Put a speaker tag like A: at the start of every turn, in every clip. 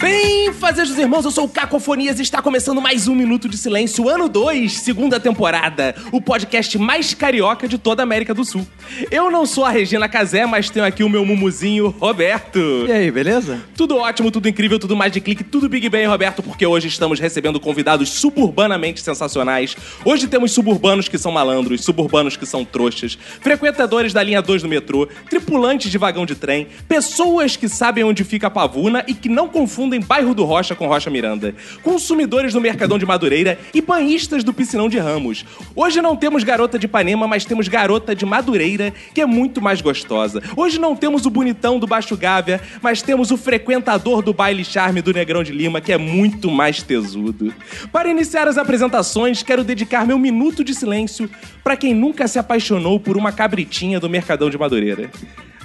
A: Bem, fazejos irmãos, eu sou o Cacofonias e está começando mais um Minuto de Silêncio, ano 2, segunda temporada, o podcast mais carioca de toda a América do Sul. Eu não sou a Regina Casé, mas tenho aqui o meu mumuzinho Roberto.
B: E aí, beleza?
A: Tudo ótimo, tudo incrível, tudo mais de clique, tudo Big Bang, Roberto, porque hoje estamos recebendo convidados suburbanamente sensacionais. Hoje temos suburbanos que são malandros, suburbanos que são trouxas, frequentadores da linha 2 do metrô, tripulantes de vagão de trem, pessoas que sabem onde fica a pavuna e que não confundem bairro do Rocha com Rocha Miranda, consumidores do Mercadão de Madureira e banhistas do Piscinão de Ramos. Hoje não temos garota de Ipanema, mas temos garota de Madureira, que é muito mais gostosa. Hoje não temos o bonitão do Baixo Gávea, mas temos o frequentador do baile charme do Negrão de Lima, que é muito mais tesudo. Para iniciar as apresentações, quero dedicar meu minuto de silêncio para quem nunca se apaixonou por uma cabritinha do Mercadão de Madureira.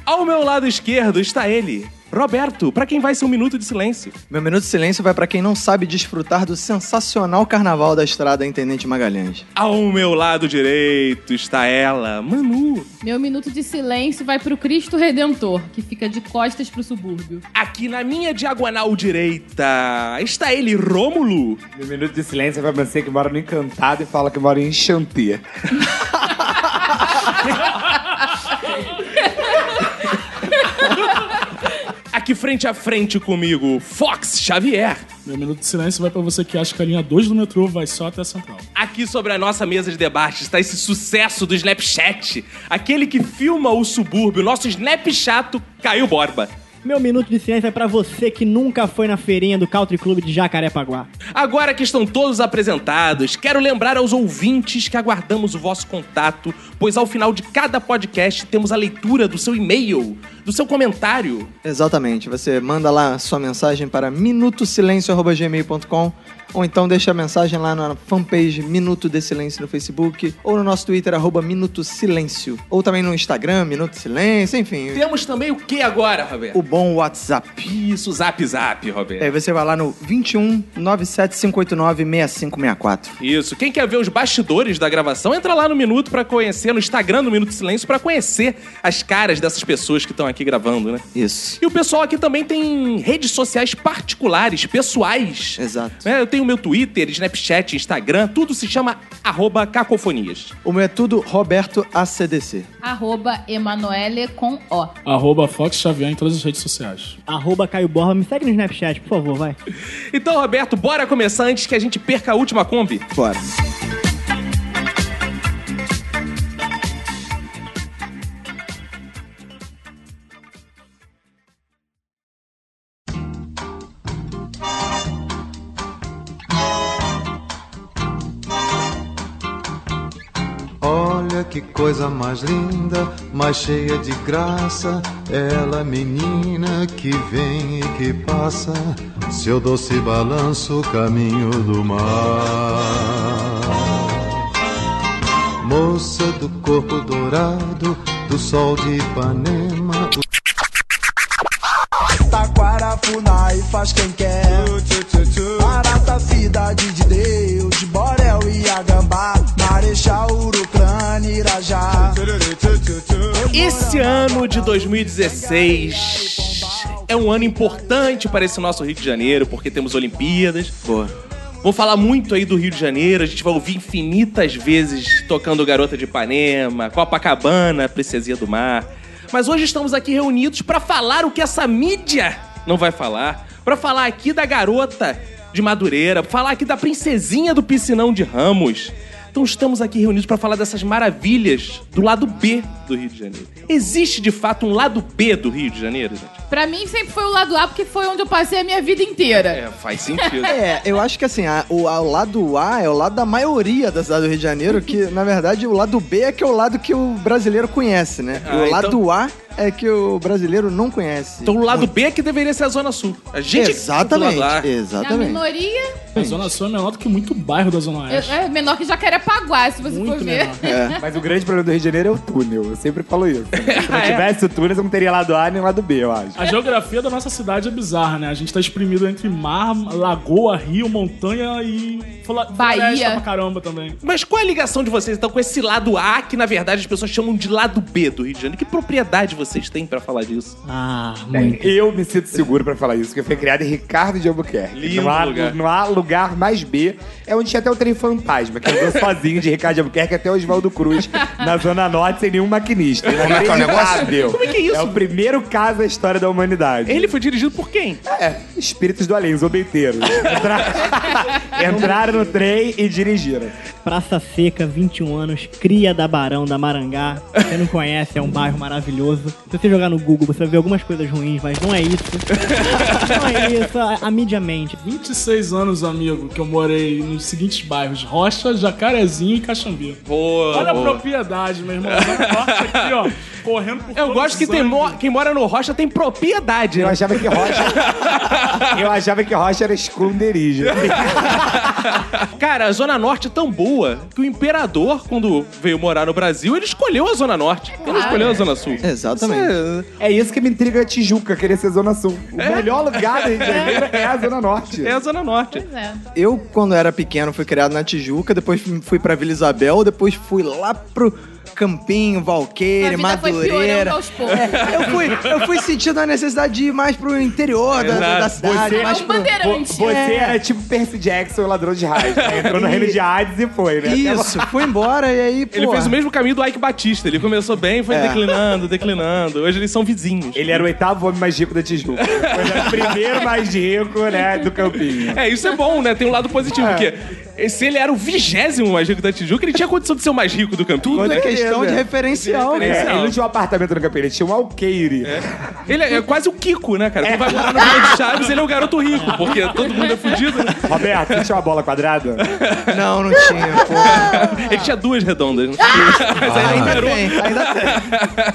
A: Ao meu lado esquerdo está ele, Roberto, para quem vai ser um minuto de silêncio.
B: Meu minuto de silêncio vai pra quem não sabe desfrutar do sensacional carnaval da estrada Intendente Magalhães.
A: Ao meu lado direito está ela, Manu.
C: Meu minuto de silêncio vai pro Cristo Redentor, que fica de costas pro subúrbio.
A: Aqui na minha diagonal direita está ele, Rômulo.
D: Meu minuto de silêncio é pra você que mora no Encantado e fala que mora em Xantia.
A: Aqui frente a frente comigo, Fox Xavier.
E: Meu minuto de silêncio vai pra você que acha que a linha 2 do metrô vai só até a central.
A: Aqui sobre a nossa mesa de debate está esse sucesso do Snapchat, aquele que filma o subúrbio, nosso Snapchato Caio Borba.
F: Meu minuto de silêncio é pra você que nunca foi na feirinha do Country Club de Jacarepaguá.
A: Agora que estão todos apresentados, quero lembrar aos ouvintes que aguardamos o vosso contato, pois ao final de cada podcast temos a leitura do seu e-mail, do seu comentário.
B: Exatamente, você manda lá sua mensagem para minutosilencio.gmail.com ou então deixa a mensagem lá na fanpage Minuto de Silêncio no Facebook ou no nosso Twitter, arroba Minuto Silêncio. Ou também no Instagram, Minuto Silêncio, enfim,
A: Temos também o que agora, Roberto?
B: o bom WhatsApp.
A: Isso, zap zap, Roberto.
B: Aí você vai lá no 21 97 589 6564.
A: Isso. Quem quer ver os bastidores da gravação, entra lá no Minuto pra conhecer, no Instagram do Minuto Silêncio, pra conhecer as caras dessas pessoas que estão aqui gravando, né?
B: Isso.
A: E o pessoal aqui também tem redes sociais particulares, pessoais.
B: Exato.
A: Né? Eu tenho meu Twitter, Snapchat, Instagram, tudo se chama arroba cacofonias.
B: O meu é tudo Roberto ACDC.
C: Arroba Emanuele com O.
E: Arroba Fox Xavier em todas as redes sociais.
F: Arroba Caio Borba, me segue no Snapchat, por favor, vai.
A: Então, Roberto, bora começar antes que a gente perca a última Kombi?
B: Fora.
G: Olha que coisa mais linda, mais cheia de graça, ela menina que vem e que passa, seu doce balanço, caminho do mar. Moça do corpo dourado, do sol de Ipanema, do
H: Taquarafuna e faz quem quer. Barata, cidade de Deus, Borel e Agambá, Marechal, Urucrana, Irajá.
A: Esse ano de 2016 é um ano importante para esse nosso Rio de Janeiro, porque temos Olimpíadas.
B: Boa.
A: Vou falar muito aí do Rio de Janeiro, a gente vai ouvir infinitas vezes tocando Garota de Ipanema, Copacabana, Princesinha do Mar. Mas hoje estamos aqui reunidos para falar o que essa mídia não vai falar, para falar aqui da garota de Madureira, pra falar aqui da princesinha do piscinão de Ramos. Então estamos aqui reunidos para falar dessas maravilhas do lado B do Rio de Janeiro. Existe de fato um lado B do Rio de Janeiro, gente?
C: Pra mim sempre foi o lado A, porque foi onde eu passei a minha vida inteira.
A: É, faz sentido.
B: É, eu acho que assim, a- o, a- o lado A é o lado da maioria da cidade do Rio de Janeiro, que na verdade o lado B é que é o lado que o brasileiro conhece, né?
A: Ah,
B: o
A: então-
B: lado A é que o brasileiro não conhece.
A: Então o lado B que deveria ser a Zona Sul. A gente.
B: exatamente,
A: do lado A.
C: A
B: exatamente.
C: minoria
E: A Zona Sul é menor do que muito bairro da Zona
C: é,
E: Oeste.
C: é menor que Jacarepaguá, se você for
E: muito
C: ver.
E: menor.
D: Mas o grande problema do Rio de Janeiro é o túnel. Eu sempre falo isso. Se não
A: Ah, é?
D: tivesse o túnel, você não teria lado A nem lado B, eu acho.
E: A geografia da nossa cidade é bizarra, né? A gente tá exprimido entre mar, lagoa, rio, montanha e fla-
C: Bahia.
E: floresta pra caramba também.
A: Mas qual é a ligação de vocês então com esse lado A que na verdade as pessoas chamam de lado B do Rio de Janeiro? Que propriedade vocês têm pra falar disso?
F: Ah,
D: Bem, Eu me sinto seguro pra falar isso, porque foi criado em Ricardo de Albuquerque.
A: Lindo
D: não, há,
A: lugar.
D: não há lugar mais B. É onde tinha até o trem fantasma, que andou sozinho de Ricardo de Albuquerque até Oswaldo Cruz, na Zona Norte, sem nenhum maquinista. Como é que é o negócio? Como
A: é que é isso?
D: É o primeiro caso da história da humanidade.
A: Ele foi dirigido por quem?
D: É, espíritos do além, os obeteiros. Entra- Entraram no trem e dirigiram.
F: Praça Seca, 21 anos, cria da Barão, da Marangá. Se Você não conhece, é um bairro maravilhoso. Se você jogar no Google, você vai ver algumas coisas ruins, mas não é isso. não é isso, a, a mídia mente.
E: 26 anos, amigo, que eu morei nos seguintes bairros: Rocha, Jacarezinho e Caxambi.
A: Boa,
E: Olha a
A: boa.
E: propriedade, meu irmão. Olha a morte aqui, ó. Correndo por
A: Eu
E: todos
A: gosto que
E: os
A: tem
E: ângulos.
A: mo- quem mora no Rocha tem propriedade,
D: Eu
A: né?
D: achava que Rocha. Eu achava que Rocha era esconderijo.
A: Cara, a Zona Norte é tão boa que o imperador, quando veio morar no Brasil, ele escolheu a Zona Norte. Ele não escolheu a Zona Sul.
B: Exatamente.
D: É isso que me intriga a Tijuca, querer ser Zona Sul. O melhor lugar do Rio de Janeiro é a Zona Norte.
A: É a Zona Norte.
C: Pois é.
B: Eu, quando era pequeno, fui criado na Tijuca, depois fui pra Vila Isabel, depois fui lá pro Campinho, Valqueire,
C: Sua vida foi piorando
B: Madureira.
C: aos poucos.
B: É, eu, fui, eu fui sentindo a necessidade de ir mais pro interior da- da,
A: Exato.
B: cidade.
D: Você-
B: mais
C: É um
B: pro...
C: bandeirante.
D: Você era tipo Percy Jackson, o ladrão de raios. né? Entrou no reino de Hades e foi, né?
B: Isso, fui embora e aí, pô...
A: Ele fez o mesmo caminho do Ike Batista. Ele começou bem, foi
B: É.
A: declinando, declinando. Hoje eles são vizinhos.
D: Ele é- era o oitavo homem mais rico da Tijuca. Ele era o primeiro mais rico, né, do Campinho.
A: É, isso é bom, né? Tem um lado positivo, porque se ele era o vigésimo mais rico da Tijuca, ele tinha condição de ser o mais rico do Campinho.
B: Tudo é questão de
D: Beleza.
B: referencial, né?
D: É, ele
A: Não.
D: não tinha um apartamento no Campinho, ele tinha um alqueire.
A: Ele é, é quase o Kiko, né, cara? Quem vai morar no Rio de Chaves, ele é o garoto rico, porque todo mundo é fudido. né?
D: Roberto, você tinha uma bola quadrada?
B: Não, não tinha, pô.
A: Ele tinha duas redondas. né? Mas
B: Ah,
A: aí
B: ainda
A: encarou.
B: tem, ainda tem.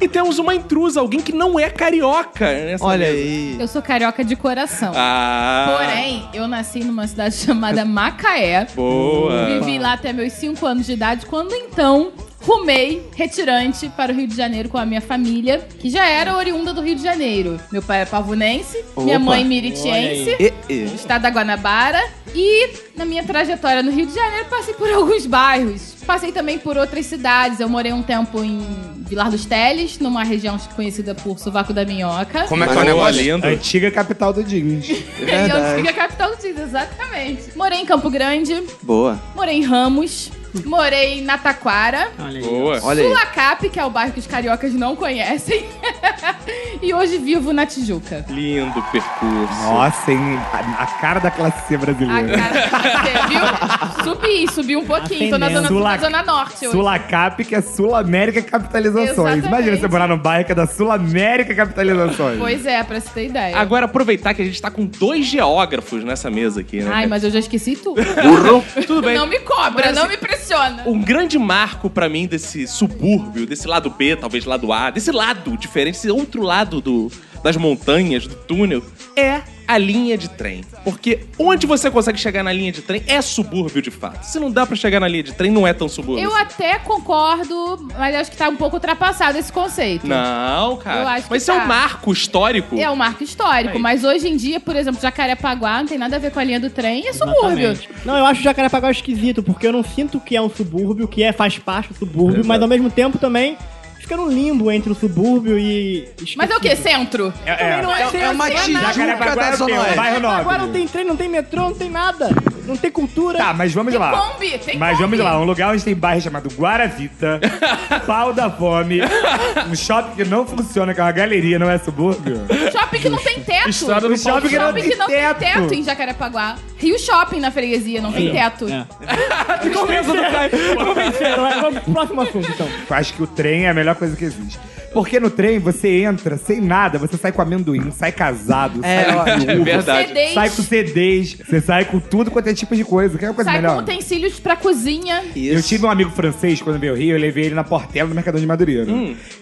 A: E temos uma intrusa, alguém que não é carioca. Nessa
B: Olha
A: mesa.
B: aí.
C: Eu sou carioca de coração.
A: Ah.
C: Porém, eu nasci numa cidade chamada Macaé.
A: Boa.
C: Vivi lá até meus 5 anos de idade, quando então rumei retirante para o Rio de Janeiro com a minha família, que já era oriunda do Rio de Janeiro. Meu pai é pavunense, minha
B: Opa.
C: mãe miritiense,
B: E, e.
C: estado da Guanabara. E na minha trajetória no Rio de Janeiro, passei por alguns bairros. Passei também por outras cidades. Eu morei um tempo em Vilar dos Teles, numa região conhecida por Sovaco da Minhoca.
A: Como é que é o negócio? Lindo.
D: Antiga capital do jeans.
C: É
B: Verdade.
C: onde fica a capital do Diz, exatamente. Morei em Campo Grande,
B: Boa.
C: morei em Ramos, morei na Taquara,
F: Olha aí.
A: Boa.
B: Olha aí.
C: Sulacap, que é o bairro que os cariocas não conhecem, e hoje vivo na Tijuca.
A: Lindo percurso.
D: Nossa, hein? A, a cara da classe C
C: A
D: brasileira.
C: cara você viu? Subi, subi um pouquinho. Tô na
B: É.
C: zona,
D: Sula-
C: na zona norte hoje.
D: Sulacap, que é Sul América Capitalizações.
C: Exatamente.
D: Imagina você morar num bairro que é da Sul América Capitalizações.
C: Pois é, pra você ter ideia.
A: Agora, aproveitar que a gente tá com dois geógrafos nessa mesa aqui, né?
C: Ai,
A: cara?
C: mas eu já esqueci tudo.
A: Tudo bem.
C: Não me cobra, não me pressiona.
A: Um grande marco pra mim desse subúrbio, desse lado B, talvez lado A, desse lado diferente, esse outro lado do, das montanhas, do túnel, é a linha de trem. Porque onde você consegue chegar na linha de trem é subúrbio de fato. Se não dá pra chegar na linha de trem, não é tão subúrbio.
C: Eu até concordo, mas acho que tá um pouco ultrapassado esse conceito.
A: Não, cara.
C: Eu acho que
A: Mas isso é
C: tá.
A: um marco histórico.
C: É um marco histórico,
A: Aí.
C: mas hoje em dia, por exemplo, Jacarepaguá não tem nada a ver com a linha do trem, é subúrbio.
F: Exatamente. Não, eu acho o Jacarepaguá esquisito, porque eu não sinto que é um subúrbio, que é, faz parte do subúrbio, mas ao mesmo tempo também fica num limbo entre o subúrbio e...
C: Mas é o quê? Centro?
D: É, é.
B: É uma
C: Jacarepaguá
B: Tijuca da
D: Jacarepaguá é o
B: Zona
D: quê? Um
B: Oeste.
D: bairro nobre.
E: né?
F: Agora não tem trem, não tem metrô, não tem nada. Não tem cultura.
D: Tá, mas vamos
C: Tem
D: lá.
C: Kombi, tem
D: mas
C: Kombi.
D: vamos lá, um lugar onde tem bairro chamado Guaravita, Pau da Fome, um shopping que não funciona, que é uma galeria, não é subúrbio.
C: Shopping que não tem teto.
D: Estrada do Shopping que não
C: Shopping que não tem
D: tem teto.
C: teto em Jacarepaguá. Rio Shopping na freguesia, não tem teto.
E: tá.
F: Vamos pro próximo assunto, então.
D: Eu acho que o trem é a melhor coisa que existe. Porque no trem você entra sem nada, você sai com amendoim, sai casado,
B: É,
D: sai
B: ó,
D: com
A: É
D: uva,
A: verdade.
C: CDs.
D: sai com CDs, você sai com tudo quanto é tipo de coisa. Quer uma coisa
C: Sai com um
D: melhor?
C: utensílios pra cozinha.
D: Eu tive um amigo francês quando veio ao Rio, eu levei ele na portela do Mercadão de Madureira.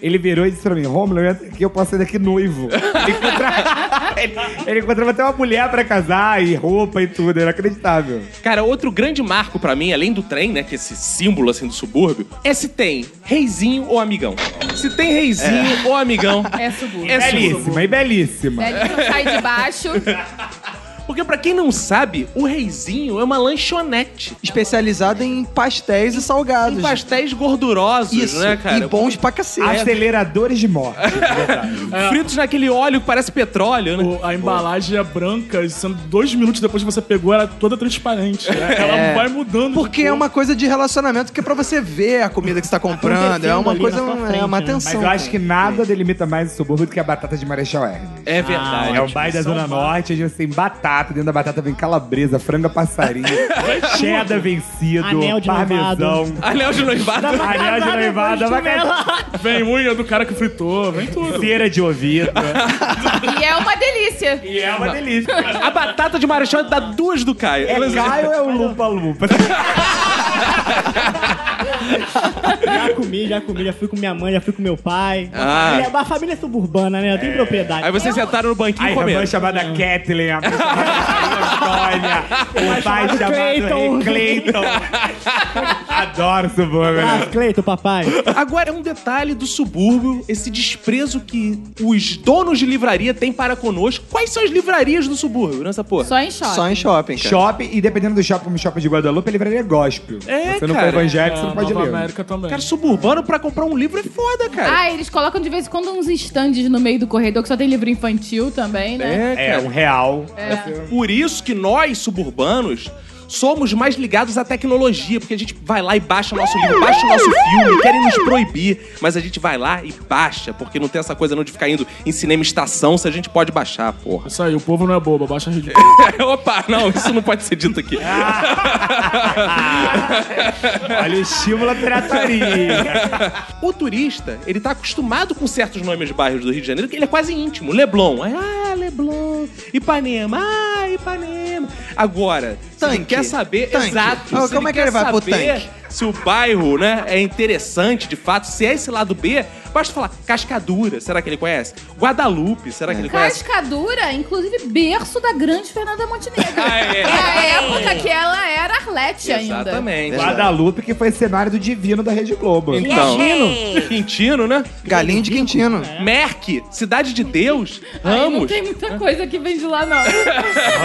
D: Ele virou e disse pra mim: Romulo, eu entro aqui, eu posso sair daqui noivo. Ele encontrava, ele, ele encontrava até uma mulher pra casar e roupa e tudo, era acreditável.
A: Cara, outro grande marco pra mim, além do trem, né, que é esse símbolo assim do subúrbio, é se tem reizinho ou amigão. Se tem reizinho ou amigão.
C: É subúrbio.
A: É subúrbio.
D: Belíssima e belíssima.
C: Velho não sai de baixo.
A: Porque pra quem não sabe, o reizinho é uma lanchonete.
B: Especializada em pastéis e salgados.
A: Com pastéis gordurosos,
B: Isso,
A: né, cara?
B: e bons pra cacete.
D: Aceleradores de morte.
A: Fritos naquele óleo que parece petróleo, né?
E: O- a embalagem é branca, e sendo dois minutos depois que você pegou, era toda transparente. né? Ela vai mudando.
B: Porque é uma coisa de relacionamento que é pra você ver a comida que você tá comprando. É
F: Acontecendo
B: uma
F: ali
B: coisa,
F: na sua frente,
B: é uma
F: né?
B: atenção.
D: Mas eu acho que nada delimita mais o subúrbio do que a batata de Marechal Hermes.
A: É verdade.
D: É o bairro da Zona Norte, onde você tem batata. Dentro da batata vem calabresa, franga passarinho, cheddar vencido,
F: Anel de
D: parmesão,
F: noivado.
A: Anel de noivado.
D: anel de noivado, abacaxi,
E: Vem unha do cara que fritou, vem tudo.
D: cera de ouvido.
C: E é uma delícia.
D: e é uma delícia.
A: A batata de Marechal dá duas do Caio.
D: É Caio é o lupa-lupa.
F: Já comi, já comi, já fui com minha mãe, já fui com meu pai.
A: Ah.
F: A, família, a família é suburbana, né? Tem propriedade.
A: Aí vocês sentaram no banquinho
D: A
A: e
D: irmã
A: comeram.
D: chamada Kathleen, a mãe chamada Antônia, o pai
F: chamado
D: chamado Cleiton.
F: Clayton.
D: Cleiton. Adoro né? subúrbio.
F: Ah, Cleito, papai.
A: Agora, é um detalhe do subúrbio, esse desprezo que os donos de livraria têm para conosco. Quais são as livrarias do subúrbio nessa porra?
C: Só em shopping.
B: Só em shopping, cara.
D: Shopping, e dependendo do shopping, como shopping de Guadalupe, a livraria é gospel.
A: É,
D: Se você não
A: cara.
D: for evangélico, você não
E: É,
D: pode
E: Nova
D: ler.
E: América também.
A: Cara, suburbano pra comprar um livro é foda, cara.
C: Ah, eles colocam de vez em quando uns estandes no meio do corredor que só tem livro infantil também, né?
D: É, um real.
A: É Por isso que nós, suburbanos, somos mais ligados à tecnologia, porque a gente vai lá e baixa nosso livro, baixa nosso filme, querem nos proibir, mas a gente vai lá e baixa, porque não tem essa coisa não de ficar indo em cinema estação se a gente pode baixar, porra.
E: Isso aí, o povo não é bobo, abaixa a rede.
A: Opa, não, isso não pode ser dito aqui.
D: Ah, Olha o estímulo à pirataria.
A: O turista, ele tá acostumado com certos nomes de bairros do Rio de Janeiro, que ele é quase íntimo. Leblon, aí, ah, Leblon. Ipanema, ah, Ipanema. Agora, se ele
B: Tanque.
A: quer saber...
B: Tanque.
A: Exato.
B: Ah,
A: se
B: como é que ele
A: quer
B: vai pro
A: saber
B: tanque?
A: Se o bairro, né, é interessante, de fato, se é esse lado B, basta falar Cascadura, será que ele conhece? Guadalupe, será
C: É.
A: que ele conhece?
C: Cascadura, inclusive berço da grande Fernanda Montenegro.
A: Ah, é.
C: É a época que ela era Arlete ainda.
A: Exatamente.
D: Guadalupe, que foi cenário do Divino da Rede Globo. Né?
A: Então, Quintino, né?
B: Galinho de Quintino.
A: Merck, Cidade de Deus,
C: Ai, não
A: Ramos.
C: tem muita coisa que vem de lá, não.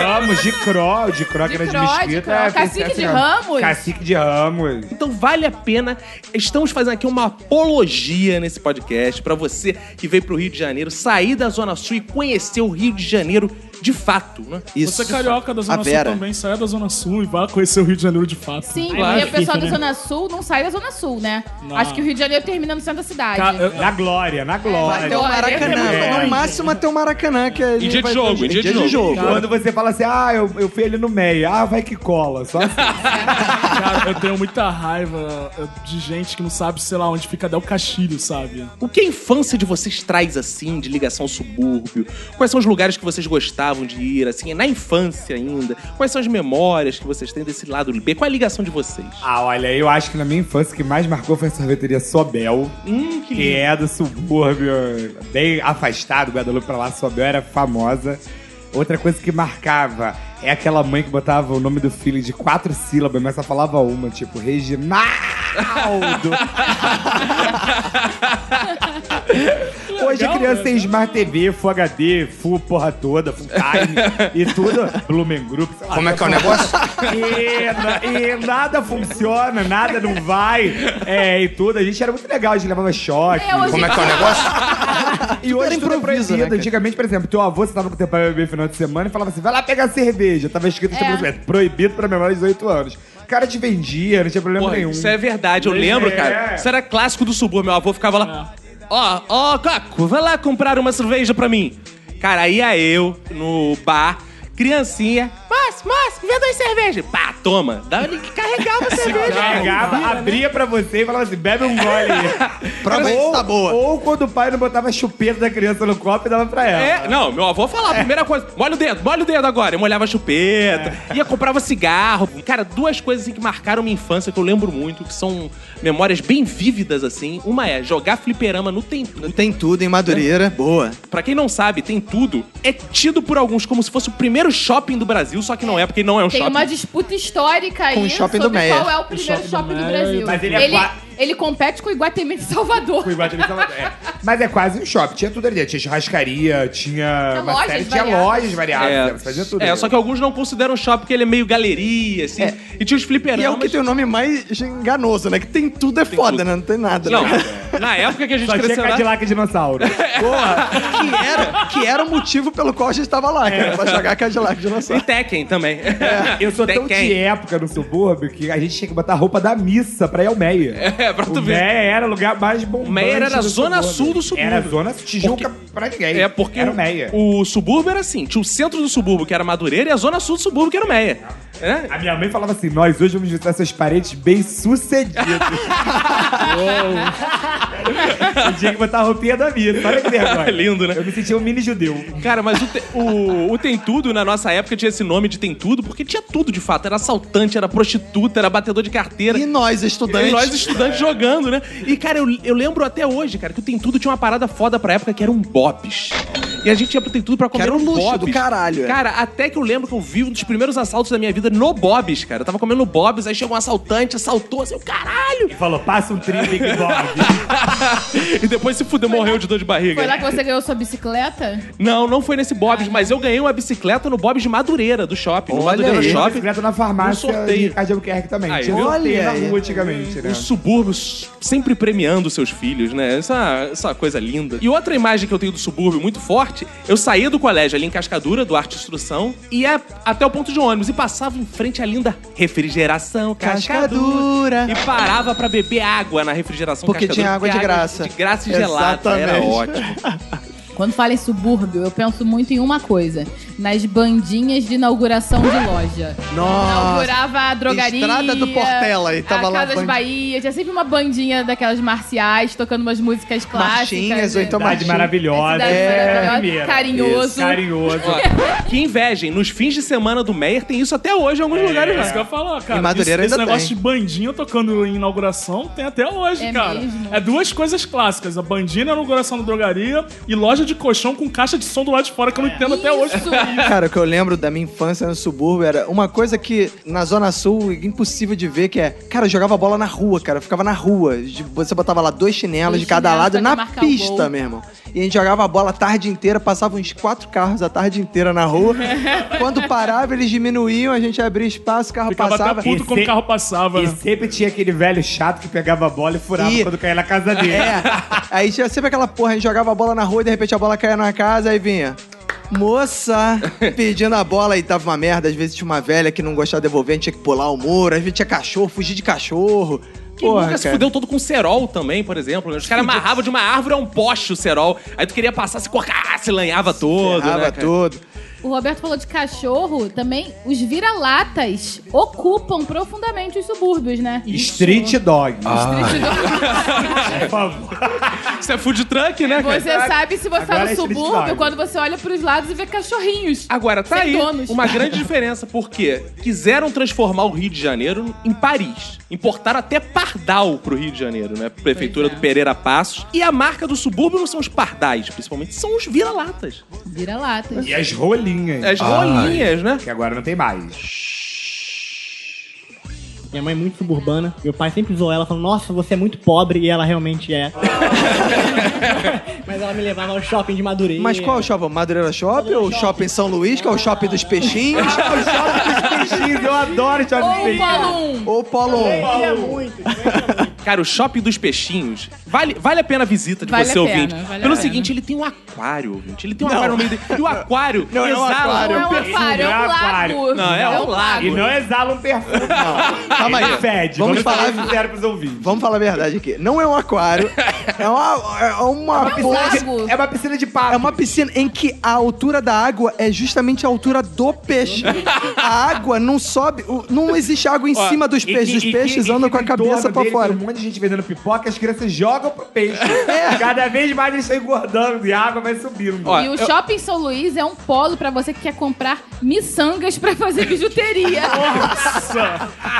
D: Ramos de Cro, de Cro,
C: De
D: que era de
C: Cro, de
D: Mesquita.
C: Cro.
D: é, fez
C: Cacique
D: sucesso
C: de
D: em Ramos.
C: Ramos.
D: Cacique de Ramos.
A: Então vale a pena. Estamos fazendo aqui uma apologia nesse podcast pra você que veio pro Rio de Janeiro sair da Zona Sul e conhecer o Rio de Janeiro de fato, né?
B: Isso.
E: Você é carioca da Zona
B: A
E: Sul
B: Vera.
E: também, saia da Zona Sul e vá conhecer o Rio de Janeiro de fato.
C: Sim,
A: Claro.
C: porque o pessoal da
F: Difícil,
C: Zona Sul não sai da Zona Sul, né?
E: né? Não.
C: Acho que o Rio de Janeiro termina no centro da cidade.
E: Ca- eu-
D: Na glória, na
C: É, Vai
B: Até
C: ter
D: glória.
B: o
C: Olha,
B: um Maracanã.
D: é
B: No
D: verdade.
B: máximo até o Maracanã. Que é ele
A: Em dia de
B: vai ter
A: jogo,
B: os-
A: em dia de jogo.
D: Quando você fala assim, ah, eu, eu fui ali no meio, ah, vai que cola. Só assim.
E: Cara, eu tenho muita raiva eh, de gente que não sabe, sei lá, onde fica Del Castilho, sabe?
A: O que a infância de vocês traz assim, de ligação ao subúrbio? Quais são os lugares que vocês gostavam de ir, assim, na infância ainda? Quais são as memórias que vocês têm desse lado B? Qual é a ligação de vocês?
D: Ah, olha, eu acho que na minha infância o que mais marcou foi a sorveteria Sobel.
A: Hum, que
D: que
A: lindo.
D: é do subúrbio, bem afastado, Guadalupe pra lá, Sobel era famosa. Outra coisa que marcava é aquela mãe que botava o nome do filho de quatro sílabas, mas só falava uma, tipo, Reginaldo. Hoje a criança
A: né?
D: tem Smart TV, Full HD, Full porra toda, Full Time e tudo. Blumen Group. sei lá.
I: Como é que é o negócio?
D: E, na- e nada funciona, nada não vai. É, e tudo. A gente era muito legal, a gente levava choque.
C: É, hoje
I: Como é
C: em
I: que é o
C: dia-
I: negócio?
D: E hoje tudo é
B: improviso, né,
D: proibido.
B: cara?
D: Antigamente, por exemplo, teu avô, você tava com teu pai beber final de semana e falava assim, vai lá pegar cerveja. Tava escrito
C: É.
D: tipo, é. proibido pra menor de 18 anos. O cara te vendia, não tinha problema
A: Porra,
D: nenhum.
A: isso é É. verdade, eu lembro, cara. Isso era clássico do subúrbio. Meu avô ficava lá. Ó, ó, Caco, vai lá comprar uma cerveja pra mim. Cara, ia eu no bar, criancinha. Mas, mas, vê duas cervejas. Pá, toma. Dá ele que carregava a cerveja.
D: Chegava, abria pra você e falava assim, bebe um gole.
B: né? Pra ver se tá boa.
D: Ou quando o pai não botava a chupeta da criança no copo e dava pra ela.
A: É, não, meu avô falava, primeira coisa, molha o dedo, molha o dedo agora. Eu molhava a chupeta, ia comprava cigarro. Cara, duas coisas assim, que marcaram minha infância que eu lembro muito, que são memórias bem vívidas, assim. Uma é jogar fliperama no, tem, no
B: Tem tudo em Madureira. Boa.
A: Pra quem não sabe, tem tudo. É tido por alguns como se fosse o primeiro shopping do Brasil, só que não é, porque não é um
C: Tem
A: shopping.
C: uma disputa histórica aí
B: Com o shopping do
C: sobre
B: Meia.
C: qual é o primeiro
E: shopping do
C: shopping do,
E: Meia,
C: Brasil.
D: mas ele é qua-
C: ele compete com o Iguatemi de Salvador.
D: Fui embora, tinha que tava- é. Mas é quase um shopping. Tinha tudo ali. Tinha churrascaria, tinha,
C: Tinha
D: uma
C: lojas
D: série, tinha
C: variadas.
D: lojas variadas.
A: É,
D: né? Você fazia tudo.
A: é,
D: ali.
A: só que alguns não consideram shopping porque ele é meio galeria, assim.
B: É.
A: E tinha os fliperamas.
B: E é o que tem o nome mais enganoso, né? Que tem tudo é foda,
A: tudo.
B: né? Não tem nada.
A: Não,
B: né?
A: na época que a gente
D: Só tinha
A: cresceu lá...
D: Cadillac e dinossauro.
B: Porra, que era, que era o motivo pelo qual a gente tava lá, cara. Pra jogar Cadillac
A: E
B: Dinossauro.
A: Tekken também.
D: É. Eu sou tão de
A: Tekken.
D: época no subúrbio que a gente tinha que botar a roupa da missa pra ir ao Meia.
A: É, pra
D: O
A: tu ver.
D: Meia era o lugar mais bombante
A: O Meia era na
D: do
A: zona sul do subúrbio.
D: Era zona Tijuca pra ninguém.
A: É, porque
D: Era o Meia.
A: o subúrbio era assim. Tinha o centro do subúrbio, que era Madureira, e a zona sul do subúrbio, que era o Meia. É?
D: A minha mãe falava assim, nós hoje vamos visitar seus parentes bem-sucedidos. Eu tinha que botar a roupinha da missa. Olha que vergonha.
A: Lindo, né?
D: Eu me sentia um mini judeu.
A: Cara, mas o, te- o- o Tem Tudo, na nossa época, tinha esse nome de Tem Tudo, porque tinha tudo de fato. Era assaltante, era prostituta, era batedor de carteira.
B: E nós, estudantes.
A: E nós estudantes jogando, né? E, cara, eu, eu lembro até hoje, cara, que o Tem Tudo tinha uma parada foda pra época que era um bopes. E a gente ia pro Tem Tudo pra comer
B: era um luxo do
A: Bob's.
B: caralho, é.
A: Cara, até que eu lembro que eu vi um dos primeiros assaltos da minha vida no Bob's, cara. Eu tava comendo no Bob's, aí chegou um assaltante, assaltou, assim, o caralho!
D: E falou, passa um trio Big Bob.
A: e depois se fudeu, morreu de dor de barriga.
C: Foi lá que você ganhou sua bicicleta?
A: Não, não foi nesse Bob's, mas eu ganhei uma bicicleta no Bob's de Madureira, do shopping. No
B: Olha
A: Madureira
B: aí.
A: Shopping.
D: bicicleta na farmácia
A: Um sorteio. Um
D: e Cardi Albuquerque também.
A: Aí,
D: Tinha um
A: viu?
D: sorteio
B: Olha
D: na
B: aí.
D: rua antigamente, né?
A: Os subúrbios sempre premiando seus filhos, né? Essa, essa coisa linda. E outra imagem que eu tenho do subúrbio muito forte, eu saía do colégio ali em Cascadura, do Arte e Instrução, e ia até o ponto de ônibus e passava em frente à linda refrigeração Cascadura.
B: Cascadura.
A: E parava pra beber água na refrigeração
B: Porque
A: Cascadura,
B: tinha água de graça.
A: De graça e gelada. Era
B: Exatamente.
A: ótimo.
C: Quando fala em subúrbio, eu penso muito em uma coisa: nas bandinhas de inauguração de loja.
B: Nossa.
C: Inaugurava a drogaria.
B: Estrada do Portela, e tava
C: a
B: lá a
C: Casas
B: band-
C: Bahia. Tinha sempre uma bandinha daquelas marciais, tocando umas músicas clássicas.
B: Marchinhas, ou então
D: Cidade
B: Marchinhas.
D: maravilhosa.
C: Cidade maravilhosa,
D: primeira.
C: carinhoso.
D: Isso, Carinhoso.
A: Ó, que invejem. Nos fins de semana do Meyer tem isso até hoje em alguns lugares
E: É isso que eu
A: lá.
E: ia falar, cara.
B: Em Madureira
E: esse, esse
B: ainda
E: negócio
B: tem.
E: de bandinha tocando em inauguração tem até hoje,
C: É
E: cara.
C: mesmo?
E: É duas coisas clássicas: a bandinha na inauguração da drogaria e loja de colchão com caixa de som do lado de fora, que eu não entendo até hoje.
C: Isso.
B: Cara, o que eu lembro da minha infância no subúrbio era uma coisa que na Zona Sul é impossível de ver, que é, cara, eu jogava bola na rua, cara, eu ficava na rua. De- Você botava lá dois chinelos
C: Dois
B: de cada
C: chinelos
B: lado
C: pra
B: na
C: marcar o gol.
B: pista, meu irmão. E a gente jogava a bola a tarde inteira, passava uns quatro carros a tarde inteira na rua. Quando parava, eles diminuíam, a gente abria espaço, o carro
E: Ficava
B: passava.
E: até puto quando o
D: Esse-
E: carro passava.
D: E
E: né?
D: sempre tinha aquele velho chato que pegava a bola e furava
B: Ih.
D: quando caía na casa dele.
B: É. Aí tinha sempre aquela porra, a gente jogava a bola na rua e de repente a bola caía na casa, aí vinha. Moça, pedindo a bola e tava uma merda. Às vezes tinha uma velha que não gostava de devolver, a gente tinha que pular o muro. Às vezes tinha cachorro, fugir de cachorro.
A: Quem
B: Porra,
A: nunca se
B: cara.
A: fudeu todo com cerol também, por exemplo. Os caras amarravam de uma árvore a um poste o cerol. Aí tu queria passar, se corcar, se lanhava todo.
B: Errava
A: né, cara?
B: tudo.
C: O Roberto falou de cachorro, também os vira-latas ocupam profundamente os subúrbios, né?
D: Street Dog. Por favor.
A: Isso é food truck, né, cara?
C: Você sabe se você tá
D: Agora
C: no
D: é street
C: subúrbio
D: dog.
C: quando você olha pros lados e vê cachorrinhos.
A: Agora, tá
C: Sem
A: aí
C: donos.
A: uma grande diferença, porque quiseram transformar o Rio de Janeiro em Paris. Importaram até Pardal pro Rio de Janeiro, né? Prefeitura
C: Pois
A: do
C: é.
A: Pereira Passos. E a marca do subúrbio não são os pardais, principalmente, são os vira-latas.
C: Vira-latas.
D: E as rolinhas.
A: As rolinhas, né?
D: Que agora não tem mais.
F: Minha mãe é muito suburbana. Meu pai sempre zoou ela, falando, nossa, você é muito pobre. E ela realmente é. Mas ela me levava ao shopping de Madureira.
B: Mas qual é o shopping? Madureira Shopping ou Shopping São Luís, que é o shopping dos peixinhos?
D: Peixinhos, eu adoro Chaves
C: Ou o
D: Peixinhos.
C: Polo 1.
B: ou Polo 1?
F: Ele é muito, ele é muito.
A: Cara, o Shopping dos Peixinhos vale, vale a pena a visita de
C: Vale
A: você,
C: a pena,
A: ouvinte.
C: vale a
A: Pelo
C: pena.
A: seguinte, ele tem um aquário, ouvinte. Ele tem um aquário no meio dele. E o aquário
D: Não, é um
A: exala.
D: aquário.
C: Não é um
D: perfume,
C: aquário, é
D: não é
C: um lago.
D: aquário.
A: Não, é um lago.
D: E não exala um perfume, não.
B: Calma aí.
D: Ele fede.
B: Vamos
D: Vamos,
B: falar-
D: falar sincero pros ouvintes.
B: Vamos falar a verdade aqui. Não é um aquário, é uma, é uma
C: um
B: bolsa-
C: lago.
D: É uma piscina de papo.
B: É uma piscina em que a altura da água é justamente a altura do peixe. A água não sobe, o- não existe água em
A: Ó,
B: cima dos
D: E
B: peixes.
D: que-
B: Os
D: e
B: peixes
D: que- e
B: andam
D: que
B: com a
D: em torno
B: cabeça pra
D: dele
B: fora.
D: Tem um monte de gente vendendo pipoca, as crianças jogam pro peixe. Cada vez mais eles estão engordando e a água vai subindo.
A: Ó,
C: E o
A: eu-
C: Shopping São Luís é um polo pra você que quer comprar miçangas pra fazer bijuteria.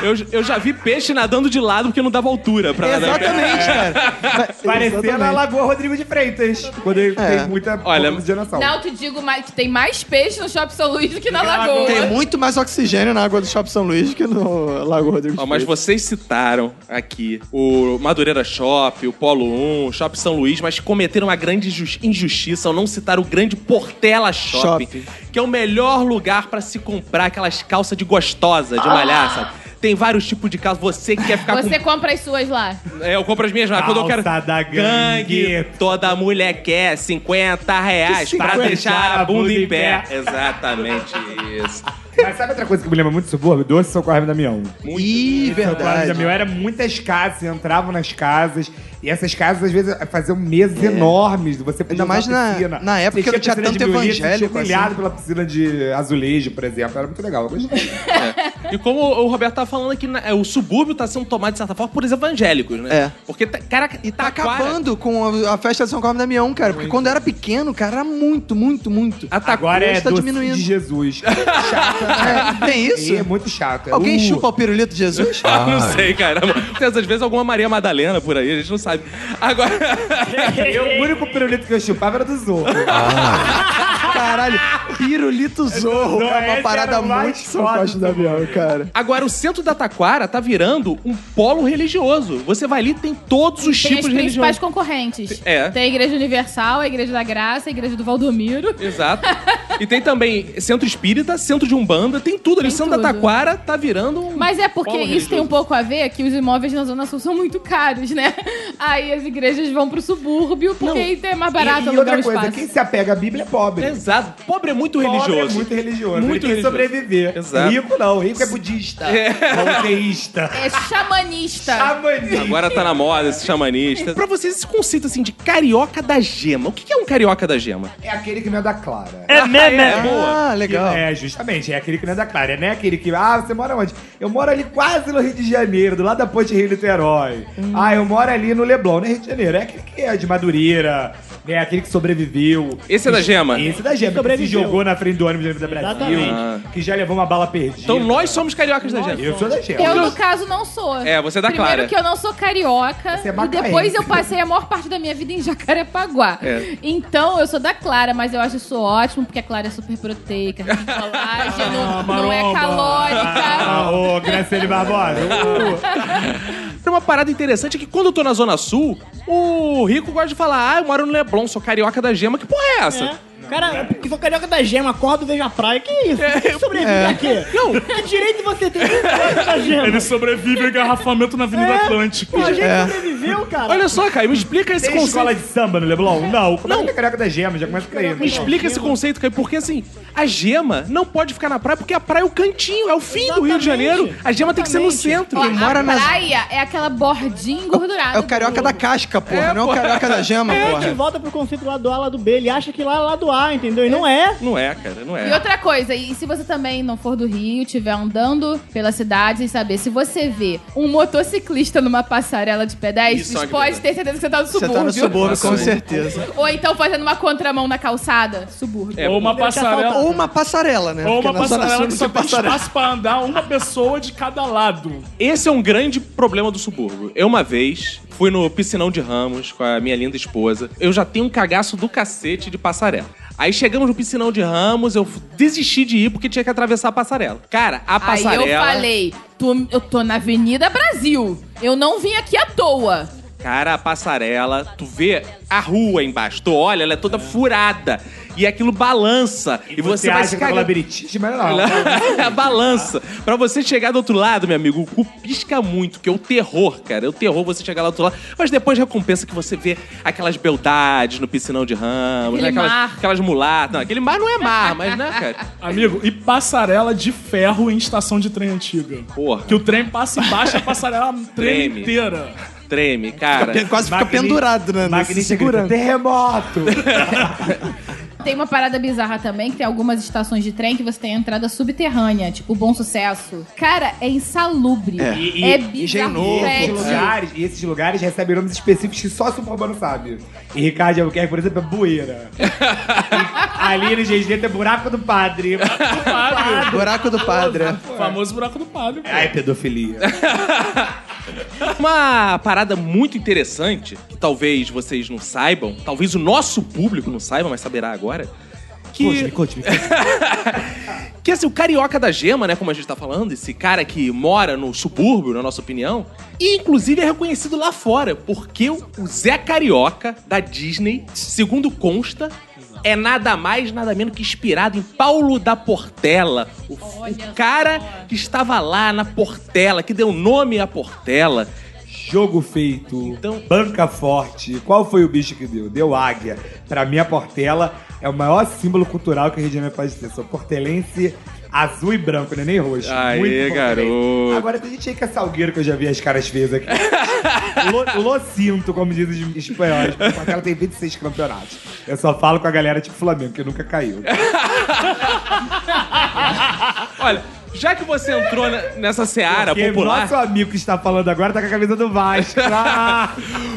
A: Eu, eu já vi peixe nadando de lado porque não dava altura pra nadar.
B: Exatamente, cara. Mas-
D: é um Parecendo a
B: exatamente.
D: Lagoa Rodrigo de Freitas. Quando ele
B: É.
D: tem muita
A: Olha,
D: pouca oxigenação.
C: Não, te digo mais, que tem mais peixe no Shopping São Luís do que na Lagoa.
B: Tem muito mais oxigênio na água do Shopping São Luís que no Lago Rodrigo. de
A: Ó, mas
B: Freitas.
A: vocês citaram aqui o Madureira Shop, o Polo 1, o Shop São Luís, mas cometeram uma grande injusti- injustiça ao não citar o grande Portela Shop,
B: Shopping.
A: que é o melhor lugar pra se comprar aquelas calças de gostosa,
D: Ah!
A: de malhar, sabe? Tem vários tipos de calça. Você que quer ficar
C: Você compra as suas lá.
A: com. É, eu compro as minhas, mas quando eu quero.
D: Calça da gangue.
A: Toda mulher quer 50 reais pra
D: 50
A: deixar a bunda em pé. Exatamente isso.
D: Mas sabe outra coisa que me lembra muito do subúrbio? Doce Socorro Hermes Damião.
A: é
B: Ih,
D: Socorro
B: verdade.
D: Damião É era muitas casas, você entrava nas casas. E essas casas, às vezes, faziam mesas enormes. Você podia
B: É. Ainda mais
D: usar a
B: na-
D: piscina.
B: na época
D: Você
B: que não tinha
D: a piscina de
B: tanto
D: violeta, você tinha
B: evangélico,
D: humilhado
B: assim.
D: pela piscina de azulejo, por exemplo. Era muito legal. Eu gostei.
A: E como o Roberto tá falando aqui, na- o subúrbio tá sendo tomado, de certa forma, por evangélicos, né?
B: É.
A: Porque, tá- cara, e
B: Tá
D: é?
B: acabando com a, a festa de São Carlos Damião, cara. Porque quando eu era pequeno, cara, era muito, muito, muito.
D: Agora é
B: Hoje tá
D: doce
B: diminuindo.
D: de Jesus.
B: É, tem isso?
D: E é muito chato. é
B: Alguém
D: uh.
B: chupa o pirulito de Jesus?
A: Ah, não sei, cara. Tem, às vezes, alguma Maria Madalena por aí, a gente não sabe. Agora,
B: um-
D: Eu, o único pirulito que eu chupava era do Zorro.
B: Caralho, pirulito zorro.
D: Não,
B: é uma
D: esse
B: parada
D: era o mais
B: muito São
D: foda
B: Costa
D: do
B: Damião, cara.
A: agora, o centro da Taquara tá virando um polo religioso. Você vai ali, tem todos os
C: Tem as
A: tipos
C: principais
A: religiosos.
C: concorrentes.
A: É.
C: Tem a Igreja Universal, a Igreja da Graça, a Igreja do Valdomiro.
A: Exato. E tem também centro espírita, centro de umbanda, tem tudo ali. O
C: Tem
A: centro da
C: tudo.
A: Taquara tá virando um
C: Mas é porque
A: polo
C: isso tem um
A: religioso.
C: pouco a ver que os imóveis na Zona Sul são muito caros, né? Aí as igrejas vão pro subúrbio porque aí é mais barato
D: e, e
C: alugar
B: um
D: outra
C: o
D: coisa,
C: espaço.
D: quem se apega à Bíblia é pobre.
A: Exato. Pobre é muito
D: Pobre
A: religioso.
D: é muito religioso.
A: Muito
D: Ele tem que
A: religioso.
D: sobreviver.
A: Exato.
D: Rico não. Rico é budista. É. Monteísta.
C: É xamanista.
D: Xamanista.
A: Agora tá na moda esse xamanista. Pra vocês, esse conceito assim de carioca da gema. O que que é um carioca da gema?
D: É aquele que não é da Clara.
A: É meme! É, boa.
B: Ah, legal.
D: É, justamente, é aquele que não é da Clara, né? Aquele que, ah, você mora onde? Eu moro ali quase no Rio de Janeiro, do lado da Ponte Rio Niterói. Ah, eu moro ali no Leblon, no Rio de Janeiro. É aquele que é de Madureira, né? Aquele que sobreviveu.
A: Esse é da Gema?
D: Esse é da Gema, que se
F: Sobreviveu.
D: jogou na frente do ônibus da Avenida Brasil,
F: Exatamente.
D: que já levou uma bala perdida.
A: Então nós somos cariocas da gema.
D: Eu sou da Gema.
C: Eu, no caso, não sou.
A: É, você é da
C: Primeiro
A: Clara.
C: que eu não sou carioca.
D: Você é
C: e
D: macaense.
C: depois eu passei a maior parte da minha vida em Jacarepaguá.
A: É.
C: Então, eu sou da Clara, mas eu acho isso ótimo, porque a Clara é super proteica, tem colágeno,
A: Ah,
C: não é
E: maromba.
C: calórica.
D: Ah, ô, Graciele Barbosa. ô,
A: Tem uma parada interessante é que quando eu tô na Zona Sul, o Rico gosta de falar, ah, eu moro no Leblon, sou carioca da gema. Que porra é essa?
F: É. Cara, que sou carioca da gema, acordo, vejo a praia. Que isso?
A: É,
F: Você sobrevive
D: É.
F: aqui? Não. Que direito você tem de ser carioca da
E: Ele
F: gema? É.
E: sobrevive ao engarrafamento na Avenida Atlântica.
F: Pô, a gente
D: É.
F: sobreviveu, cara.
A: É. Olha só, Caio, me explica esse
D: Tem
A: conceito.
D: escola de samba no Leblon? Não. Como
A: Não.
D: é que é careca da Gema? Já começa por aí.
A: Me explica esse conceito, Caio, porque assim, a gema não pode ficar na praia porque a praia é o cantinho, é o fim do Rio de
F: Exatamente.
A: Janeiro. A gema tem que ser no
F: Exatamente.
A: centro.
C: Ó,
B: mora
C: a
B: nas-
C: praia é aquela bordinha engordurada.
B: É o carioca da casca, porra. não é o carioca da gema,
F: A gente
B: porra.
F: volta pro conceito lá do A, lá do B. Ele acha que lá é lá do A, entendeu? E não é.
A: Não é, cara, não
C: E
A: é.
C: outra coisa, e se você também não for do Rio, estiver andando pela cidade e saber, se você vê um motociclista numa passarela de pedestres,
A: Isso é uma
C: pode
A: grande.
C: ter certeza que você tá no
B: Você
C: subúrbio.
B: tá no subúrbio, com
A: Nossa,
B: certeza.
C: Ou então fazendo uma contramão na calçada, subúrbio.
E: Ou É, uma passarela.
B: Ou uma passarela, né?
E: Ou
B: Porque na
E: uma
B: Zona Sul
E: passarela
B: não
E: que
B: tem
E: só tem
B: passarela.
E: espaço pra andar uma pessoa de cada lado.
A: Esse é um grande problema do subúrbio. Eu, uma vez, fui no piscinão de Ramos com a minha linda esposa. Eu já tenho um cagaço do cacete de passarela. Aí chegamos no piscinão de Ramos, eu desisti de ir porque tinha que atravessar a passarela. Cara, a
C: Aí
A: passarela.
C: eu falei, "Tu- eu tô na Avenida Brasil, eu não vim aqui à toa.
A: Cara, a passarela, tu vê a rua embaixo, tu olha, ela é toda furada. E aquilo balança. E, você, vai se
D: acha que é
A: cagando.
D: labirintite, mas não.
A: a balança. Pra você chegar do outro lado, meu amigo, o cu pisca muito, que é o terror, cara. É o terror você chegar lá do outro lado. Mas depois recompensa que você vê aquelas beldades no piscinão de Ramos,
C: Aquele
A: né? aquelas,
C: mar.
A: aquelas mulatas. Não, aquele mar não é mar, mas né, cara?
E: Amigo, e passarela de ferro em estação de trem antiga.
A: Porra.
E: Que o trem passa embaixo e a passarela
A: Treme.
E: treme inteira.
A: Treme, cara.
B: Quase fica
D: Magnífico.
B: pendurado, né? né, se
D: Magnífica grita,
B: segurando.
D: terremoto!
C: Tem uma parada bizarra também, que tem algumas estações de trem que você tem a entrada subterrânea, tipo Bom Sucesso. Cara, é insalubre. É,
D: E-
C: é
D: e-
C: bizarro.
D: E
C: sexy.
D: esses, lugares, e esses lugares recebem nomes específicos que só o suburbano sabe. E Ricardo de Albuquerque, por exemplo, é bueira. E ali no Gesdento é buraco do padre.
E: Padre.
B: Buraco do padre.
E: O famoso buraco do padre. pô.
D: Ai, pedofilia.
A: Uma parada muito interessante, que talvez vocês não saibam, talvez o nosso público não saiba, mas saberá agora. Que...
D: Conte-me, conte-me.
A: que assim, o carioca da gema, né, como a gente tá falando, esse cara que mora no subúrbio, na nossa opinião, e inclusive é reconhecido lá fora, porque o o Zé Carioca da Disney, segundo consta, é nada mais, nada menos que inspirado em Paulo da Portela, o, o
C: Olha
A: cara
C: só.
A: que estava lá na Portela, que deu nome à Portela.
D: Jogo feito,
A: Então-
D: banca forte. Qual foi o bicho que deu? Deu águia. Pra mim, a portela é o maior símbolo cultural que a região pode ter. Sou portelense azul e branco, não é nem roxo.
A: Aê,
D: Muito portelense.
A: garoto.
D: Agora tem gente aí que é salgueiro, que eu já vi as caras feias aqui. Lo- Locinto, como dizem os espanhóis. A portela tem 26 campeonatos. Eu só falo com a galera tipo Flamengo, que nunca caiu.
A: Olha, já que você entrou na- nessa seara
D: Porque
A: popular...
D: nosso amigo que está falando agora tá com a camisa do Vasco. Ah!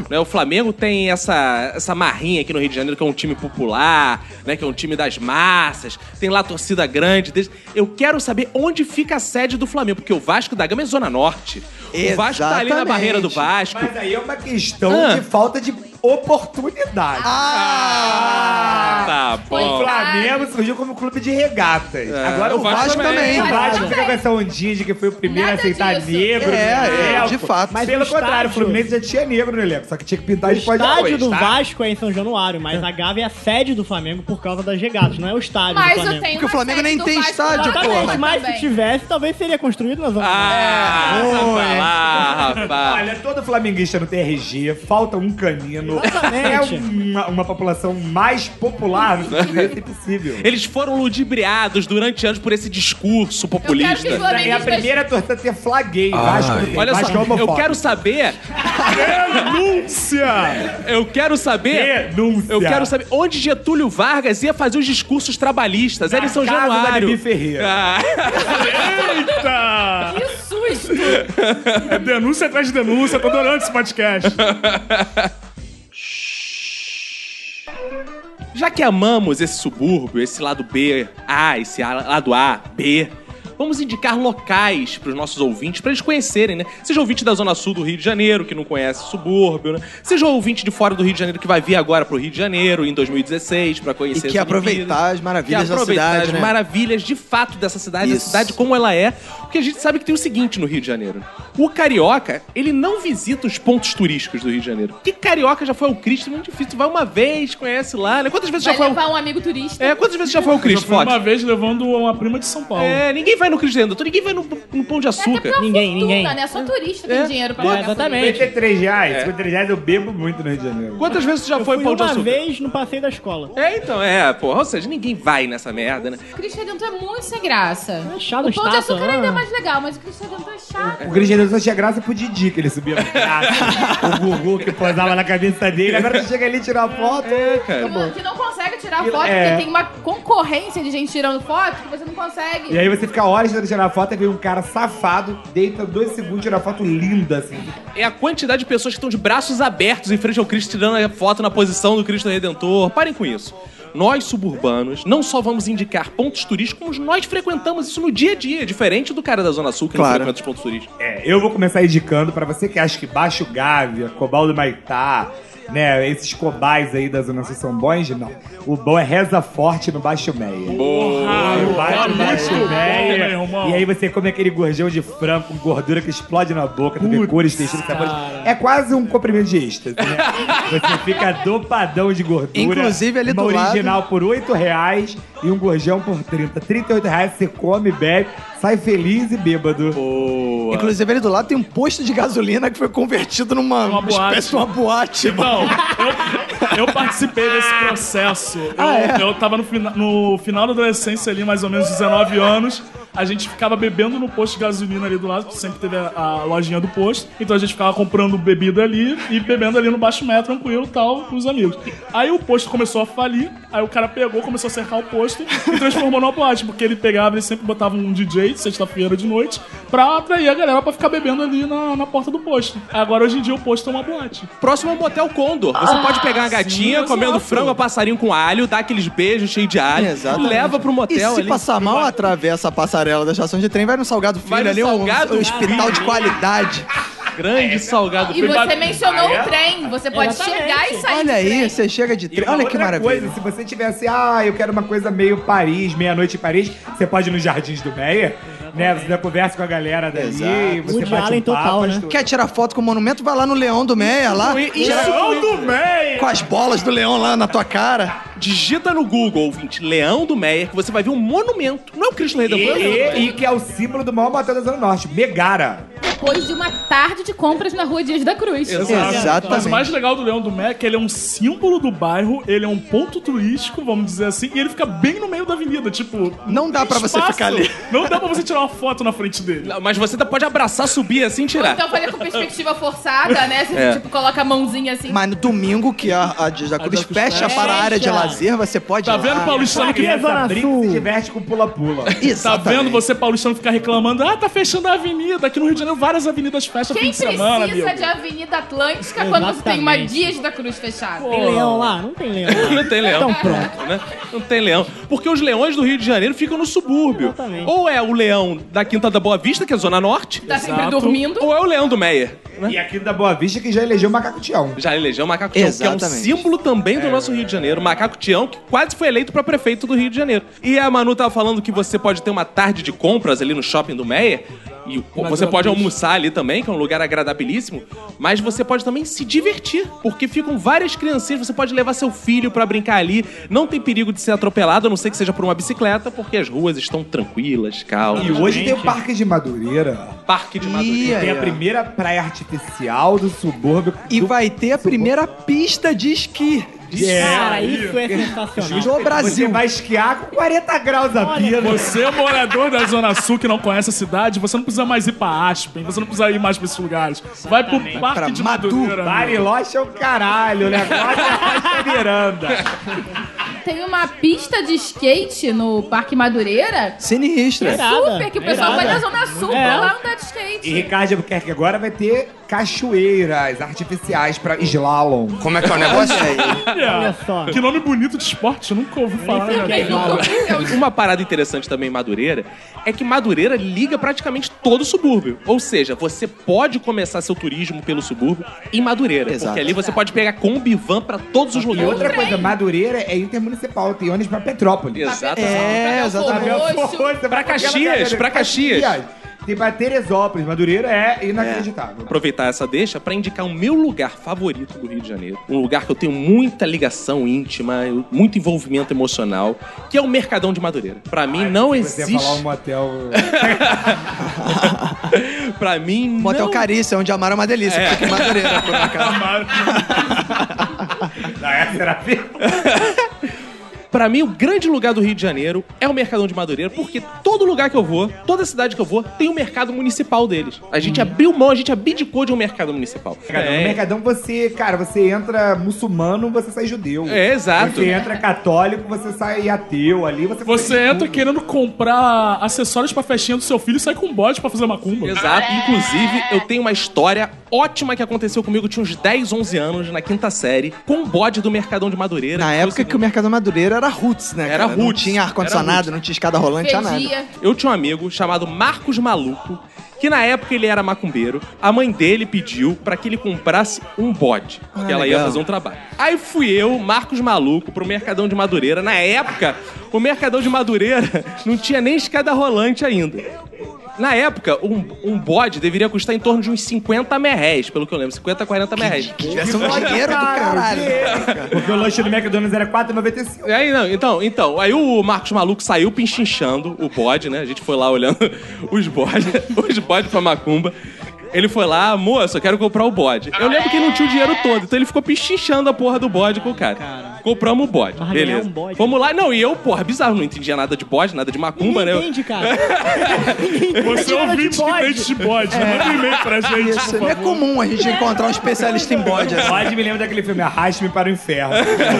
A: né? O Flamengo tem essa, essa marrinha aqui no Rio de Janeiro, que é um time popular, né? Que é um time das massas, tem lá a torcida grande. desde- Eu quero saber onde fica a sede do Flamengo, porque o Vasco da Gama é Zona Norte. O Vasco tá ali na
B: Exatamente.
A: barreira do Vasco.
D: Mas aí é uma questão
A: Ah.
D: de falta de oportunidade.
A: Ah, tá
D: O
A: bom.
D: Flamengo surgiu como clube de regatas. Agora
A: o
D: o
A: Vasco
D: Vasco,
B: também.
D: O
C: Claro.
D: Vasco fica com essa ondinha de que foi o primeiro
C: Nada
D: a aceitar
C: disso.
D: negro.
B: É,
D: branco.
B: é, de fato.
D: Mas
F: Mas
D: pelo
F: o
D: contrário, o
F: estádio-
D: Fluminense já tinha negro no elenco, só que tinha que pintar
F: O
D: de pode
F: estádio do
D: tá?
F: Vasco é em São Januário, mas a Gávea é a sede do Flamengo por causa das regatas, não é o estádio
C: Mas
F: do
C: eu tenho.
F: Flamengo. Ah,
B: Porque o
C: uma
B: Flamengo
C: sede
B: nem
C: do
B: tem
C: Vasco
B: estádio,
C: lá
B: pô.
C: também.
F: Mas se tivesse, talvez seria construído na zona.
A: Ah, vai lá, rapaz.
D: Olha, todo flamenguista no TRG, falta um canino.
F: Exatamente.
D: É uma, uma população mais popular no Fluminense possível.
A: Eles foram ludibriados durante anos por esse discurso
C: Eu quero que
A: populista.
C: os
D: É a
C: flamenguistas-
D: primeira torcida a ter flaguei. Vasco, não tem.
A: Olha
D: Vasco é
A: só, eu
D: homofóbico.
A: quero saber.
D: Denúncia!
A: Eu quero saber.
D: Denúncia!
A: Eu quero saber onde Getúlio Vargas ia fazer os discursos trabalhistas. Era em São
D: casa da
A: Januário.
D: Bibi Ferreira.
A: Ah,
D: Tá,
E: Eita!
C: Que susto!
E: É denúncia atrás de denúncia, tô adorando esse podcast.
A: já que amamos esse subúrbio, esse lado B, A, esse A- lado A, B, vamos indicar locais para os nossos ouvintes, para eles conhecerem, né? Seja ouvinte da Zona Sul do Rio de Janeiro, que não conhece subúrbio, né? Seja ouvinte de fora do Rio de Janeiro, que vai vir agora pro Rio de Janeiro em 2016 para
B: E
A: conhecer
B: que
A: as Olimpíadas.
B: aproveitar as maravilhas
A: que
B: da
A: aproveitar
B: cidade,
A: as
B: né?
A: maravilhas de fato dessa cidade, a
B: Isso.
A: cidade como ela é, porque a gente sabe que tem o seguinte no Rio de Janeiro. O carioca, ele não visita os pontos turísticos do Rio de Janeiro. Que carioca já foi ao Cristo, é muito difícil. Tu vai uma vez, conhece lá, né? Quantas vezes
C: Vai
A: já foi
C: levar
A: ao...
C: um amigo turista.
A: É, quantas vezes já foi ao Cristo,
E: Foi uma
A: Fox?
E: vez levando uma prima de São Paulo.
A: É, ninguém vai no Cristo ainda, ninguém vai no, no Pão de
C: Até porque
A: Açúcar.
C: é uma
F: Ninguém,
C: fortuna,
F: ninguém.
C: né? Só turista tem
A: É.
C: dinheiro pra
F: É,
C: pagar.
F: exatamente.
D: 53 reais. 53 reais eu bebo muito no Rio de Janeiro.
A: Quantas vezes tu já
F: Eu
A: foi
F: fui
A: ao Pão de
F: uma
A: Açúcar?
F: vez no passeio da escola.
A: É, então, é, porra. Ou seja, ninguém vai nessa merda, né?
C: O Cristo Redentor é muito sem graça.
F: É chato,
C: o pão de
F: estátua,
C: açúcar ainda é
F: né?
C: mais legal, mas o Cristo Redentor é chato.
D: O Cristiano só tinha graça pro Didi, que ele subia no braço. o Gugu que posava na cabeça dele. Agora tu chega ali e tira uma foto. É,
C: Que
D: cara.
C: não- que não consegue tirar foto,
D: É.
C: porque tem uma concorrência de gente tirando foto que você não consegue.
D: E aí você fica horas tentando tirar foto e vem um cara safado, deita dois segundos e tira uma foto linda, assim.
A: É a quantidade de pessoas que estão de braços abertos em frente ao Cristo, tirando a foto na posição do Cristo Redentor. Parem com isso. Nós, suburbanos, não só vamos indicar pontos turísticos, como nós frequentamos isso no dia a dia, diferente do cara da Zona Sul que não
B: Claro.
A: frequenta os pontos turísticos.
D: É, eu vou começar indicando pra você que acha que Baixo Gávea, Cobaldo Maitá, né? Esses cobais aí da Zona Sul são bons? Não. O bom é reza forte no Baixo Meia.
E: Porra,
D: Aí vai
E: tá
D: no Baixo
E: muito
D: Meia,
E: bom, meu irmão.
D: E aí você come aquele gorjão de frango com gordura que explode na boca, tem cores, texturas, sabores.
E: cara.
D: É quase um comprimento de êxtase, né? Você fica dopadão de gordura.
B: Inclusive, ali
D: uma
B: do lado-
D: original por 8 reais e um gorjão por 30. 38 reais você come, bebe, sai feliz e bêbado.
B: Inclusive, ali do lado tem um posto de gasolina que foi convertido numa
E: Uma
B: espécie de uma boate.
E: Então, eu, eu participei desse processo. Eu, eu tava no, fina- no final da adolescência ali, mais ou menos 19 anos. A gente ficava bebendo no posto de gasolina ali do lado, que sempre teve a, a lojinha do posto. Então a gente ficava comprando bebida ali e bebendo ali no baixo metro, tranquilo e tal, com os amigos. Aí o posto começou a falir, aí o cara pegou, começou a cercar o posto e transformou numa boate, porque ele pegava e sempre botava um DJ, sexta-feira de noite, pra atrair a galera pra ficar bebendo ali na, na porta do posto. Agora hoje em dia o posto é uma boate.
A: Próximo é o Motel Condor. Você pode pegar uma gatinha
E: sim,
A: comendo
E: exato.
A: frango a passarinho com alho, dá aqueles beijos cheios de alho,
B: Exatamente.
A: leva pro
B: E se
A: motel ali.
B: passar mal, atravessa a passarela da estação de trem, vai no Salgado Filho
A: Vai no
B: ali, um-
A: Salgado
B: um, hospital de qualidade.
A: Grande salgado.
C: E você mencionou o trem. Você pode chegar e sair
B: Olha
C: do trem.
B: aí, você chega de
D: E
B: trem.
D: uma
B: Olha que
D: outra
B: maravilha.
D: Coisa, se você tiver assim, ah, eu quero uma coisa meio Paris, meia-noite em Paris, você pode ir nos jardins do Meia, né? Você dá conversa com a galera dali,
B: Exato.
D: você
F: Woody
D: bate
F: Allen
D: um papo,
F: total, né?
D: faz tudo.
B: Quer tirar foto com o monumento? Vai lá no Leão do Meia, lá. tira
D: Leão do Meia!
B: com as bolas do leão lá na tua cara.
A: Digita no Google, ouvinte, Leão do Meyer, que você vai ver um monumento. Não é o Cristo
D: E,
A: Redentor. é o Leão do Meyer.
D: e- e que é o símbolo do maior motel da Zona Norte, Megara.
C: Depois de uma tarde de compras na rua Dias da Cruz.
B: Exato. Exatamente.
E: Mas o mais legal do Leão do Mé é que ele é um símbolo do bairro, ele é um ponto turístico, vamos dizer assim, e ele fica bem no meio da avenida, tipo...
B: Não dá
E: tem
B: pra você ficar ali.
E: Não dá pra você tirar uma foto na frente dele.
A: Não, Mas você tá- pode abraçar, subir assim e tirar.
C: Então fazer com perspectiva forçada, né? Você,
A: É.
C: tipo, coloca a mãozinha assim.
B: Mas no domingo, que a, a Dias da Cruz
E: Dias da Cruz
B: fecha
E: fecha.
B: para a área de lazer, você pode
E: Tá
B: ir lá.
E: vendo, paulistano, que...
F: Aqui é Zona
D: Brinca
F: Sul.
D: se diverte com pula-pula.
E: Tá
B: Exatamente.
E: vendo você, paulistano, ficar reclamando? Ah, tá fechando a avenida. Aqui no Rio de Janeiro, várias avenidas fecham
C: Quem
E: fim de semana,
C: precisa
E: amigo.
C: de Avenida Atlântica quando você tem uma
F: Exatamente.
C: Dias da Cruz fechada?
F: Tem leão lá? Não tem leão lá.
A: Não tem leão.
F: Então pronto.
A: né? Não tem leão. Porque os leões do Rio de Janeiro ficam no subúrbio.
F: Exatamente.
A: Ou é o leão da Quinta da Boa Vista, que é a Zona Norte,
C: Tá sempre
E: Exato.
C: dormindo.
A: ou é o leão do Meyer. né?
D: E aqui da Boa Vista que já elegeu o Macaco Tião.
A: Já elegeu o Macaco Tião, que é um
B: Exatamente.
A: símbolo também do nosso Rio de Janeiro. Macaco Tião, que quase foi eleito pra prefeito do Rio de Janeiro. E a Manu tava falando que você pode ter uma tarde de compras ali no shopping do Meyer. E você pode almoçar ali também, que é um lugar agradabilíssimo. Mas você pode também se divertir, porque ficam várias criancinhas. Você pode levar seu filho pra brincar ali. Não tem perigo de ser atropelado, a não ser que seja por uma bicicleta, porque as ruas estão tranquilas, calmas.
D: E hoje tem o Parque de Madureira.
A: Parque de
B: Ih,
A: Madureira.
D: Tem a
B: é.
D: primeira praia artificial do subúrbio.
B: E
D: do
B: vai ter a primeira pista de esqui
F: Cara, isso é sensacional.
B: do Brasil.
D: Você vai esquiar com 40 graus a pia.
E: Você, morador da Zona Sul que não conhece a cidade, você não precisa mais ir pra Aspen, você não precisa ir mais pra esses lugares. Vai pro Parque
B: Pra né?
E: de
B: Madu,
E: Madureira. amigo.
D: Bariloche é o caralho, né? Agora é a Costa Miranda.
C: Tem uma pista de skate no Parque Madureira.
B: Sinistra.
F: Irada,
C: Super, que o
F: é
C: pessoal vai
F: irada.
C: da Zona Sul
F: É.
C: pra lá andar de
D: E
C: skate.
D: Ricardo Albuquerque agora vai ter cachoeiras artificiais pra slalom.
I: Como é que é o negócio?
F: Olha só.
E: Que nome bonito de esporte, eu nunca ouvi falar. né,
C: Ninguém
E: cara?
C: nunca ouviu.
A: É, Uma parada interessante também em Madureira é que Madureira liga praticamente todo o subúrbio. Ou seja, você pode começar seu turismo pelo subúrbio em Madureira.
B: Exato.
A: Porque ali você pode pegar Kombi e van pra todos os
D: E
A: lugares.
D: outra coisa, Madureira é intermunicipal, tem ônibus pra Petrópolis.
A: Exato.
B: É, exatamente.
C: Roxo.
D: Pra
A: Caxias, pra Caxias.
D: Tem pra Teresópolis, Madureira é inacreditável.
A: Aproveitar essa deixa pra indicar o meu lugar favorito do Rio de Janeiro. Um lugar que eu tenho muita ligação íntima, eu- muito envolvimento emocional, que é o Mercadão de Madureira. Pra mim não
D: Você ia
A: existe.
D: falar um motel...
A: Pra mim
B: Motel
A: não
B: Carícia, onde amar é uma delícia. Fica em Madureira, por acaso.
D: Não, Ah, essa era a vida.
A: Pra mim, o grande lugar do Rio de Janeiro é o Mercadão de Madureira, porque todo lugar que eu vou, toda cidade que eu vou, tem o mercado municipal deles. A gente abriu mão, a gente abdicou de um mercado municipal. É,
D: Mercadão. No Mercadão você, cara, você entra muçulmano, você sai judeu.
A: É, exato.
D: Você entra católico, você sai ateu ali, você
E: Você
D: faz
E: entra
D: tudo.
E: querendo comprar acessórios pra festinha do seu filho e sai com um bode pra fazer macumba.
A: Exato. Inclusive, eu tenho uma história ótima que aconteceu comigo. Eu tinha uns 10, 11 anos, na quinta série, com um bode do Mercadão de Madureira.
B: Na
A: Foi o
B: época que o
A: seguinte.
B: Mercado Madureira era roots, né?
A: Era
B: cara? Não
A: roots,
B: tinha
A: era
B: ar-condicionado, não tinha escada rolante, tinha nada.
C: Fedia.
A: Eu tinha um amigo chamado Marcos Maluco, que na época ele era macumbeiro. A mãe dele pediu pra que ele comprasse um bode, porque ela ia
B: legal.
A: fazer um trabalho. Aí fui eu, Marcos Maluco, pro Mercadão de Madureira. Na época, o Mercadão de Madureira não tinha nem escada rolante ainda. Na época, um, um bode deveria custar em torno de uns 50 merréis, pelo que eu lembro. 50, 40 merréis.
B: Tivesse um dinheiro do caralho.
D: Porque o lanche do McDonald's era 4,95.
A: Aí, não, então, então, aí o Marcos Maluco saiu pinchinchando o bode, né? A gente foi lá olhando os bodes, os bodes pra macumba. Ele foi lá, moço, eu quero comprar o bode. Eu lembro que ele não tinha o dinheiro todo, então ele ficou pinchinchando a porra do bode com o cara. Compramos o bode,
F: Vai ganhar
A: beleza.
F: um bode.
A: Vamos lá, não, e eu, porra, bizarro, não entendia nada de bode, nada de macumba, né?
F: Ninguém
A: Eu-
F: entende, cara.
E: Você é ouvinte que entende de bode. Manda um e-mail pra gente, por
B: Isso, não é
E: favor.
B: comum a gente encontrar um especialista em bode. assim.
D: Bode me lembra daquele filme Arraste-me para o Inferno.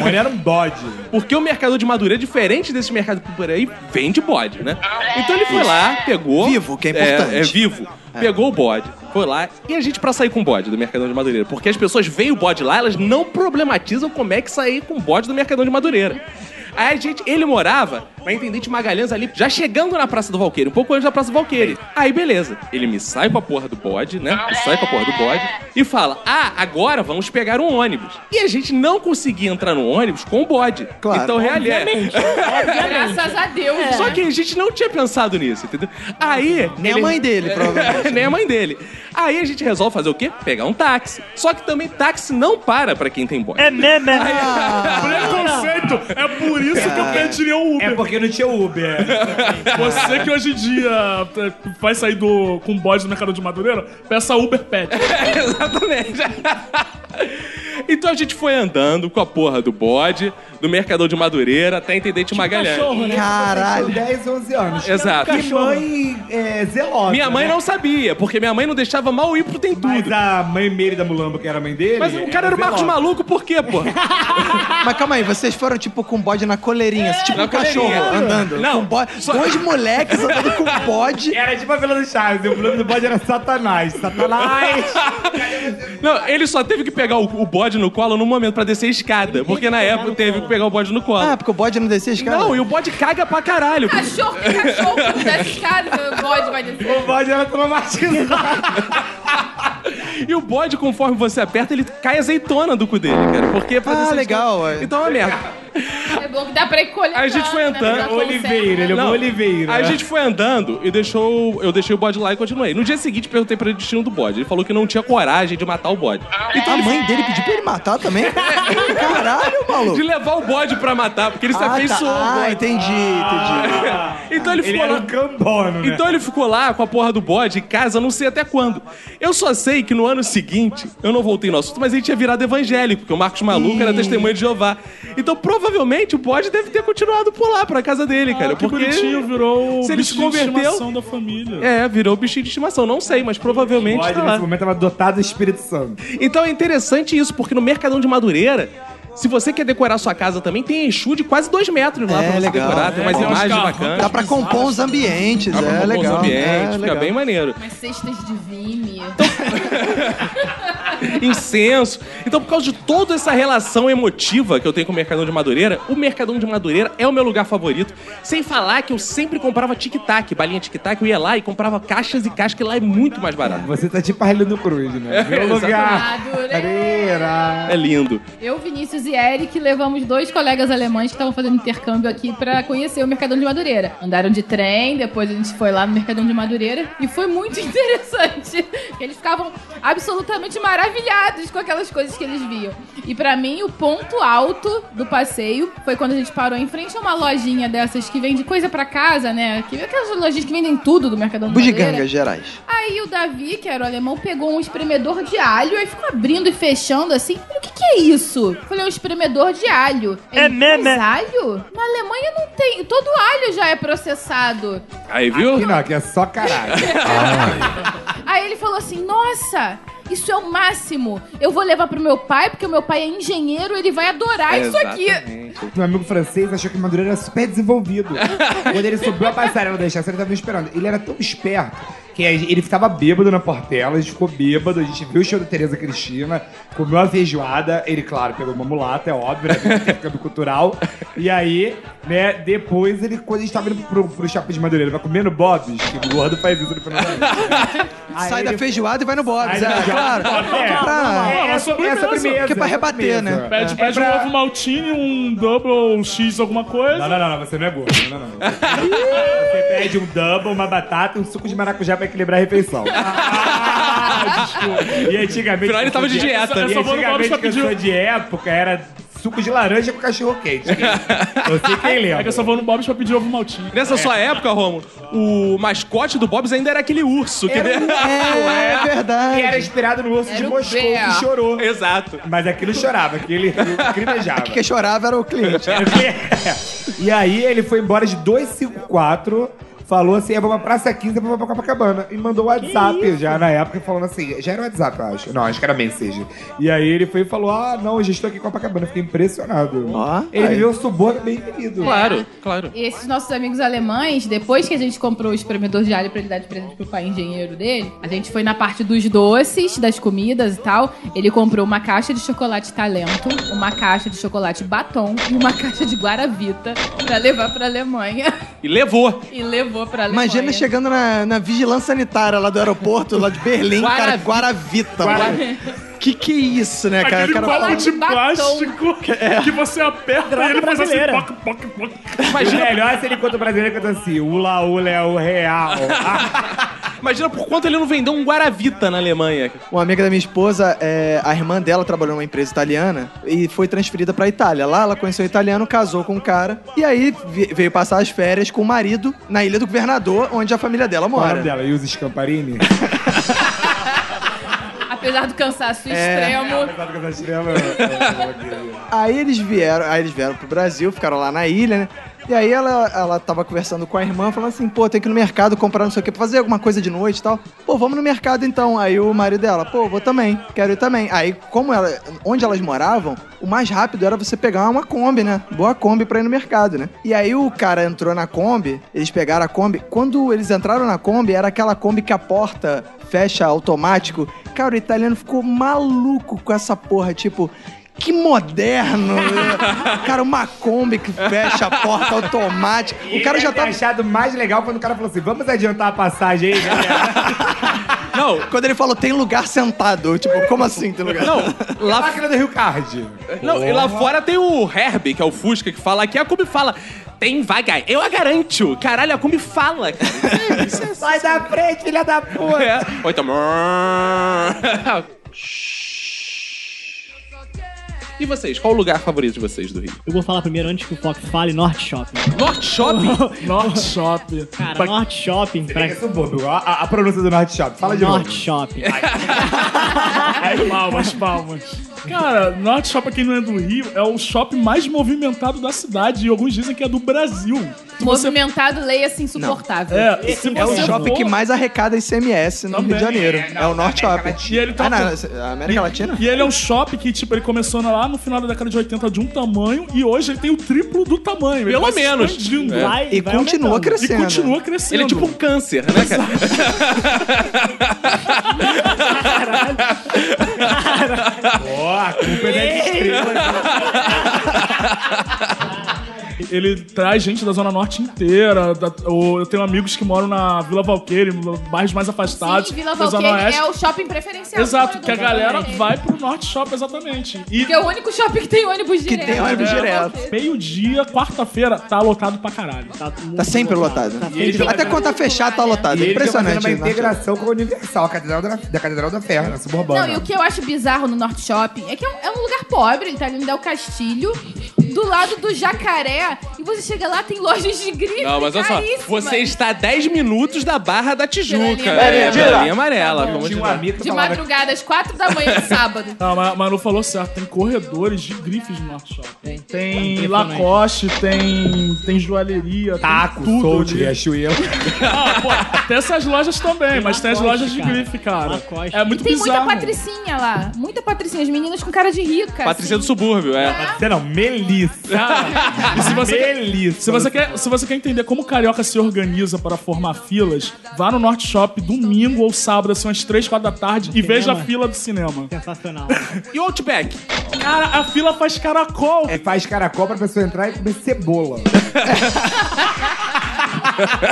D: Ele era um bode.
A: Porque o mercador de Madureira, é diferente desse mercado por aí, vende bode, né? Então ele foi lá, pegou.
B: Vivo, que é importante.
A: É, é vivo. Pegou o bode, foi lá. E a gente, pra sair com o bode do Mercadão de Madureira? Porque as pessoas veem o bode lá, elas não problematizam como é que sair com o bode do Mercadão de Madureira. Aí a gente, ele morava na Intendente Magalhães ali, já chegando na Praça do Valqueiro, um pouco antes da Praça do Valqueiro. Aí beleza, ele me sai com a porra do bode, né? Me sai com a porra do bode e fala: Ah, agora vamos pegar um ônibus. E a gente não conseguia entrar no ônibus com o bode.
B: Claro.
A: Então realmente.
C: Graças a Deus. né?
A: Só que a gente não tinha pensado nisso, entendeu? Aí.
B: Nem a mãe dele, provavelmente. né?
A: Nem a mãe dele. Aí a gente resolve fazer o quê? Pegar um táxi. Só que também táxi não para pra quem tem bode.
F: É meme.
A: né?
E: Preconceito. É por isso que eu pediria o Uber.
D: É porque não tinha Uber.
E: Você que hoje em dia eh, vai sair do, com bode no mercado de Madureira, peça Uber Pet.
A: Exatamente. Então a gente foi andando com a porra do bode, do Mercador de Madureira até Intendente Magalhães.
F: Cachorro, um né?
D: Tinha
B: Caralho.
D: 10, 11 anos.
A: Exato.
D: E mãe é, zelosa.
A: Minha mãe não sabia, porque minha mãe não deixava mal ir pro Tem
D: Mas
A: Tudo.
D: a mãe Meire da Mulambo, que era a mãe dele.
F: é,
A: Mas o cara era o Marcos
D: zelosa.
A: Maluco, por quê, pô?
B: Mas calma aí, vocês foram tipo com bode na coleirinha, assim, tipo
A: na
B: um cachorro
A: coleirinha.
B: andando.
A: Não,
B: com bode.
A: só-
B: Dois moleques andando com bode.
D: Era tipo a Vila do Chaves. O nome do bode era Satanás. Satanás!
A: Não, ele só teve que pegar o, o bode no colo num momento pra descer a escada, porque na época teve que pegar o bode no
B: Ah,
A: colo.
B: porque o bode não descia a escada?
A: Não, e o bode caga pra caralho.
C: Cachorro que cachorro que desce escada, o bode vai descer.
D: o bode era traumatizado.
A: E o bode, conforme você aperta, ele cai azeitona do cu dele, cara. Porque pra
B: Ah,
A: descer a
B: legal,
A: escada-
B: é.
A: Então é uma merda.
C: É bom que dá pra ir colhendo.
A: A gente foi entrando.
C: Né?
D: Oliveira, ele é
A: Não.
D: um Oliveira.
A: A gente foi andando e deixou. Eu deixei o bode lá e continuei. No dia seguinte, perguntei pra ele o destino do bode. Ele falou que não tinha coragem de matar o bode.
B: a mãe dele pediu pra ele matar também? Caralho, maluco.
A: É. De levar o bode pra matar, porque ele se
B: Ah,
A: afeiçoou. ao
B: tá. ah,
A: bode.
B: entendi, entendi.
A: Então ele
D: Ele
A: ficou
D: era
A: lá.
D: um cambono, né?
A: Então ele ficou lá com a porra do bode em casa, não sei até quando. Eu só sei que no ano seguinte, eu não voltei no assunto, mas ele tinha virado evangélico, porque o Marcos Maluco era testemunha de Jeová. Então provavelmente o bode deve ter continuado por lá, pra casa dele, cara.
E: Ah, que
A: porque...
E: bonitinho, virou o
A: se ele se
E: bichinho de
A: converteu-
E: estimação da família.
A: É, virou bichinho de estimação, não sei, mas
D: O
A: provavelmente
D: bode,
A: tá
D: nesse
E: né?
A: lá.
D: momento, tava dotado do Espírito Santo.
A: Então é interessante isso, porque no Mercadão de Madureira, se você quer decorar sua casa também, tem enxu de quase dois metros lá
B: É,
A: pra você
B: legal.
A: decorar, tem
B: É,
A: umas
E: tem uns
A: imagens
E: carros.
A: bacanas.
B: Dá pra compor uns ambientes,
A: Dá pra
B: é
A: compor uns
B: legal.
A: ambientes,
B: é,
A: fica
B: legal.
A: bem maneiro.
C: Umas cestas de vime.
B: Então,
A: incenso. Então, por causa de toda essa relação emotiva que eu tenho com o Mercadão de Madureira, o Mercadão de Madureira é o meu lugar favorito. Sem falar que eu sempre comprava tic-tac, balinha tic-tac, eu ia lá e comprava caixas e caixas, que lá é muito mais barato.
D: Você tá tipo Arlindo Cruz, né? Meu lugar. Madureira.
A: É lindo.
C: Eu, Vinícius e Eric levamos dois colegas alemães que estavam fazendo intercâmbio aqui pra conhecer o Mercadão de Madureira. Andaram de trem, depois a gente foi lá no Mercadão de Madureira e foi muito interessante. Eles ficavam absolutamente maravilhados com aquelas coisas que eles viam. E pra mim, o ponto alto do passeio foi quando a gente parou em frente a uma lojinha dessas que vende coisa pra casa, né? Que aquelas lojinhas que vendem tudo do Mercadão de Madureira.
B: Bugigangas gerais.
C: Aí o Davi, que era o alemão, pegou um espremedor de alho, aí ficou abrindo e fechando assim. Falei, o que, que é isso? Eu Falei, é um espremedor de alho.
F: É
C: Ele,
F: meme.
C: Mas alho? Na Alemanha não tem. Todo alho já é processado.
A: Aí, viu?
D: Aqui não, aqui é só caralho.
C: Aí ele falou assim: nossa, isso é o máximo. Eu vou levar pro meu pai, porque o meu pai é engenheiro, ele vai adorar isso aqui.
B: Sul.
D: Meu amigo francês achou que Madureira era super desenvolvido. Quando ele subiu a passarela da estação, ele tava me esperando. Ele era tão esperto que a- ele ficava bêbado na Portela, a gente ficou bêbado, a gente viu o show da Tereza Cristina, comeu a feijoada, ele, claro, pegou uma mulata, é óbvio, né? Tem câmbio cultural. E aí, né, depois ele, quando a gente tava indo pro, pro Chapa de Madureira, vai comendo Bob's, que o gordo faz isso no final da Aí
B: Sai da
D: ele-
B: feijoada e vai no Bob's,
D: Aí
B: é,
D: ele-
B: claro.
D: É,
B: Pra-
E: é,
D: é,
E: é
D: é,
E: sobremesa.
D: sobremesa,
B: Porque é pra
D: é
B: rebater,
D: sobremesa.
B: né?
E: Pede,
D: É
E: pede
D: pra-
E: um ovo maltine, um double, um X, alguma coisa.
D: Não, não, não, não, você não é gordo. Não, não, não. Você pede um double, uma batata e um suco de maracujá pra equilibrar a refeição.
E: Ah,
D: E antigamente.
A: Afinal, ele tava de
D: que eu sou
A: dieta.
D: de-
E: Eu né? só
D: E
E: vou no Bob's pra
D: antigamente, que eu
E: pedir um-
D: sou de época, era suco de laranja com cachorro quente. Eu sei quem lembra.
E: É que eu só vou no Bob's pra pedir ovo maltine.
A: Nessa sua época, Romulo, o mascote do Bob's ainda era aquele urso. Que...
D: Era um urso,
B: É, é verdade.
D: Que era inspirado no urso
C: Era
D: de
C: o
D: Moscou
C: Bear.
D: que chorou.
A: Exato.
D: Mas aquilo chorava, aquele crinejava.
B: Quem chorava era o cliente.
D: e aí ele foi embora de 254, falou assim: é pra uma Praça 15, é pra uma Copacabana. E mandou o WhatsApp já na época, falando assim: já era WhatsApp, eu acho. Não, acho que era mensagem. E aí ele foi e falou: ah, não, eu já estou aqui em Copacabana. Fiquei impressionado.
B: Ó,
D: ele
B: aí.
D: viveu o subúrbio bem querido.
A: Claro, claro.
C: E esses nossos amigos alemães, depois que a gente comprou o espremedor de alho pra ele dar de presente pro pai engenheiro dele, a gente foi na parte dos doces, das comidas e tal. Ele comprou uma caixa de chocolate talento, uma caixa de chocolate batom e uma caixa de guaravita pra levar pra Alemanha.
A: E levou.
C: E levou pra Alemanha.
B: Imagina chegando na, na vigilância sanitária lá do aeroporto, lá de Berlim, cara, Guaravita. mano. Que que é isso, né, cara?
E: Aquele
B: O cara
E: copo
B: fala-
E: de
C: batom.
E: plástico
B: é.
E: que você aperta e ele faz assim,
F: brasileira.
E: poc, poc, poc.
D: Imagina.
A: Imagina,
D: melhor se ele conta o brasileiro canta assim: Ula Ula é o real.
A: imagina por quanto ele não vendeu um Guaravita na Alemanha.
B: Uma amiga da minha esposa, é, a irmã dela trabalhou numa empresa italiana e foi transferida pra Itália. Lá ela conheceu um italiano, casou com um cara e aí vi- veio passar as férias com o marido na Ilha do Governador, onde a família dela
D: O nome
B: mora.
D: dela, Yuzi Scamparini.
C: Apesar do cansaço
B: É.
C: extremo.
B: Aí eles vieram, aí eles vieram pro Brasil, ficaram lá na ilha, né? E aí ela, ela tava conversando com a irmã, falando assim, pô, tem que ir no mercado comprar não sei o que, pra fazer alguma coisa de noite e tal. Pô, vamos no mercado então. Aí o marido dela, pô, vou também, quero ir também. Aí, como ela, onde elas moravam, o mais rápido era você pegar uma Kombi, né? Boa Kombi pra ir no mercado, né? E aí o cara entrou na Kombi, eles pegaram a Kombi. Quando eles entraram na Kombi, era aquela Kombi que a porta fecha automático. Cara, o italiano ficou maluco com essa porra, tipo... Que moderno! né? cara, uma Kombi que fecha a porta automática. O cara já
D: tá
B: tava.
D: achado mais legal quando o cara falou assim: vamos adiantar a passagem aí, galera.
A: Não,
B: Quando ele falou, tem lugar sentado. eu, Tipo, como assim tem lugar?
A: não, lá
D: Máquina do Rio Card.
A: Não, e lá fora tem o Herbie, que é o Fusca, que fala aqui. A Kombi fala, tem vaga. Eu a garanto. Caralho, a Kombi fala. cara.
D: Sai da frente, filha da puta!
A: É. Ou então... E vocês? Qual o lugar favorito de vocês do Rio?
F: Eu vou falar primeiro antes que o Fox fale Norte Shopping.
A: Norte Shopping?
E: North Shop.
F: Cara,
E: Pra-
F: Norte Shopping, pra
D: Pega esse bobo, a, a- a pronúncia do Norte Shop. Fala de
F: Norte
D: novo.
F: Shopping.
E: Ai, palmas, palmas. Cara, Norte Shop, pra quem não é do Rio, é o shopping mais movimentado da cidade e alguns dizem que é do Brasil. Se você-
C: Movimentado, leia assim, insuportável.
E: É, se
B: É o
E: você
B: shopping
E: for-
B: que mais arrecada ICMS no
E: Também.
B: Rio de Janeiro. É, o Norte Shopping.
E: E ele tá
B: Ah, não, a América Latina?
E: E ele é um shopping que, tipo, ele começou lá no final da década de 80 de um tamanho e hoje ele tem o triplo do tamanho. Ele
A: Pelo
E: vai se
A: menos.
E: expandindo.
A: É.
F: Vai-
B: E
F: vai
B: continua
F: aumentando.
E: E
B: crescendo. né?
E: continua crescendo.
A: Ele é tipo um câncer, né, cara?
D: Ó, a culpa é da estrela.
E: Ele traz gente da Zona Norte inteira. da- o- eu tenho amigos que moram na Vila Valqueira, em bairros mais afastados.
C: Sim, Vila
E: da Zona
C: Valqueira
E: Oeste.
C: é o shopping preferencial. do
E: Exato,
C: morador.
E: que a galera
C: É.
E: vai pro Norte Shopping, exatamente. E
C: Que é o único shopping que tem ônibus
B: Que
C: direto.
B: tem ônibus
C: É.
B: direto.
E: meio-dia, quarta-feira, tá lotado pra caralho.
F: muito
B: Tá sempre lotado.
F: Tá sempre
D: ele tá
B: Até quando tá fechado, tá lotado.
D: E
B: É
D: ele tá fazendo
B: impressionante.
D: uma
B: né, Norte Shopping.
D: integração com a Universal, a Catedral da, da Catedral da né? Ferra, na
C: Não,
D: suburbana.
C: e o que eu acho bizarro no Norte Shopping é que é um, é um lugar pobre, ele tá ali no Del Castilho, do lado do jacaré, e você chega lá, tem lojas de grife.
A: Não, mas olha só.
C: caríssimas.
A: Você está a 10 minutos da Barra da Tijuca.
C: Pela linha
A: É,
C: amarela.
A: pela linha amarela. Como
D: Tinha um
A: diz-
D: amigo que
C: De
D: falava
C: madrugada, às quatro da manhã de sábado.
E: Não, mas a Manu falou certo, tem corredores de grifes no Norte Shopping. Tem,
F: Tem
E: Lacoste, tem, tem joalheria,
D: taco,
E: tem tudo.
D: solte,
E: ali.
D: riachuelo.
E: Ah, pô, tem essas lojas também, mas tem as
F: Lacoste,
E: lojas de
F: cara.
E: grife, cara.
F: Lacoste.
E: É muito
C: Tem
E: bizarro.
C: muita patricinha lá. Muita patricinha. As meninas com cara de rica.
A: Patrícia do
C: assim.
A: Subúrbio, é.
D: Você não, Melissa. Delícia.
E: Cara, e se você, quer,
D: Delícia.
E: se, você quer, se você quer entender como o carioca se organiza para formar filas, vá no Norte Shop domingo ou sábado, assim, umas 3, 4 da tarde, e veja a fila do cinema.
F: Sensacional.
A: E o Outback?
E: Cara, a fila faz caracol.
D: É, faz caracol pra pessoa entrar e comer cebola.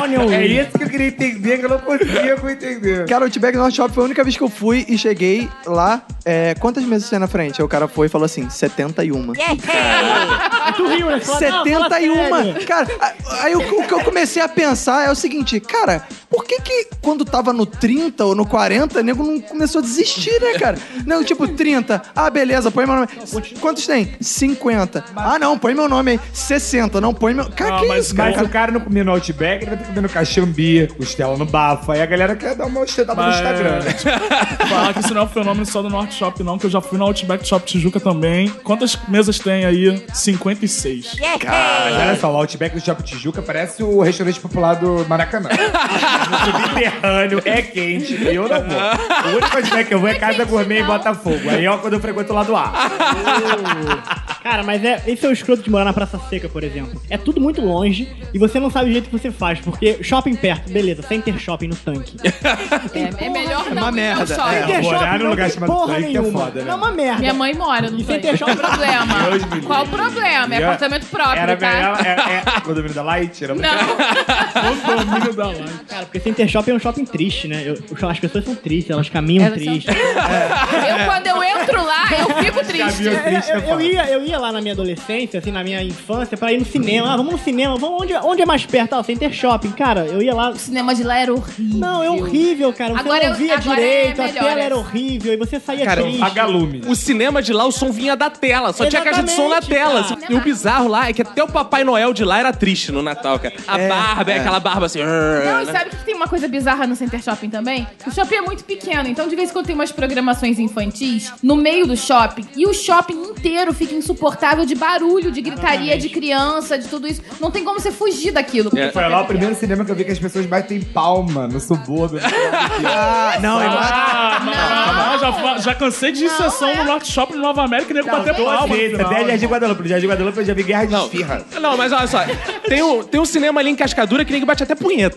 F: Onion
D: É
F: Ring.
D: isso que eu queria entender, que eu não consigo entender.
B: Cara, o Outback North Shop foi a única vez que eu fui e cheguei lá. é, quantas mesas tinha na frente? Aí o cara foi e falou assim: 71.
F: Tu riu, né? Fala, não, fala sério.
B: 71! Cara, a- aí o, o que eu comecei a pensar é o seguinte, cara, por que que quando tava no 30 ou no 40, nego não começou a desistir, né, cara? Não, tipo, 30, ah, beleza, põe meu nome. Quantos tem? 50. Ah, não, põe meu nome aí. 60, não, põe meu... Cara,
E: Ah,
B: que
E: mas-
B: isso, cara?
D: Mas se o cara não comer no Outback, ele vai ter que comer no Caxambi, costela no Bafa. Aí a galera quer dar uma ostentada no
E: Mas-
D: Instagram. né?
E: Falar que isso não é um fenômeno só do Norte Shop, não, que eu já fui no Outback Shop Tijuca também. Quantas mesas tem aí? 56.
D: Mas olha só, o Outback do Shopping Tijuca parece o restaurante popular do Maracanã. Subterrâneo, é quente, e eu não vou. O único Outback que eu vou é Casa Gourmet em Botafogo. Aí é quando eu frequento lá do ar.
F: Cara, mas é, esse é o escroto de morar na Praça Seca, por exemplo. É tudo muito longe e você não sabe o jeito que você faz, porque shopping perto, beleza, center shopping no tanque.
C: É, é melhor
B: uma
C: não ir ao
B: merda,
C: shopping.
F: Center
D: morar
F: shopping
D: num
F: não
D: lugar
F: tem
D: chamado
F: porra
D: tanque é
F: nenhuma.
D: foda, né?
F: É uma merda.
C: Minha mãe mora no
F: E
C: Tanque.
F: sem ter
C: Qual o
F: shopping.
C: problema?
D: Deus me livre.
C: Qual o problema? É apartamento próprio,
D: Era
C: tá?
D: melhor. É, é, condomínio da Light? Era melhor.
C: Não,
E: Domínio da live.
F: Cara, porque center shopping é um shopping triste, né? Eu- eu- as pessoas são tristes, elas caminham
C: Elas são
F: tristes.
C: eu quando eu entro lá, eu fico triste.
D: Caminho triste,
F: Eu,
D: é
F: eu
D: foda.
F: ia, eu ia lá na minha adolescência, assim, na minha infância, pra ir no cinema. Ah, vamos no cinema, vamos onde, onde é mais perto? Ah, o Center Shopping. Cara, eu ia lá.
C: O cinema de lá era horrível.
F: Não, é horrível, cara. Você
C: Agora
F: não
C: eu-
F: via
C: agora é
F: direito, a
C: melhor
F: tela
C: essa.
F: era horrível, e você saía
D: Cara,
F: triste.
D: vagalume.
A: O cinema de lá, o som vinha da tela. Só tinha caixa de som na
F: Exatamente,
A: tela.
F: cara.
A: E o bizarro lá é que até o Papai Noel de lá era triste no Natal, cara. A barba, é, aquela barba assim...
C: Não, e
A: né?
C: sabe que tem uma coisa bizarra no Center Shopping também? O shopping é muito pequeno, então de vez em quando tem umas programações infantis no meio do shopping e o shopping inteiro fica insuportável de barulho, de gritaria, de criança, de tudo isso. Não tem como você fugir daquilo. porque
A: É.
C: o
D: Foi
C: shopping
D: lá o
C: pequeno.
D: primeiro cinema que eu vi que as pessoas batem palma no subúrbio. é
B: Ah, não, igual...
E: Ah, não, já, fa- já cansei de ir em
C: Não,
E: sessão
C: é.
E: no Norte Shopping no Nova América e nego bater palma. no
D: Vezes,
E: final.
D: até Jardim Guadalupe. No Jardim Guadalupe eu já vi guerra de
A: Não.
D: esfirra.
A: Não, mas olha só. Tem um, tem um cinema ali em Cascadura que ninguém bate até punheta.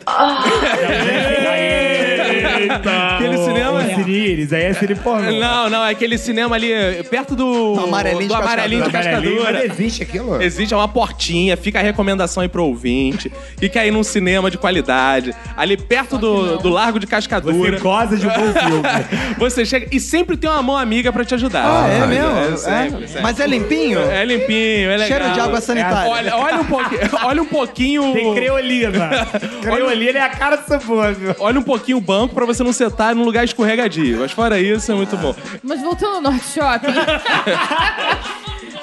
E: Eita.
A: Aquele cinema...
D: Ô, Cine Iris, aí é Cine Pornô.
A: Não, não, é aquele cinema ali eh, perto do.
B: Amarelinho
A: do
B: de
A: amarelinho de
D: Amarelinho,
A: cascadura.
D: mas existe aquilo?
B: é
A: Existe é uma portinha, fica a recomendação aí pro ouvinte. E quer ir num cinema de qualidade. Ali perto do, do Largo de Cascadura.
D: Você goza de um bom filme.
A: Você chega e sempre tem uma mão amiga pra te ajudar.
B: Ah, é mesmo? É,
A: sempre, sempre.
B: Mas é limpinho?
A: É limpinho, é legal.
B: Cheiro de água sanitária.
A: Olha, olha um pouquinho. Olha um pouquinho.
D: Tem creolina. creolina é a cara do subúrbio.
A: Olha um pouquinho o banco pra você não sentar num lugar escorregadio. Mas fora isso, é muito bom.
C: Mas voltando ao Norte Shopping.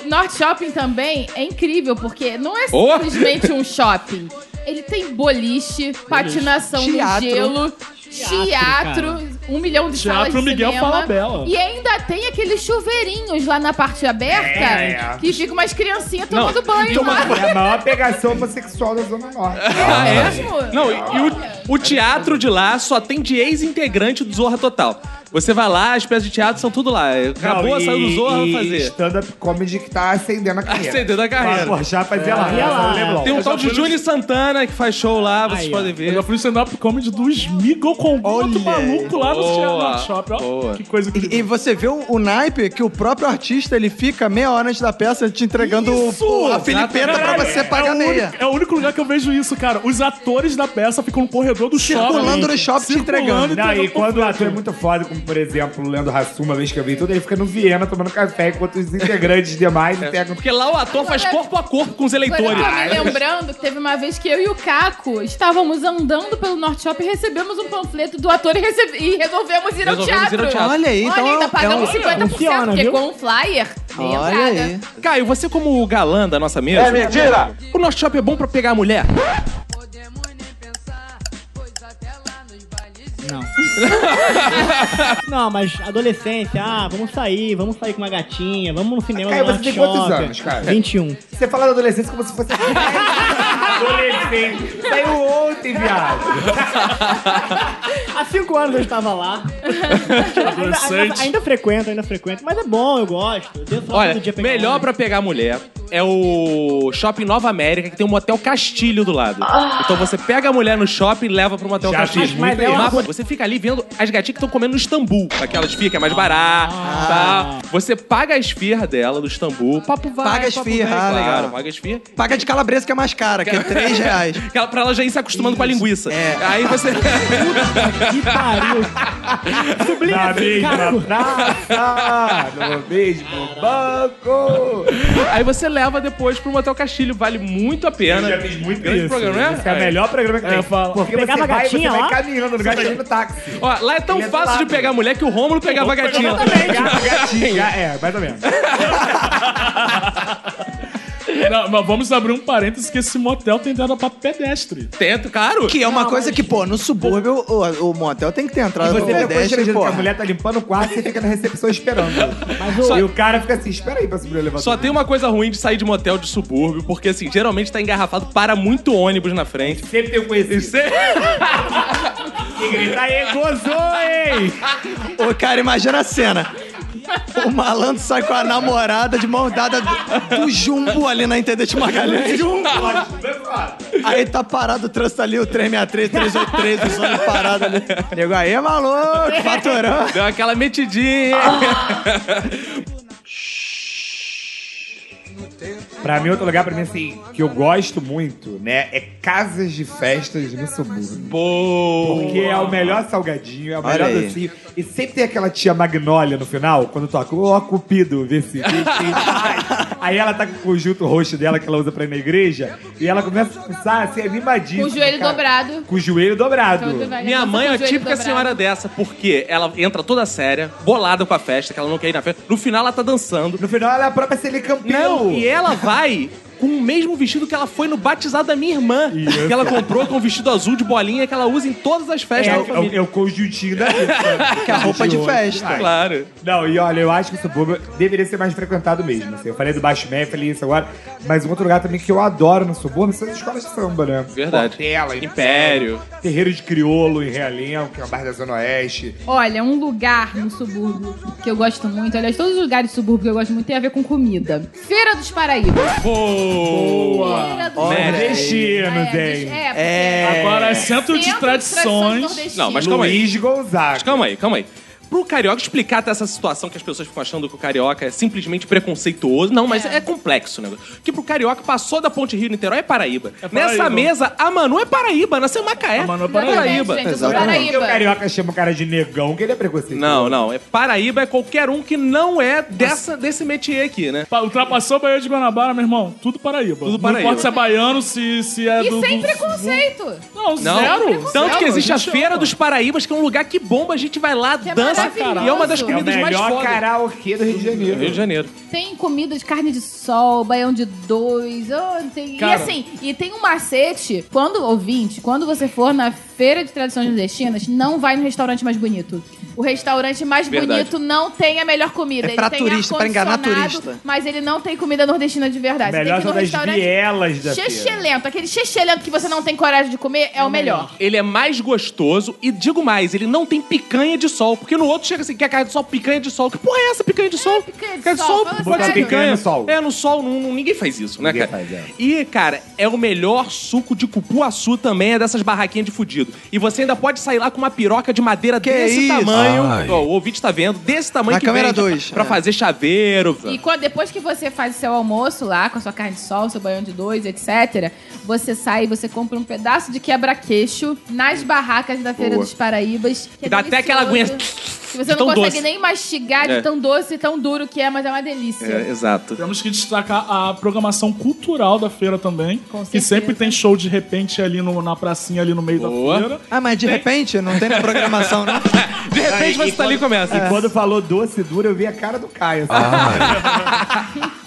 C: Norte Shopping também é incrível, porque não é
A: Oh!
C: simplesmente um shopping. Ele tem boliche, patinação
B: Teatro.
C: no gelo, teatro, um milhão de
E: Teatro
C: salas de
E: Miguel
C: cinema.
E: Falabella.
C: E ainda tem aqueles chuveirinhos lá na parte aberta,
D: É.
C: que ficam umas criancinhas
A: Não,
C: tomando banho
A: toma-
C: lá.
D: É a maior pegação homossexual da Zona Norte.
A: Ah,
C: mesmo?
A: é? Não, e, e o, o teatro de lá só tem de ex-integrante do Zorra Total. Você vai lá, as peças de teatro são tudo lá. Acabou,
D: e-
A: saiu do Zorra, vai
D: e
A: fazer.
D: Stand-up comedy que tá acendendo a carreira.
A: Acendendo a carreira.
D: Ah, Porra, já fazia lá.
F: Ia lá.
D: Leblon.
A: Tem um tal de Júlio Santana que faz show lá, vocês
F: Aí, ó.
A: podem
E: Eu já
A: ver.
E: fui no stand-up comedy do Smigol com um outro maluco lá no
A: Boa,
E: Norte Shopping. Ó,
A: boa.
E: que coisa
B: E, e
E: incrível.
B: você vê o, o naipe que o próprio artista ele fica meia hora antes da peça te entregando o-
A: Isso!
B: o- a filipeta pra
E: Caralho,
B: você pagar
E: é o
B: meia.
E: único- É o único lugar que eu vejo isso, cara. Os atores da peça ficam no corredor do shopping.
B: Circulando no shopping, te
E: circulando,
B: entregando.
D: Não, e
E: entregando
D: quando o
E: panfleto.
D: ator é muito foda, como por exemplo o Leandro Hassum, uma vez que eu vi tudo, ele fica no Viena tomando café enquanto os integrantes
A: É.
D: demais pegam.
A: Porque lá o ator faz corpo a corpo com os
C: Agora é
A: eleitores.
C: eu tô me lembrando que teve uma vez que eu e o Caco estávamos andando pelo Norte Shopping e recebemos um panfleto do ator e, recebe- e resolvemos ir ao
A: Resolvemos
C: teatro.
A: ir ao teatro.
B: Olha aí, então
C: Olha, tá ainda
B: é um- é
C: pagamos
B: um-
C: 50%,
F: Funciona,
C: porque
F: viu?
C: com um flyer, nem
B: Olha
C: entrada.
B: aí.
A: Caio, você como o galã da nossa mesa... É mentira! O nosso shopping é bom pra pegar a mulher?
F: Não. não, mas adolescência, ah, vamos sair, vamos sair com uma gatinha, vamos no cinema
D: Caio,
F: no
D: você
F: Norte
D: tem quantos
F: Shopping.
D: anos, cara?
F: 21.
D: Você fala da adolescência como se fosse. adolescente. Saiu ontem, viado.
F: Há cinco anos eu estava lá. ainda, ainda,
E: Adolescente.
F: ainda frequento, ainda frequento. Mas é bom, eu gosto. Eu devo falar
A: Olha,
F: todo dia pegar
A: melhor
F: onda.
A: pra pegar a mulher é o Shopping Nova América, que tem um motel Castilho do lado. Então você pega a mulher no shopping e leva pro motel
D: Já
A: Castilho.
D: fiz muito
A: E
D: isso.
A: mapa- Você fica ali vendo as gatinhas que estão comendo no Istambul. Aquelas fias que é mais barato, tá?
D: Ah.
A: Você paga a esfirra dela do Istambul. Papo vai,
B: Paga a
A: papo
B: esfirra,
A: vem,
B: ah,
A: claro,
B: legal.
A: Paga a esfirra.
B: Paga de calabresa que é mais cara, que é 3 reais.
A: Que ela- Pra ela já ir se acostumando com a linguiça.
B: É.
A: Aí você...
F: Que pariu. né? Sublime
D: Na
F: esse
D: mesma
F: caco.
D: praça, no mesmo banco.
A: Aí você leva depois pro Motel Castilho. Vale muito a pena.
D: Eu já fiz muito
A: Grande
D: isso.
A: programa, né?
D: Esse é o melhor programa que tem.
E: eu falo-
D: Porque você
F: Pegava a
D: vai, você
F: gatinha
D: vai
F: lá?
D: caminhando no gatinho no táxi.
A: Ó, lá é tão
D: Ele é do
A: fácil de
D: lado.
A: pegar mulher que o Rômulo pegava a gatinha.
D: Pegava a gatinha. É, mais ou menos.
E: Não, mas vamos abrir um parênteses que esse motel tem entrada pra pedestre.
A: Tento, claro.
B: Que é uma coisa que, pô, no subúrbio o, o motel tem que ter
D: E
B: entrada no
D: você depois
B: pedestre,
D: chega que
B: pô.
D: a mulher tá limpando o quarto, você fica na recepção esperando.
A: o-
D: E o cara fica assim, espera aí pra subir o elevador.
A: Só tem uma coisa ruim de sair de motel de subúrbio, porque assim, geralmente tá engarrafado, para muito ônibus na frente.
D: Sempre tem um conhecido.
A: Você-
D: que grita, "Ê, gozou, hein?
B: Ô, cara, imagina a cena. O malandro sai com a namorada de mão dada do, do jumbo ali na Intendente
D: É
B: Magalhães. Aí tá parado o trânsito ali, o 363, 383, o zone parado ali. Nego aí, maluco, faturando.
A: Deu aquela metidinha.
D: Ah. Pra mim, outro lugar, pra mim, assim, que eu gosto muito, né, é casas de festas no subúrbio.
A: Boa.
D: Porque é o melhor salgadinho, é o
B: Olha
D: melhor
B: aí.
D: docinho. E sempre tem aquela tia magnólia no final, quando toca, ó, cupido, vê se vê se- Aí ela tá com o conjunto roxo dela que ela usa pra ir na igreja, e ela começa a pensar assim, animadíssima.
C: Com o joelho
D: cara.
C: dobrado.
D: Com o joelho dobrado.
C: Tudo vai-
A: Minha mãe é
C: Com
A: a
C: o joelho
A: típica
C: dobrado.
A: senhora dessa, porque ela entra toda séria, bolada com a festa, que ela não quer ir na festa. No final, ela tá dançando.
D: No final, ela é a própria Celicampeão.
A: Não, e ela vai com o mesmo vestido que ela foi no batizado da minha irmã. Que ela comprou com o vestido azul de bolinha que ela usa em todas as
D: É,
A: festas
D: é,
A: da
D: o-
A: família.
D: é o conjuntinho da vida. né?
B: Que é a roupa de festa.
A: Ah, Claro.
D: Não, e olha, eu acho que o subúrbio deveria ser mais frequentado mesmo. assim. Eu falei do Baixo Meia, falei isso agora. Mas um outro lugar também que eu adoro no subúrbio são as escolas de samba, né?
A: Verdade.
D: Portela,
A: Império.
D: Terreiro de Criolo em Realengo, que é um bairro da Zona Oeste.
C: Olha, um lugar no subúrbio que eu gosto muito, aliás, todos os lugares do subúrbio que eu gosto muito tem a ver com comida. Feira dos Paraíbas.
A: Boa.
C: Feira dos
B: Olha
D: Nordestinos,
C: É,
D: hein?
C: é,
B: É.
E: Agora é centro
C: porque
E: de
C: centro tradições
E: tradições.
C: nordestinas.
A: Não, mas calma aí.
D: Luiz Gonzaga.
A: Calma aí, calma aí. Pro carioca explicar até essa situação que as pessoas ficam achando que o carioca é simplesmente preconceituoso. Não, mas é, complexo o negócio. Porque pro carioca passou da Ponte Rio-Niterói é Paraíba.
E: Paraíba.
A: Nessa mesa, a Manu é Paraíba, nasceu em Macaé.
E: A Manu é
C: Exatamente,
A: Paraíba.
C: gente, eu sou
B: Exatamente.
D: Porque o
C: Paraíba.
D: carioca chama o cara de negão, que ele é preconceituoso.
A: Não, não. É Paraíba é qualquer um que não é dessa, desse métier aqui, né?
E: Pa- Ultrapassou o Bahia de Guanabara, meu irmão. Tudo Paraíba.
A: Tudo Paraíba.
E: Não importa se é baiano, se, se é do...
C: E sem
E: do-
C: preconceito.
E: Não,
A: Não,
E: zero. Então,
A: tanto que
E: Zero,
A: existe a
E: gente
A: Feira
E: ama.
A: dos Paraíbas, que é um lugar que bomba, a gente vai lá,
C: é
A: dança,
C: maravilhoso.
A: e é uma das
D: É o
A: comidas mais
D: melhor
A: fodas.
D: karaokê do Rio de Janeiro.
A: Rio de Janeiro.
C: Tem comida de carne de sol, baião de dois. oh, tem- E
E: Cara.
C: assim, e tem um macete. Quando, ouvinte, quando você for na feira de tradições nordestinas, não vai no restaurante mais bonito. O restaurante mais
A: Verdade.
C: bonito não tem a melhor comida.
B: É
C: ele
B: pra
C: tem
B: turista, pra enganar
C: ar-condicionado,
B: turista.
C: Mas ele não tem comida nordestina de verdade. Você tem que ir
D: Melhor são
C: no
D: das
C: restaurante
D: vielas da feira.
C: Chechelento, aquele chechelento que você não tem coragem de comer é o melhor.
A: Ele é mais gostoso e digo mais, ele não tem picanha de sol, porque no outro chega assim, quer carne de sol, picanha de sol. Que porra é essa picanha de sol?
C: picanha de sol, fala
A: pode ser picanha.
C: sério.
D: Picanha no sol.
A: É, no sol, não, não- ninguém faz isso, né,
D: Ninguém
A: cara?
D: faz, é.
A: E, cara, é o melhor suco de cupuaçu também, é dessas barraquinhas de fudido. E você ainda pode sair lá com uma piroca de madeira
B: Que
A: desse
B: isso?
A: tamanho.
J: Ai.
A: Ó, o ouvinte tá vendo, desse tamanho
B: Na
A: que
B: câmera
A: vende
B: dois,
A: pra
B: é.
A: fazer chaveiro.
C: E quando, depois que você faz o seu almoço lá, com a sua carne de sol, seu banho de dois, etc., você sai e você compra um pedaço de quebra-queixo nas barracas da Feira dos Paraíbas. Que é
A: Hum. Dá até
C: delicioso,
A: aquela aguinha
C: Que você
A: de tão
C: não consegue
A: doce.
C: nem mastigar de
A: É.
C: tão doce e tão duro que é, mas é uma delícia.
A: exato.
E: Temos que destacar a programação cultural da feira também.
C: Com
E: que
C: certeza.
E: sempre tem show de repente ali no- na pracinha, ali no meio
A: Boa.
E: da feira.
B: Ah, mas de repente, não tem na programação, não?
A: De repente você tá ali e começa.
D: E quando falou doce e duro, eu vi a cara do Caio. sabe?
A: Ah.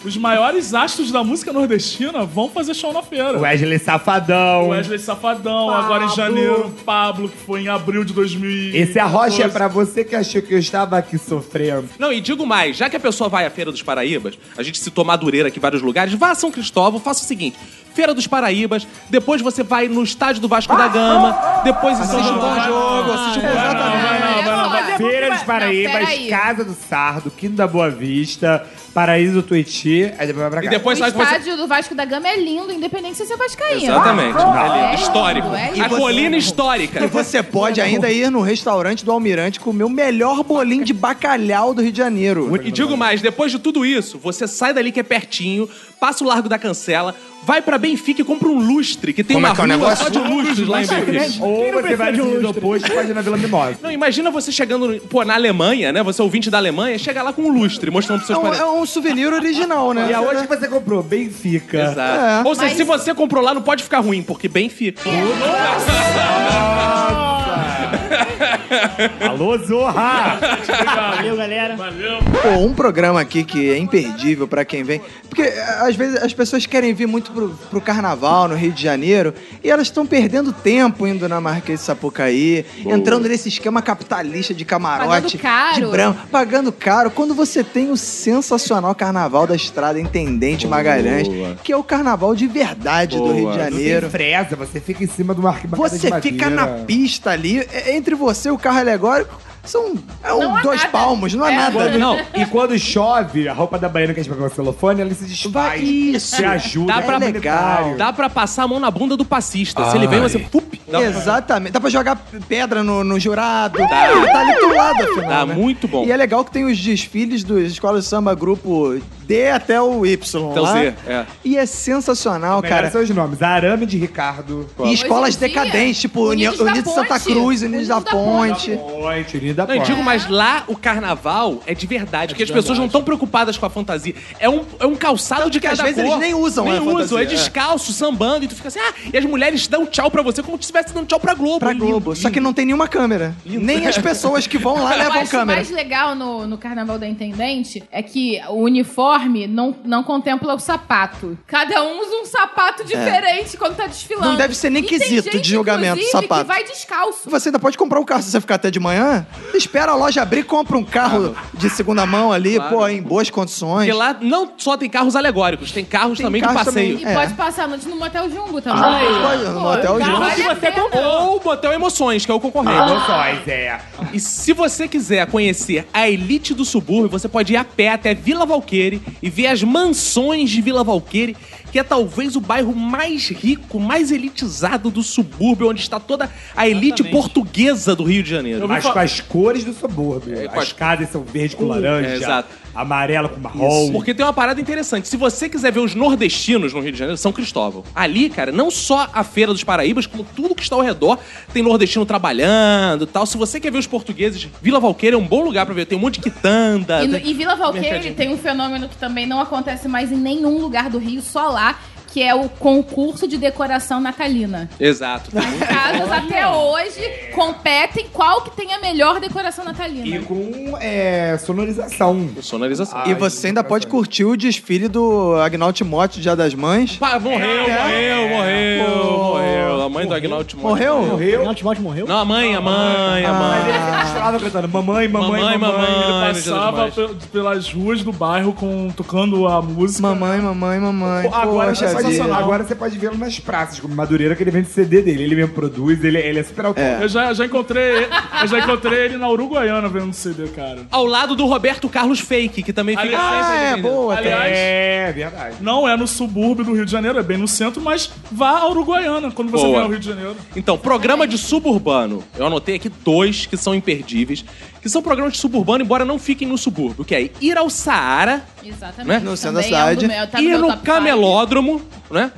E: Os maiores astros da música nordestina vão fazer show na feira.
D: Wesley Safadão.
E: Wesley Safadão, agora em janeiro, Pablo, que foi em abril de 2000.
D: Esse arrocha é pra você que achou que eu estava aqui sofrendo.
A: Não, e digo mais, já que a pessoa vai à Feira dos Paraíbas, a gente citou Madureira aqui em vários lugares, vá a São Cristóvão, faça o seguinte: Feira dos Paraíbas, depois você vai no estádio do Vasco da Gama, depois assiste um bom jogo, assiste um bom jogo.
C: Olha só,
E: vai não, vai não, vai
D: Feira de Paraíbas,
C: peraí.
D: Casa do Sardo, Quinto da Boa Vista, Paraíso do Tuiuti, aí depois vai pra cá.
A: E depois
C: o
A: sabe que você
C: estádio do Vasco da Gama é lindo, independente se você é vascaíno.
A: Exatamente.
C: Ah,
A: Ali,
C: é
A: histórico.
C: lindo, é
A: a
C: lindo.
A: colina histórica.
B: E você pode ainda ir no restaurante do Almirante comer o melhor bolinho de bacalhau do Rio de Janeiro.
A: E digo mais, depois de tudo isso, você sai dali que é pertinho, passa o Largo da Cancela, vai pra Benfica e compra um lustre, que tem
I: Como é
A: uma
I: que é o
A: rua
I: negócio?
A: só de lustres lá em
F: né?
A: Benfica.
D: Ou você vai
F: um
D: no depois e pode na Vila Mimosa.
A: Não, imagina você chegando, no- pô, na Alemanha, né? Você é ouvinte da Alemanha, chega lá com um lustre, mostrando pros
B: É
A: seus
B: um,
A: parentes.
B: é um souvenir original, né?
D: E aonde que você comprou? Benfica.
B: É.
A: Exato. Ou seja,
C: Mas-
A: se você comprou lá, não pode ficar ruim, porque Benfica.
D: Alô, Zorra!
F: Valeu, galera.
B: Pô, um programa aqui que é imperdível pra quem vem. Porque eh, às vezes as pessoas querem vir muito pro, pro carnaval no Rio de Janeiro e elas estão perdendo tempo indo na Marquês de Sapucaí, entrando nesse esquema capitalista de camarote,
C: Pagando caro.
B: de branco, pagando caro. Quando você tem o sensacional carnaval da estrada Intendente Magalhães, que é o carnaval de verdade do Rio de Janeiro.
D: Você fresa, você fica em cima de uma arquibancada
B: Você
D: de
B: fica na
D: madeira.
B: pista ali, é- entre você e o carro alegórico, são é um-
C: Não há
B: dois
C: nada.
B: palmos, não há
C: É.
B: nada.
D: Quando- não, e quando chove, a roupa da baiana que a gente pegou no celofane, ela se desfaz.
B: Vai- isso.
D: Te ajuda.
A: Dá pra-
B: É legal.
A: Dá pra passar a mão na bunda do passista. Se ele vem, você. Pup, dá pra-
B: Exatamente. Dá pra jogar pedra no, no jurado. Tá. ali do lado, afinal.
A: Tá
B: né?
A: muito bom.
B: E é legal que tem os desfiles dos escolas de samba grupo D até o Y.
A: Até o
B: lá.
A: Z, é.
B: E é sensacional,
D: Cara,
B: cara.
D: são os nomes. Arame de Ricardo.
B: E escolas
C: Hoje em dia,
B: decadentes, tipo Uni-
C: Unidos da
B: Unidos de Santa
C: Ponte.
B: Cruz, Unidos da Ponte.
A: Tá
D: Ponte, Unida
A: Não, e
D: Ponte.
A: digo, mas lá o carnaval é de verdade, porque as pessoas não estão preocupadas com a fantasia. É um, é um calçado
B: Tanto
A: de
B: que às
A: cada
B: vezes
A: cor.
B: eles nem usam
A: Nem
B: a
A: usam,
B: fantasia,
A: é
B: é.
A: descalço, sambando, e tu fica assim, ah, e as mulheres dão tchau pra você como se estivesse dando tchau pra Globo.
B: Pra
A: É lindo,
B: Globo. Só que não tem nenhuma câmera. Nem as pessoas que vão lá
C: Eu
B: levam
C: acho
B: É câmera.
C: mais legal no, no Carnaval da Intendente é que o uniforme não, não contempla o sapato. Cada um usa um sapato diferente quando tá desfilando.
B: É. Não deve ser nem
C: E
B: quesito
C: tem gente,
B: de julgamento,
C: inclusive,
B: sapato.
C: que vai descalço.
B: Você ainda pode comprar um carro se você ficar até de manhã. Espera a loja abrir, compra um carro de segunda mão ali, pô, em boas condições.
A: Porque lá não só tem carros alegóricos, tem carros
B: Tem
A: também de
B: carros
A: passeio.
C: E
B: É.
C: pode passar a noite no Motel Jumbo também.
B: Ah, pode, no Motel Jumbo.
C: vale
A: Se
C: a
A: você é
C: pena.
A: comprou. Ou Motel Emoções, que é o concorrente.
D: Emoções, é.
A: E se você quiser conhecer a elite do subúrbio, você pode ir a pé até Vila Valqueire e ver as mansões de Vila Valqueire, que é talvez o bairro mais rico, mais elitizado do subúrbio, onde está toda a elite portuguesa do Rio de Janeiro.
D: Mas com as cores do subúrbio.
A: É, com
D: as
A: as-
D: casas são verde com laranja,
A: é, exato.
D: amarela com marrom.
A: Porque tem uma parada interessante. Se você quiser ver os nordestinos no Rio de Janeiro, São Cristóvão. Ali, cara, não só a Feira dos Paraíbas, como tudo que está ao redor, tem nordestino trabalhando e tal. Se você quer ver os portugueses, Vila Valqueira é um bom lugar pra ver. Tem um monte de quitanda.
C: E, no-
A: tem-
C: e Vila Valqueira
A: né? Mercadinho.
C: tem um fenômeno que também não acontece mais em nenhum lugar do Rio, só lá, que é o concurso de decoração natalina.
A: Exato. Tem muito-
C: As casas até hoje competem qual que tem a melhor decoração
D: E
C: natalina.
D: com é, sonorização.
A: Sonorização.
B: E você ainda pode curtir o desfile do Agnaldo Timóteo, Dia das Mães.
A: Pá, morreu, morreu, morreu, morreu. A mãe do Agnaldo Timóteo.
B: Morreu?
D: Morreu.
F: Agnaldo Timóteo morreu?
A: Não, a mãe, a mãe, a mãe.
D: Mas ele chorava Ah, cantando mamãe, mamãe,
A: Mamãe,
D: mamãe.
A: mamãe.
E: Ele
D: né,
A: Ai, meu Deus
E: passava
A: demais.
E: pe- pelas ruas do bairro com, tocando a música.
B: Mamãe, mamãe, mamãe.
D: Pô, Agora,
B: Poxa
D: você pode,
B: vida.
D: agora você pode vê-lo nas praças, como Madureira, que ele vende CD dele. Ele mesmo produz, ele, ele é super alcoólatra.
E: Eu já, já encontrei ele, eu já encontrei ele na Uruguaiana vendo CD, cara.
A: Ao lado do Roberto Carlos Fake, que também fica
E: Aliás,
A: sempre
B: Ah, é,
A: dividido.
B: boa. até.
E: Aliás,
D: É, verdade.
E: não é no subúrbio do Rio de Janeiro, é bem no centro, mas vá à Uruguaiana quando você
A: Boa.
E: vier ao Rio de Janeiro.
A: Então, programa de suburbano. Eu anotei aqui dois que são imperdíveis, que são programas de suburbano, embora não fiquem no subúrbio, que é ir ao Saara,
C: Exatamente.
A: Né?
B: No centro
C: Também
B: da
C: é um
B: cidade.
C: do meu- tá
A: ir
C: meu
A: no
C: top five.
A: camelódromo, né?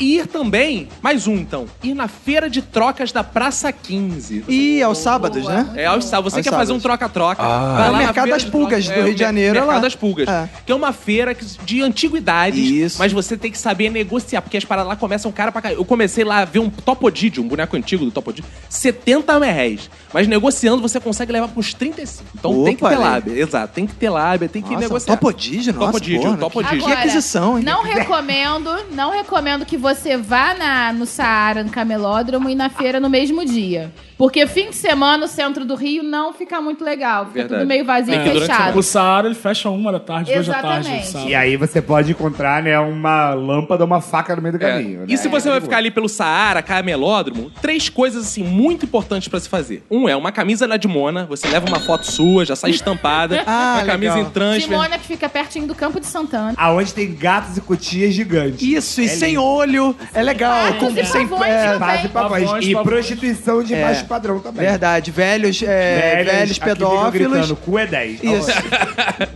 A: E ir também, mais um então, ir na feira de trocas da Praça 15.
B: E aos sábados,
C: Boa.
B: né?
A: É, ao sábado. Você
B: Aos
A: quer fazer um
B: sábados.
A: troca-troca.
B: É o
A: na
B: Mercado
A: Feira
B: das
A: de
B: Pulgas
A: Trocas.
B: do
A: É,
B: Rio de
A: o mer-
B: Janeiro,
A: Mercado
B: lá.
A: das Pulgas.
B: É.
A: Que é uma feira que- de antiguidades,
B: Isso.
A: mas você tem que saber negociar, porque as paradas lá começam cara pra caralho. Eu comecei lá a ver um Topodidio, um boneco antigo do Topodidio, 70 merréis. Mas negociando você consegue levar pros 35. Então tem que
B: Opa,
A: ter
B: olha aí.
A: lábia. Exato, tem que ter lábia, tem que
B: Nossa,
A: negociar. um
B: Topodígio, nossa,
A: Topodígio,
B: porra, né?
A: Topodígio.
B: Que aquisição, hein?
C: Não recomendo, não recomendo que você vá na- no Saara, no Camelódromo e na feira no mesmo dia. Porque fim de semana o centro do Rio não fica muito legal. Fica
A: Verdade.
C: tudo meio vazio
A: Tem que
C: e
A: durante
C: fechado.
E: O Saara ele fecha uma da tarde, duas da tarde.
C: Exatamente.
E: sábado.
D: E aí você pode encontrar, né, uma lâmpada, uma faca no meio do
A: É.
D: caminho. né?
A: E se você
D: É,
A: vai
D: de
A: ficar ali pelo Saara, Camelódromo, três coisas assim muito importantes pra se fazer. Um é uma camisa na Dimona, você leva uma foto sua, já sai estampada,
B: Ah,
A: uma camisa
B: legal.
A: em transfer.
C: Timona, que fica pertinho do Campo de Santana.
D: Aonde tem gatos e cutias gigantes.
B: Isso, e
D: É
B: sem olho. É legal.
C: Pavões
B: Com,
C: e
B: sem,
C: pavões
B: é,
C: também.
D: Paz e pavões.
E: Pavões,
D: E
E: pavões.
D: prostituição de
B: É.
D: baixo padrão também.
B: Verdade. Velhos, é, velhos
D: aqui ficam
B: pedófilos.
D: Gritando, cu é 10.
B: Isso.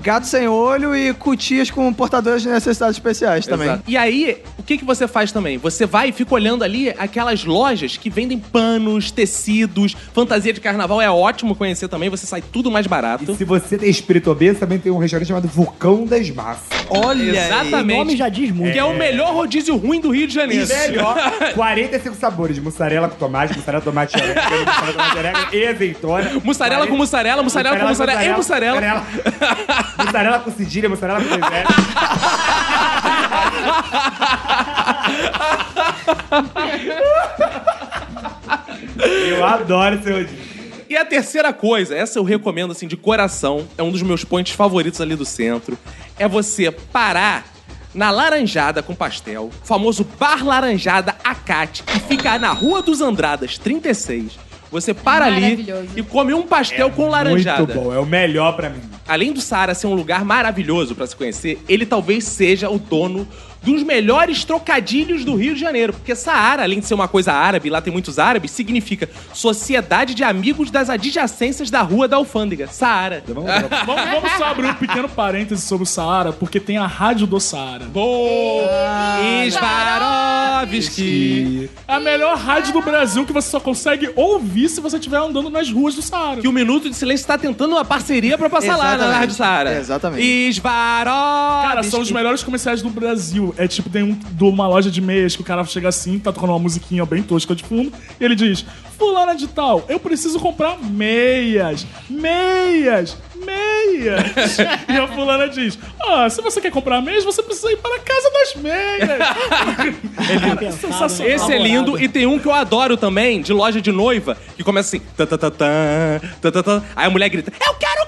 B: Gato sem olho e cutias com portadores de necessidades especiais também.
A: Exato. E aí, o que, que você faz também? Você vai e fica olhando ali aquelas lojas que vendem panos, tecidos, fantasia de carnaval é ótimo conhecer também, você sai tudo mais barato.
D: E se você tem espírito obeso, também tem um restaurante chamado Vulcão das Massas.
B: Olha
F: O nome já diz muito.
A: Que é o melhor rodízio ruim do Rio de
D: E
A: Janeiro.
D: melhor, 45 sabores de mussarela com tomate, mussarela tomate orégano, mussarela tomate orégano e azeitona.
A: Mussarela com mussarela, mussarela com mussarela e mussarela.
D: Mussarela, mussarela com cedilha, mussarela com deserto. Eu adoro esse rodízio.
A: E a terceira coisa, essa eu recomendo assim de coração, é um dos meus pontos favoritos ali do centro, é você parar na Laranjada com Pastel, o famoso Bar Laranjada Acate, que fica na Rua dos Andradas 36. Você para ali
C: Maravilhoso.
A: e come um pastel com laranjada.
D: Muito bom, é o melhor pra mim.
A: Além do Saara ser um lugar maravilhoso pra se conhecer, ele talvez seja o dono dos melhores trocadilhos do Rio de Janeiro. Porque Saara, além de ser uma coisa árabe, lá tem muitos árabes, significa Sociedade de Amigos das Adjacências da Rua da Alfândega. Saara.
B: Tá
A: Ah,
E: Vamos, vamos só abrir um pequeno parêntese sobre o Saara, porque tem a rádio do Saara.
A: Bom! Swarovski.
E: É a melhor rádio do Brasil que você só consegue ouvir se você estiver andando nas ruas do Saara.
A: Que o Minuto de Silêncio tá tentando uma parceria pra passar lá na
B: Exatamente.
A: Rádio Saara.
B: Exatamente.
A: Swarovski.
E: Cara, são os melhores comerciais do Brasil. É tipo, tem um de uma loja de meias que o cara chega assim, tá tocando uma musiquinha bem tosca de fundo, e ele diz: Fulana de tal, eu preciso comprar meias, meias, meias. e a fulana diz: Ah, se você quer comprar meias, você precisa ir para a casa das meias.
F: Pensado, né?
E: sensacional.
A: Esse é lindo e tem um que eu adoro também, de loja de noiva, que começa assim. Tã, tã, tã, tã, tã, tã, tã. Aí a mulher grita: Eu quero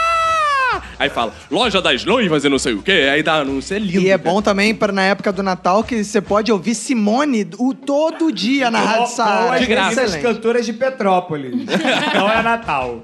A: casar! Aí fala, loja das noivas e não sei o quê. Aí dá anúncio. É lindo.
B: E é
A: cara.
B: bom também para na época do Natal que você pode ouvir Simone o, todo dia na Rádio Saara.
A: Ah, de graça.
D: As
B: Excelente.
D: cantoras de Petrópolis. Não é Natal.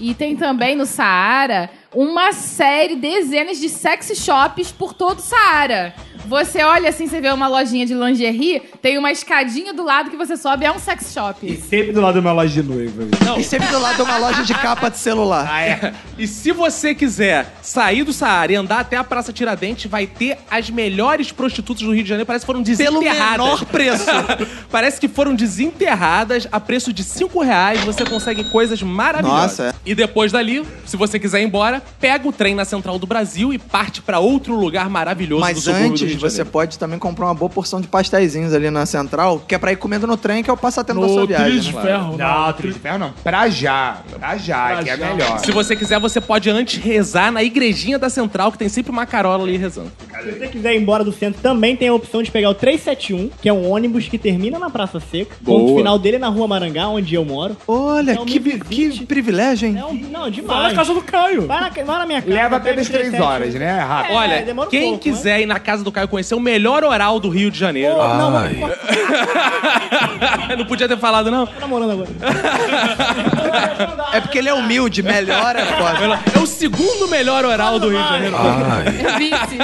C: E tem também no Saara uma série, dezenas de sex shops por todo o Saara. Você olha assim, você vê uma lojinha de lingerie, tem uma escadinha do lado que você sobe, é um sex
D: E
C: shop.
D: sempre do lado de uma loja de noiva.
B: E sempre do lado de uma loja de capa de celular.
A: É. E se você quiser sair do Saara e andar até a Praça Tiradentes, vai ter as melhores prostitutas do Rio de Janeiro. Parece que foram
B: Pelo
A: desenterradas.
B: menor preço.
A: Parece que foram desenterradas a preço de 5 reais. Você consegue coisas maravilhosas.
B: Nossa. é.
A: E depois dali, se você quiser ir embora, pega o trem na Central do Brasil e parte pra outro lugar maravilhoso do
B: Mas
A: subúrbio do
B: antes,
A: Rio de
B: você
A: Janeiro.
B: pode também comprar uma boa porção de pastéisinhos ali na Central, que é pra ir comendo no trem, que é o passatempo da sua
E: No
B: viagem.
E: trilho
B: né?
E: de ferro.
D: Não,
E: né?
D: trilho de ferro não. Pra já. Pra já,
E: Pra
D: que é
E: já.
D: melhor.
A: Se você quiser, você pode antes rezar na igrejinha da Central, que tem sempre uma carola ali rezando.
F: Se você quiser ir embora do centro, também tem a opção de pegar o 371, que é um ônibus que termina na Praça Seca. O ponto
A: Boa.
F: final dele é na Rua Marangá, onde eu moro.
B: Olha,
F: Então,
B: que,
F: me
B: vi- que
F: visite.
B: privilégio, hein?
F: É um, não,
E: Vai
F: demais.
E: na casa do Caio.
F: Vai na, vai na minha casa.
D: Leva
F: pega
D: apenas
F: o
D: três
F: 371.
D: horas, né? Rápido.
A: Olha,
F: demora um
A: quem
F: pouco, né?
A: quiser ir na casa do Caio conhecer o melhor oral do Rio de Janeiro.
F: Pô,
D: Ah.
F: não,
K: Ai.
F: mas-
A: não podia ter falado, não.
F: Tá namorando agora.
B: É porque ele é humilde, melhor é foda.
A: É o segundo melhor oral do Rio de Janeiro.
K: Ai,
C: É vice.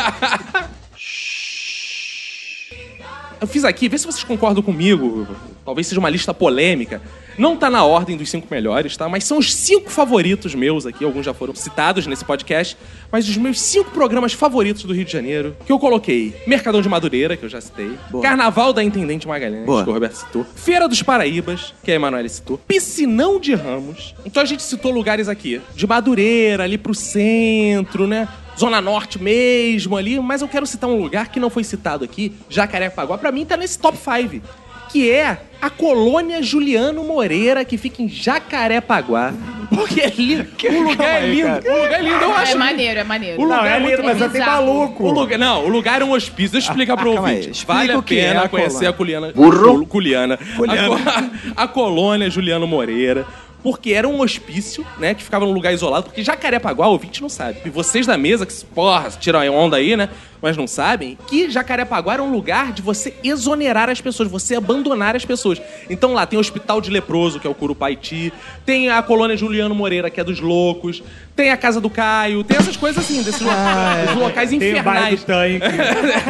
A: Eu fiz aqui, vê se vocês concordam comigo. Talvez seja uma lista polêmica. Não tá na ordem dos cinco melhores, tá? Mas são os cinco favoritos meus aqui. Alguns já foram citados nesse podcast. Mas os meus cinco programas favoritos do Rio de Janeiro, que eu coloquei: Mercadão de Madureira, que eu já citei. Carnaval da Intendente Magalhães,
B: Boa.
A: que o Roberto citou. Feira dos Paraíbas, que a Emanuele citou. Piscinão de Ramos. Então a gente citou lugares aqui: de Madureira, ali pro centro, né? Zona Norte mesmo ali, mas eu quero citar um lugar que não foi citado aqui, Jacarepaguá. Pra mim tá nesse top 5. que é a colônia Juliano Moreira, que fica em Jacarepaguá. Porque é lindo. O lugar é lindo. O lugar é lindo. Eu
C: É
A: acho
C: maneiro, é maneiro.
D: O lugar é lindo,
C: muito
D: mas só tem
C: bizarro.
D: maluco.
A: O lugar, não, o lugar era um hospício. Deixa eu explicar pro
B: Ah, calma aí.
A: ouvinte.
B: Explica
A: Vale a
B: o que é
A: pena
B: a
A: conhecer
B: colônia.
A: a Culiana. Burro? Culiana. A, co- a colônia Juliano Moreira. Porque era um hospício, né? Que ficava num lugar isolado. Porque Jacarepaguá, o ouvinte não sabe. E vocês da mesa, que, porra, tiram a onda aí, né? Mas não sabem. Que Jacarepaguá era um lugar de você exonerar as pessoas. Você abandonar as pessoas. Então lá tem o Hospital de Leproso, que é o Curupaiti. Tem a colônia Juliano Moreira, que é dos loucos. Tem a Casa do Caio. Tem essas coisas assim,
B: Ah,
A: desses lo-
B: é.
A: os locais
D: Tem o bairro do
A: infernais.
D: tanque.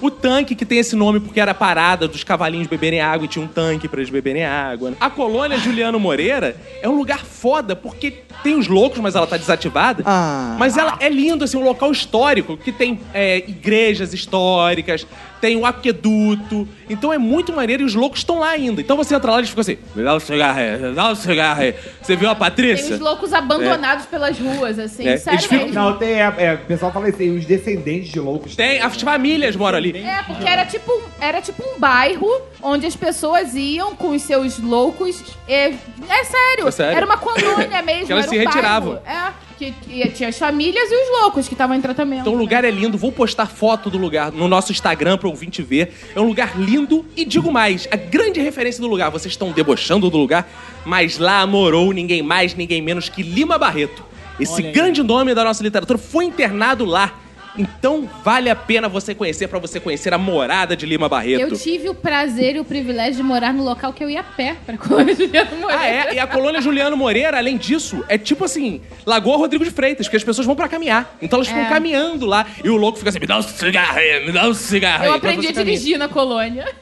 A: o tanque que tem esse nome porque era a parada dos cavalinhos beberem água e tinha um tanque pra eles beberem água. né? A colônia Juliano Moreira é um lugar foda porque tem os loucos, mas ela tá desativada.
B: Ah.
A: Mas ela é lindo, assim, um local histórico que tem é, igrejas históricas, tem o aqueduto. Então é muito maneiro e os loucos estão lá ainda. Então você entra lá e eles ficam assim: me dá um cigarro aí, me dá um cigarro aí. Você viu a Patrícia?
C: Tem os loucos abandonados pelas ruas, assim.
A: É,
C: Sério
A: eles ficam-
C: mesmo.
D: Não, tem. É, é, o pessoal fala assim, os descendentes de loucos.
A: Tem, as famílias moram ali.
C: É, porque era tipo, um- era tipo um bairro onde as pessoas iam com os seus loucos. É, é sério,
A: É sério.
C: Era uma colônia mesmo.
A: Que elas
C: era
A: se
C: um
A: retiravam.
C: bairro. É, que, que tinha as famílias e os loucos que estavam em tratamento. né?
A: Então o lugar é lindo, vou postar foto do lugar no nosso Instagram para ouvinte ver. É um lugar lindo e digo mais, a grande referência do lugar, vocês estão debochando do lugar, mas lá morou ninguém mais, ninguém menos que Lima Barreto. Esse
F: Olha aí.
A: grande nome da nossa literatura foi internado lá. Então vale a pena você conhecer para você conhecer a morada de Lima Barreto.
C: Eu tive o prazer e o privilégio de morar no local que eu ia a pé pra colônia Juliano Moreira.
A: Ah, é? E a colônia Juliano Moreira, além disso, é tipo assim, Lagoa Rodrigo de Freitas, porque as pessoas vão pra caminhar. Então elas ficam
C: É.
A: caminhando lá e o louco fica assim, me dá um cigarro aí, me dá um cigarro aí.
C: Eu
A: Enquanto
C: aprendi
A: você
C: a
A: caminha.
C: dirigir na colônia.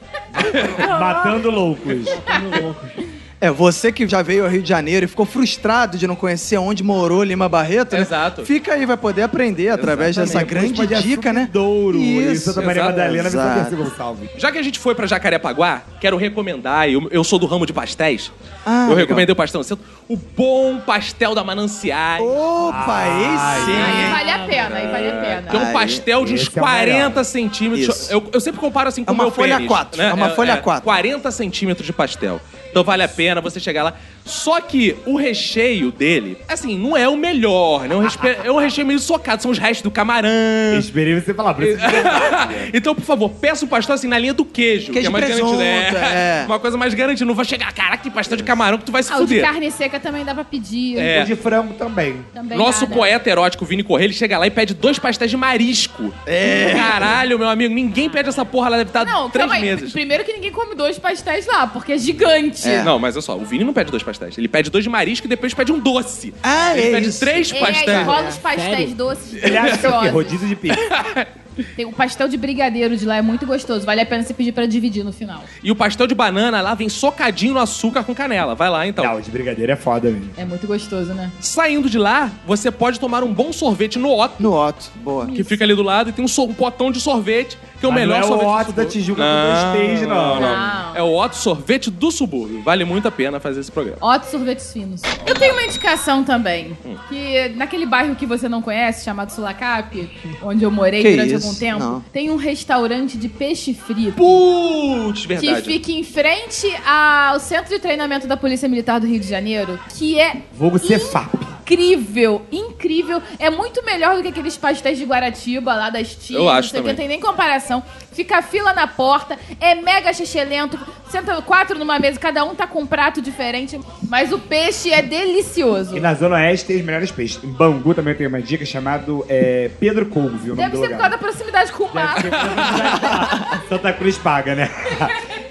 D: Ah. Matando loucos.
B: É, você que já veio ao Rio de Janeiro e ficou frustrado de não conhecer onde morou Lima Barreto, né?
A: Exato.
B: Fica aí, vai poder aprender através dessa grande dica, né?
D: Douro. Isso, Santa Maria
A: exato,
D: Madalena, Vicente
B: exato.
D: Percy Gonçalves.
A: Já que a gente foi pra Jacarepaguá, quero recomendar, eu, eu sou do ramo de pastéis,
B: Ah,
A: eu
B: legal.
A: recomendei o pastel no centro, o bom pastel da Mananciais.
B: Opa, esse sim,
C: Aí
A: é.
B: hein?
C: vale a pena, aí vale a pena.
A: Que é um
B: Aí,
A: pastel de uns
D: esse é o melhor.
A: 40 centímetros.
B: Isso.
A: Eu, eu sempre comparo assim com
B: É
A: o
B: uma
A: meu
B: folha
A: pênis,
B: quatro,
A: né?
B: é uma folha quatro.
A: 40 centímetros de pastel. Então vale a pena você chegar lá. Só que o recheio dele, assim, não é o melhor, né? É um respe- É um recheio meio socado. São os restos do camarão.
D: Esperei você falar. Por isso que
A: então, por favor, peça o pastel assim na linha do queijo. que
B: Queijo
A: é
B: e
A: mais
B: presunto,
A: garantida.
B: é.
A: Uma coisa mais garantida. Não vai chegar, caraca, que pastel de camarão que tu vai se
C: Ah, o de
A: fuder.
C: carne seca também dá pra pedir.
A: É.
D: o de frango também.
C: Também
A: Nosso
C: dá, né?
A: poeta erótico Vini Correia, ele chega lá e pede dois pastéis de marisco. É. Caralho, meu amigo, ninguém pede essa porra lá, deve estar
C: Não,
A: três
C: calma aí.
A: meses.
C: Primeiro que ninguém come dois pastéis lá, porque é gigante.
A: Não, mas olha só, o Vini não pede dois pastéis. Ele pede dois de marisco e depois pede um doce.
B: Ah,
A: ele
B: é
A: pede
B: isso.
A: três
C: É, aí
A: pastéis.
C: rola os pastéis
F: Sério?
C: doces
D: Tipo, Ele acha que é o quê?
C: deliciosos.
D: Rodízio de pizza.
C: Tem o pastel de brigadeiro de lá, é muito gostoso. Vale a pena você pedir pra dividir no final.
A: E o pastel de banana lá vem socadinho no açúcar com canela. Vai lá então.
D: Não, o de brigadeiro é foda, mesmo.
C: É muito gostoso, né?
A: Saindo de lá, você pode tomar um bom sorvete no Otto,
B: No Otto, boa.
A: que fica ali do lado, e tem um, so- um potão de sorvete, que é o
D: Mas
A: melhor
D: não é
A: sorvete.
D: o
A: do
D: Otto da
A: subúrbio.
D: Tijuca com dois T's, não.
C: Não.
A: É o Otto Sorvete do Subúrbio. Vale muito a pena fazer esse programa.
C: Otto sorvetes finos. Hum. Eu tenho uma indicação também. Que naquele bairro que você não conhece, chamado Sulacap, onde eu morei
B: Que
C: durante
B: isso?
C: algum tempo,
B: Não.
C: tem um restaurante de peixe frito.
A: Putz,
C: Que
A: verdade.
C: fica em frente ao centro de treinamento da Polícia Militar do Rio de Janeiro, que é
D: Vulgo Cefap.
C: incrível, incrível. É muito melhor do que aqueles pastéis de Guaratiba lá das tias.
A: Eu acho
C: não sei o que,
A: também.
C: Não tem nem comparação. Fica a fila na porta, é mega xixelento. Senta quatro numa mesa, cada um tá com um prato diferente. Mas o peixe é delicioso.
D: E na Zona Oeste tem os melhores peixes. Em Bangu também tem uma dica chamado é, Pedro Couve, o nome
C: Deve
D: do
C: ser por causa
D: lugar.
C: da proximidade com o mar.
D: Santa Cruz paga, né?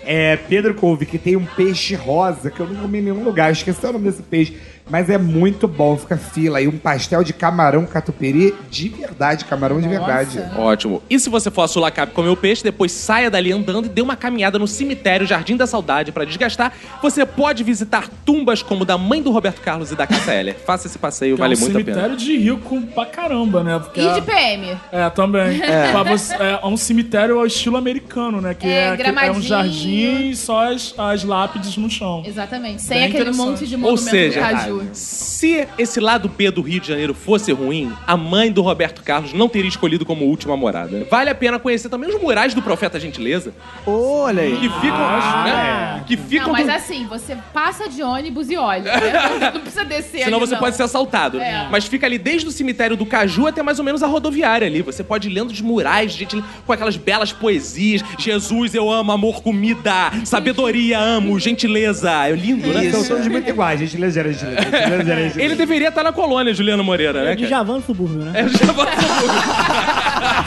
D: É Pedro Couve, que tem um peixe rosa, que eu não comi em nenhum lugar. Eu esqueci o nome desse peixe. Mas é muito bom, fica fila. E um pastel de camarão catupiry de verdade, camarão de verdade.
A: Ótimo. E se você for a Sulacap comer o peixe, depois saia dali andando e dê uma caminhada no cemitério Jardim da Saudade pra desgastar. Você pode visitar tumbas como da mãe do Roberto Carlos e da Cássia Eller. Faça esse passeio,
E: é um
A: vale muito a pena.
E: cemitério de rico pra caramba, né? Porque
C: E
E: é-
C: de PM.
E: É, também. Pra você- É. um cemitério ao estilo americano, né? Que
C: É,
E: é, que é um
C: gramadinho.
E: jardim e só as, as lápides no chão.
C: Exatamente. Sem
E: Bem
C: aquele
E: interessante.
C: monte de
A: Ou
C: monumento do
A: seja,
C: caju.
A: Se esse lado B do Rio de Janeiro fosse ruim, a mãe do Roberto Carlos não teria escolhido como última morada. Vale a pena conhecer também os murais do Profeta Gentileza,
B: Olha aí.
A: que ficam. né? Que ficam.
C: Ah, é. Não, mas
A: do-
C: assim, você passa de ônibus e olha. né? Não precisa descer
A: Senão
C: ali,
A: você
C: não.
A: pode ser assaltado.
C: É.
A: Mas fica ali desde o cemitério do Caju até mais ou menos a rodoviária ali. Você pode ir lendo os murais, gente, com aquelas belas poesias. Jesus, eu amo, amor, comida, sabedoria, amo, gentileza. É lindo, né?
D: São todos muito iguais, gente ligeira, gente ligeira.
A: Ele deveria estar na colônia, Juliano Moreira, né?
F: É De
A: cara?
F: Javan no subúrbio, né?
A: É, já passou.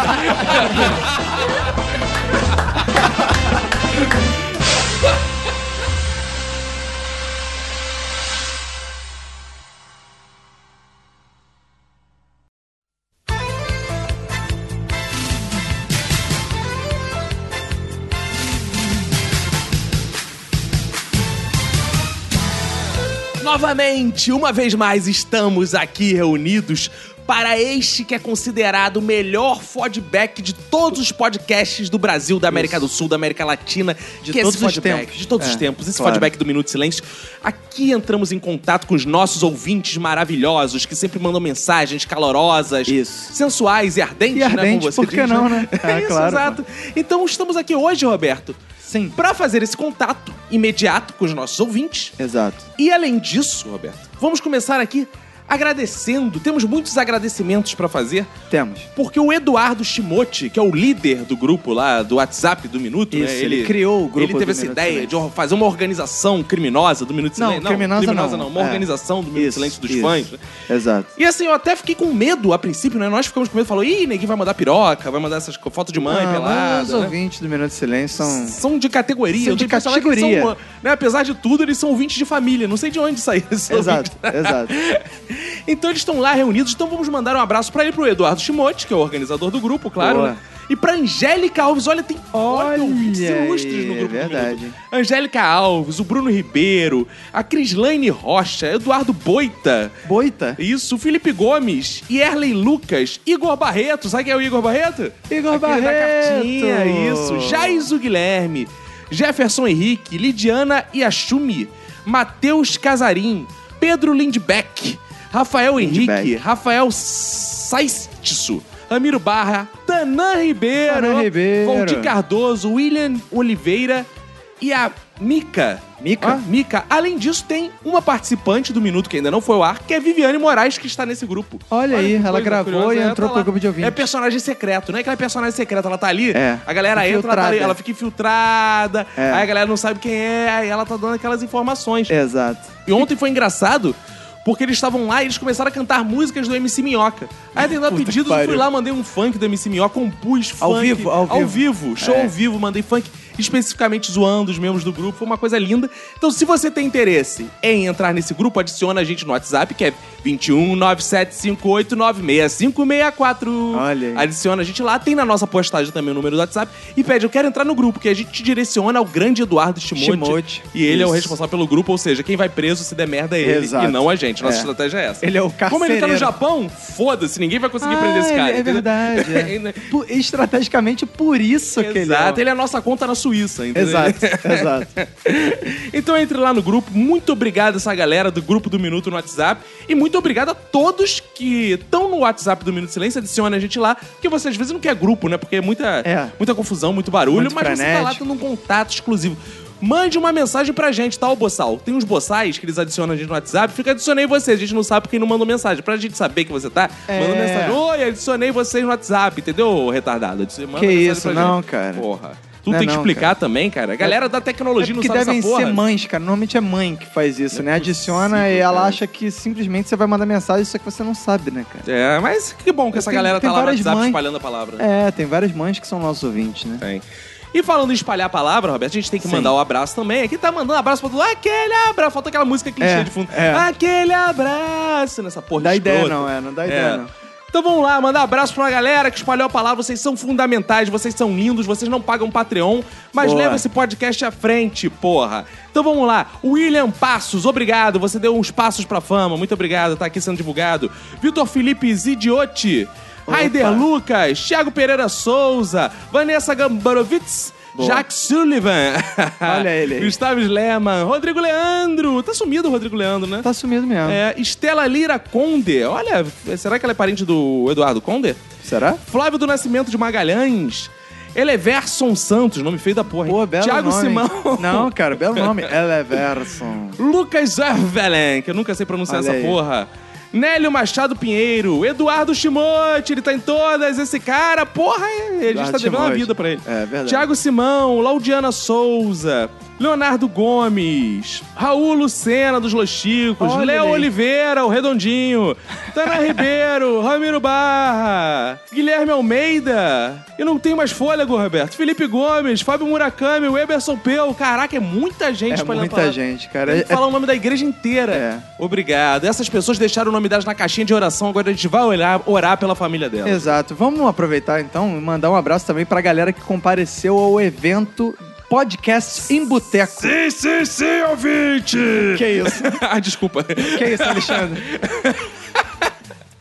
A: Novamente, uma vez mais, estamos aqui reunidos para este que é considerado o melhor feedback de todos os podcasts do Brasil, da América do Sul, da América Latina, de
B: todos os tempos.
A: De todos os
B: É,
A: tempos. Esse
B: claro.
A: feedback do Minuto de Silêncio. Aqui entramos em contato com os nossos ouvintes maravilhosos, que sempre mandam mensagens calorosas,
B: Isso.
A: sensuais e ardentes,
B: E
A: né? como
B: ardente,
A: você
B: por que
A: diz,
B: não, né?
A: É,
B: É,
A: isso,
B: claro,
A: exato. Então estamos aqui hoje, Roberto,
B: Sim.
A: para fazer esse contato imediato com os nossos ouvintes.
B: Exato.
A: E além disso, Roberto, vamos começar aqui agradecendo. Temos muitos agradecimentos pra fazer,
B: Temos.
A: porque o Eduardo Shimote, que é o líder do grupo lá do WhatsApp do Minuto, né,
B: Isso, ele criou o grupo
A: Ele
B: do
A: teve essa
B: Minuto
A: ideia
B: Silêncio.
A: de fazer uma organização criminosa do Minuto
B: Não,
A: Silêncio.
B: criminosa não.
A: Uma
B: É.
A: organização do Minuto
B: Isso,
A: Silêncio dos
B: isso.
A: fãs. né?
B: Exato.
A: E assim, eu até fiquei com medo a princípio, né? Nós ficamos com medo, falou, ih, neguinho vai mandar piroca, vai mandar essas co- foto de mãe
B: Ah, mas Os
A: pelada. né?
B: ouvintes do Minuto de Silêncio são...
A: São de categoria.
B: Então, São
A: eu
B: de
A: tenho que falar que
B: categoria.
A: são, né, apesar de tudo, eles são ouvintes de família. Não sei de onde sair esses
B: Exato, exato.
A: Então eles estão lá reunidos, então vamos mandar um abraço pra ele, pro Eduardo Chimote, que é o organizador do grupo, claro.
B: Boa.
A: né? E pra Angélica Alves, olha, tem olha,
B: Olha
A: ouvintes
B: aí,
A: ilustres no
B: é
A: grupo. do
B: verdade.
A: Minuto. Angélica Alves, o Bruno Ribeiro, a Crislaine Rocha, Eduardo Boita.
B: Boita?
A: Isso, Felipe Gomes, Yerley Lucas, Igor Barreto. Sabe quem é o Igor Barreto?
B: Igor
A: Aquele da cartinha,
B: Barreto.
A: isso. Jaiso Guilherme, Jefferson Henrique, Lidiana Iachumi, Matheus Casarim, Pedro Lindbeck, Rafael
B: Lindbeck.
A: Henrique, Rafael Saistisso, Ramiro Barra, Tanã Ribeiro,
B: Tanã Ribeiro.
A: Valdir Cardoso, William Oliveira e a Mica.
B: Mica?
A: Ó, Mica. Além disso, tem uma participante do Minuto que ainda não foi ao ar, que é Viviane Moraes, que está nesse grupo.
B: Olha aí,
A: que
B: ela
A: coisa
B: gravou
A: curiosa.
B: e
A: Ela
B: entrou
A: tá
B: pro
A: lá.
B: grupo de ouvintes.
A: É personagem secreto, não é aquela personagem secreta, ela tá ali,
B: É.
A: a galera entra, ela, tá ali,
B: Infiltrada.
A: ela fica infiltrada,
B: É.
A: aí a galera não sabe quem é, aí ela tá dando aquelas informações.
B: Exato.
A: E ontem foi engraçado. Porque eles estavam lá e eles começaram a cantar músicas do MC Minhoca. Aí tentaram
B: Puta que
A: pedidos, eu
B: pariu.
A: fui lá, mandei um funk do MC Minhoca, compus
B: Ao
A: funk.
B: vivo, ao vivo.
A: vivo, show
B: É.
A: ao vivo, mandei funk especificamente zoando os membros do grupo. Foi uma coisa linda. Então, se você tem interesse em entrar nesse grupo, adiciona a gente no WhatsApp, que é 21 975896564.
B: Olha aí.
A: Adiciona a gente lá, tem na nossa postagem também o número do WhatsApp e pede, eu quero entrar no grupo, que a gente te direciona ao grande Eduardo Shimote.
B: Shimote.
A: E ele é o
B: Isso.
A: responsável pelo grupo, ou seja, quem vai preso se der merda é ele
B: Exato.
A: e não a gente. Nossa
B: É.
A: estratégia é essa.
B: Ele é o
A: Como ele tá no
B: carcereiro.
A: Japão, foda-se, ninguém vai conseguir
B: Ah,
A: prender esse
B: ele-
A: cara.
B: É
A: entendeu?
B: verdade. é. Por- estrategicamente por isso que ele
A: Exato,
B: é.
A: ele é a nossa conta na Suíça, entendeu?
B: Exato, exato.
A: Então entre lá no grupo. Muito obrigado a essa galera do grupo do Minuto no WhatsApp. E muito obrigado a todos que estão no WhatsApp do Minuto de Silêncio. Adiciona a gente lá, porque você às vezes não quer grupo, né? Porque é muita,
B: É.
A: muita confusão, muito barulho.
B: Muito
A: mas você tá lá
B: frenético.
A: tendo um contato exclusivo. Mande uma mensagem pra gente, tá, ô boçal? Tem uns boçais que eles adicionam a gente no WhatsApp. Fica, adicionei você. A gente não sabe quem não mandou mensagem. Pra gente saber que você tá, manda
B: É.
A: mensagem. Oi, adicionei vocês no WhatsApp, entendeu, ô retardado? Adici- Manda
B: Que
A: mensagem
B: isso,
A: pra
B: não,
A: gente.
B: cara.
A: Porra. Tu
B: Não é
A: tem que
B: não,
A: explicar também, cara. A galera da tecnologia
B: É
A: não
B: que
A: sabe
B: devem
A: essa porra. é
B: ser mães, cara. Normalmente é mãe que faz isso, né? Adiciona e ela acha que simplesmente você vai mandar mensagem, só que você não sabe, né, cara?
A: É, mas que bom que essa
B: Tem-
A: galera
B: tem
A: tá lá no
B: várias
A: WhatsApp
B: mães.
A: espalhando a palavra.
B: É, tem várias mães que são nossos ouvintes, né?
A: Tem. E falando em espalhar a palavra, Roberto, a gente tem que mandar o abraço também. Aqui tá mandando abraço pra todo lado. Aquele abraço. Falta aquela música clichê
B: É,
A: de fundo.
B: é.
A: Aquele abraço nessa porra
B: Dá
A: de
B: ideia
A: escrota.
B: não, é. Não dá
A: É.
B: ideia não.
A: Então vamos lá, mandar abraço pra uma galera que espalhou a palavra. Vocês são fundamentais, vocês são lindos, vocês não pagam Patreon, mas
B: Boa.
A: leva esse podcast à frente, porra. Então vamos lá. William Passos, obrigado. Você deu uns passos pra fama. Muito obrigado, tá aqui sendo divulgado. Vitor Felipe Zidiotti. Raider Lucas, Thiago Pereira Souza, Vanessa Gambarovitz, Jack Sullivan.
B: Olha ele aí.
A: Gustavo Sleman. Rodrigo Leandro. Tá sumido o Rodrigo Leandro, né?
B: Tá sumido mesmo.
A: É, Estela Lira Conde. Olha, será que ela é parente do Eduardo Conde?
B: Será?
A: Flávio do Nascimento de Magalhães. Eleverson Santos, nome feio da porra. hein?
B: Pô, belo
A: Thiago
B: nome.
A: Simão.
B: Não, cara, belo nome. Eleverson.
A: Lucas Ervelen, que eu nunca sei pronunciar
B: Olha
A: essa
B: aí.
A: porra. Nélio Machado Pinheiro, Eduardo Shimote, ele tá em todas, esse cara, porra, ele
B: Eduardo
A: está devendo uma
B: Shimote.
A: vida pra ele.
B: É, verdade.
A: Tiago Simão, Laudiana Souza, Leonardo Gomes, Raul Lucena dos Los Chicos,
B: Olha
A: Léo
B: ele.
A: Oliveira, o Redondinho, Tana Ribeiro, Ramiro Barra, Guilherme Almeida, e não tem mais fôlego, Roberto, Felipe Gomes, Fábio Murakami, o Eberson Peu, caraca, é muita gente
B: É
A: pra
B: muita
A: lembrar.
B: gente, cara.
A: Tem
B: É-
A: que falar o nome da igreja inteira.
B: É.
A: Obrigado. Essas pessoas deixaram o nome delas na caixinha de oração, agora a gente vai orar, orar pela família delas.
B: Exato. Vamos aproveitar então e mandar um abraço também pra galera que compareceu ao evento Podcast em Boteco.
A: Sim, sim, sim, ouvinte!
D: É
B: Que isso?
A: ah, desculpa.
B: Que isso, Alexandre?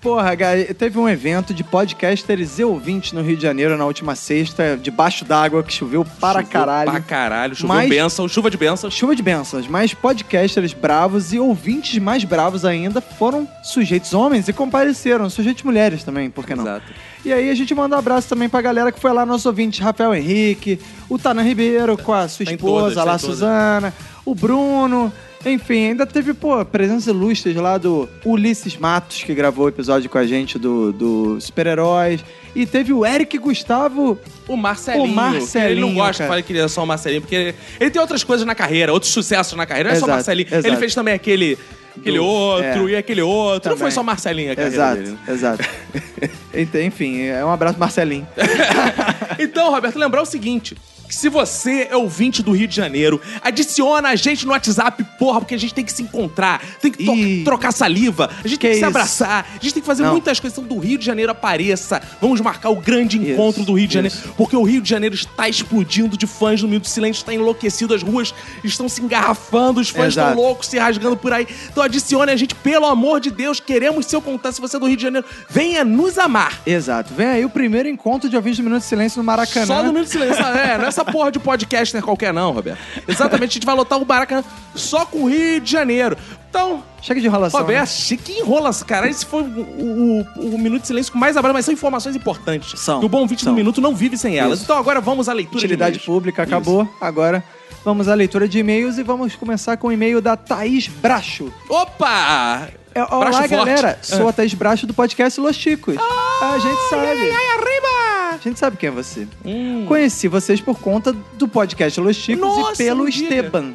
B: Porra, Gai, teve um evento de podcasters e ouvintes no Rio de Janeiro na última sexta, debaixo d'água, que choveu para
A: Choveu
B: caralho.
A: Pra caralho. Choveu
B: Mas-
A: bênção, chuva de bênçãos.
B: Chuva de bênçãos, mas podcasters bravos e ouvintes mais bravos ainda foram sujeitos homens e compareceram, sujeitos mulheres também, por que não?
A: Exato.
B: E aí a gente manda um abraço também pra galera que foi lá, nosso ouvinte, Rafael Henrique, o Tanan Ribeiro com a sua
A: Tá em
B: esposa
A: todas, tá
B: lá,
A: em todas.
B: Suzana, o Bruno, enfim, ainda teve, pô, presenças ilustres lá do Ulisses Matos, que gravou o episódio com a gente do, do Super-Heróis, e teve o Eric Gustavo
A: O Marcelinho.
B: O Marcelinho,
A: Ele não gosta
B: cara.
A: que fale que ele é só o Marcelinho, porque ele, ele tem outras coisas na carreira, outros sucessos na carreira. Não é só
B: Exato,
A: Marcelinho. Ele
B: exato.
A: fez também aquele. Aquele
B: Do-
A: outro
B: é.
A: e aquele outro. Não
B: Também.
A: foi só Marcelinho a carreira
B: Exato,
A: dele. né?
B: exato. Ent- Enfim, é um abraço, Marcelinho.
A: Então, Roberto, lembrar o seguinte. que Se você é ouvinte do Rio de Janeiro, adiciona a gente no WhatsApp, porra, porque a gente tem que se encontrar, tem que to-
B: Ih.
A: trocar saliva, a gente tem
B: Que
A: que se
B: isso?
A: abraçar, a gente tem que fazer
B: Não.
A: muitas coisas. Então, do Rio de Janeiro apareça. Vamos marcar o grande
B: Isso,
A: encontro do Rio de Janeiro,
B: isso.
A: porque o Rio de Janeiro está explodindo de fãs no Minuto do Silêncio, está enlouquecido, as ruas estão se engarrafando, os fãs
B: Exato.
A: estão loucos, se rasgando por aí. Então, adicione a gente, pelo amor de Deus, queremos seu contato. Se você é do Rio de Janeiro, venha nos amar.
B: Exato. Vem aí o primeiro encontro de ouvintes do Minuto de Silêncio no Maracanã.
A: Só no Minuto de Silêncio. É, não é essa porra de podcaster qualquer, não, Roberto. Exatamente, a gente vai lotar o Maracanã só com o Rio de Janeiro. Então,
B: Chega de enrolação.
A: Roberto,
B: né?
A: que enrola, cara. Esse foi o, o- o Minuto de Silêncio com mais abraço, mas são informações importantes.
B: São,
A: E o bom vídeo
B: são.
A: do Minuto não vive sem elas.
B: Isso.
A: Então agora vamos à leitura
B: Utilidade
A: de e-mails.
B: pública acabou. Agora vamos à leitura de e-mails e vamos começar com o e-mail da Thaís Bracho.
A: Opa!
B: É, olá,
A: Bracho forte. Ah.
B: galera. Sou a Thaís Bracho do podcast Los Chicos. a gente sabe.
A: Arriba! Hum.
B: A gente sabe quem é você. Conheci vocês por conta do podcast Los Chicos
A: Nossa,
B: e pelo
A: não diga.
B: Esteban.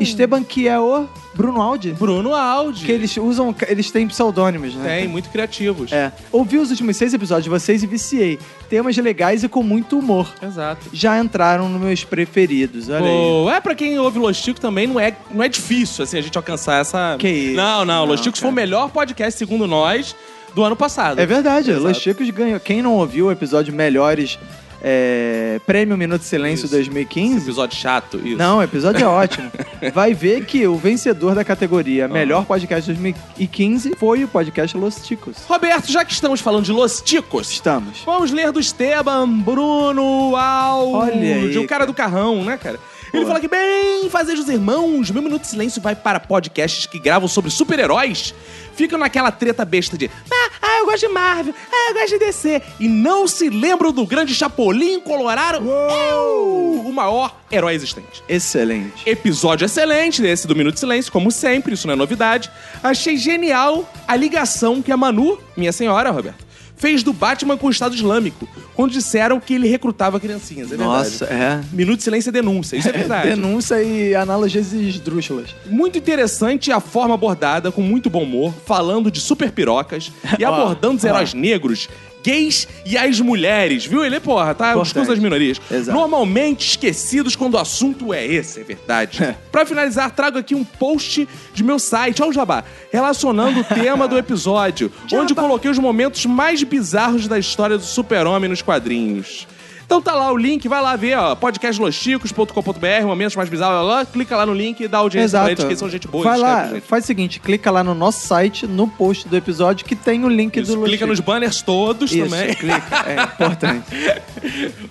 B: Esteban, que é o Bruno Aldi.
A: Bruno Aldi.
B: Que eles usam. Eles têm pseudônimos, né?
A: Tem, muito criativos.
B: É. Ouvi os últimos seis episódios de vocês e viciei. Temas legais e com muito humor.
A: Exato.
B: Já entraram nos meus preferidos, olha aí.
A: Pô, é, pra quem ouve Los Chicos também, não é, não é difícil, assim, a gente alcançar essa...
B: Que isso.
A: Não, não, Los
B: Não,
A: Chicos foi
B: cara.
A: o melhor podcast, segundo nós, do ano passado.
B: É verdade,
A: Exato.
B: Los Chicos ganhou. Quem não ouviu o episódio Melhores é, Prêmio Minuto de Silêncio
A: Isso. Esse
B: 2015,
A: episódio chato, isso.
B: Não, o episódio é ótimo. Vai ver que o vencedor da
A: Ah.
B: categoria Melhor Podcast 2015 foi o podcast Los Ticos.
A: Roberto, já que estamos falando de Los Chicos,
B: Estamos.
A: vamos ler do Esteban Bruno
B: Olha aí,
A: Aldi, o cara
B: cara.
A: do carrão, né, cara? Ele
B: Pô.
A: fala que, bem, fazer os irmãos, meu minuto de silêncio vai para podcasts que gravam sobre super-heróis. Ficam naquela treta besta de, ah, ah, eu gosto de Marvel, ah, eu gosto de DC. E não se lembram do grande Chapolin Colorado, eu, o maior herói existente.
B: Excelente.
A: Episódio excelente esse do Minuto de Silêncio, como sempre, isso não é novidade. Achei genial a ligação que a Manu, minha senhora, Roberto, fez do Batman com o Estado Islâmico, quando disseram que ele recrutava criancinhas. É verdade.
B: Nossa, é.
A: Minuto de Silêncio é denúncia, isso é verdade.
B: Denúncia e analogias esdrúxulas.
A: Muito interessante a forma abordada, com muito bom humor, falando de super pirocas e abordando os heróis negros, gays e as mulheres, viu? Ele, porra, tá?
B: Importante.
A: Discurso das minorias.
B: Exato.
A: Normalmente esquecidos quando o assunto é esse, é verdade. Pra finalizar, trago aqui um post de meu site, olha o jabá, relacionando o tema do episódio, onde coloquei os momentos mais bizarros da história do super-homem nos quadrinhos. Então tá lá o link, vai lá ver, ó, podcastlosticos.com.br, momentos mais bizarros, lá, clica lá no link e dá audiência pra eles, que são gente boa.
B: Vai
A: eles
B: lá,
A: escrevem, gente.
B: faz o seguinte, clica lá no nosso site, no post do episódio, que tem o link
A: Isso,
B: do Los
A: clica nos
B: Chicos.
A: banners todos
B: Isso,
A: também.
B: clica, é importante.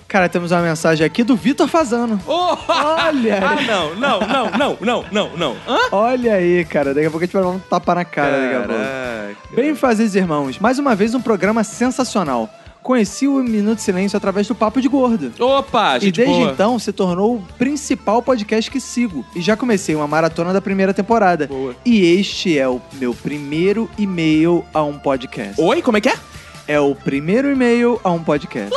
B: Cara, temos uma mensagem aqui do Vitor Fazano.
A: Oh!
B: Olha!
A: Ah, não, não, não, não, não, não, não. Hã?
B: Olha aí, cara. Daqui a pouco a gente vai dar um tapa na cara. Daqui a pouco. Bem fazeres, irmãos. Mais uma vez um programa sensacional. Conheci o Minuto de Silêncio através do Papo de Gordo.
A: Opa,
B: E
A: gente
B: desde
A: boa.
B: então se tornou o principal podcast que sigo. E já comecei uma maratona da primeira temporada.
A: Boa.
B: E este é o meu primeiro e-mail a um podcast.
A: Oi, como é que é?
B: É o primeiro e-mail a um podcast.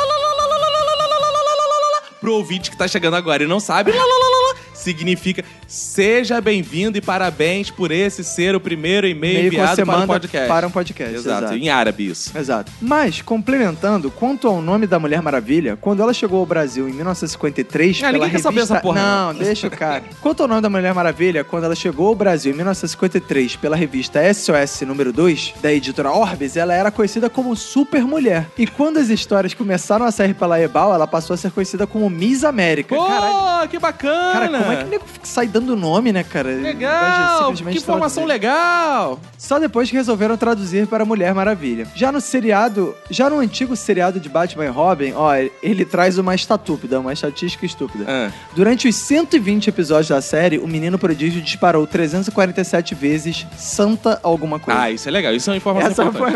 A: Pro ouvinte que tá chegando agora e não sabe, lá, lá, lá, lá, lá, significa seja bem-vindo e parabéns por esse ser o primeiro e-mail
B: E-mail que
A: enviado
B: você
A: para o
B: manda
A: podcast.
B: para um podcast,
A: Exato,
B: exato.
A: em árabe isso.
B: Exato. Mas, complementando, quanto ao nome da Mulher Maravilha, quando ela chegou ao Brasil em 1953,
A: Ah,
B: pela
A: ninguém quer
B: revista...
A: saber essa porra,
B: Não, deixa o cara. Quanto ao nome da Mulher Maravilha, quando ela chegou ao Brasil em 1953 pela revista SOS número 2, da editora Orbis, ela era conhecida como Super Mulher. E quando as histórias começaram a sair pela Ebal, ela passou a ser conhecida como Miss América.
A: Pô,
B: Caralho.
A: Oh, que bacana!
B: Cara, como é que o nego sai dando nome, né, cara?
A: Legal! Que informação
B: legal.
A: legal!
B: Só depois que resolveram traduzir para Mulher Maravilha. Já no seriado, já no antigo seriado de Batman e Robin, ó, ele traz uma estatúpida, uma estatística estúpida.
A: Ah.
B: Durante os 120 episódios da série, o menino prodígio disparou 347 vezes Santa alguma coisa.
A: Ah, isso é legal. Isso é uma informação
B: Essa
A: importante.
B: foi uma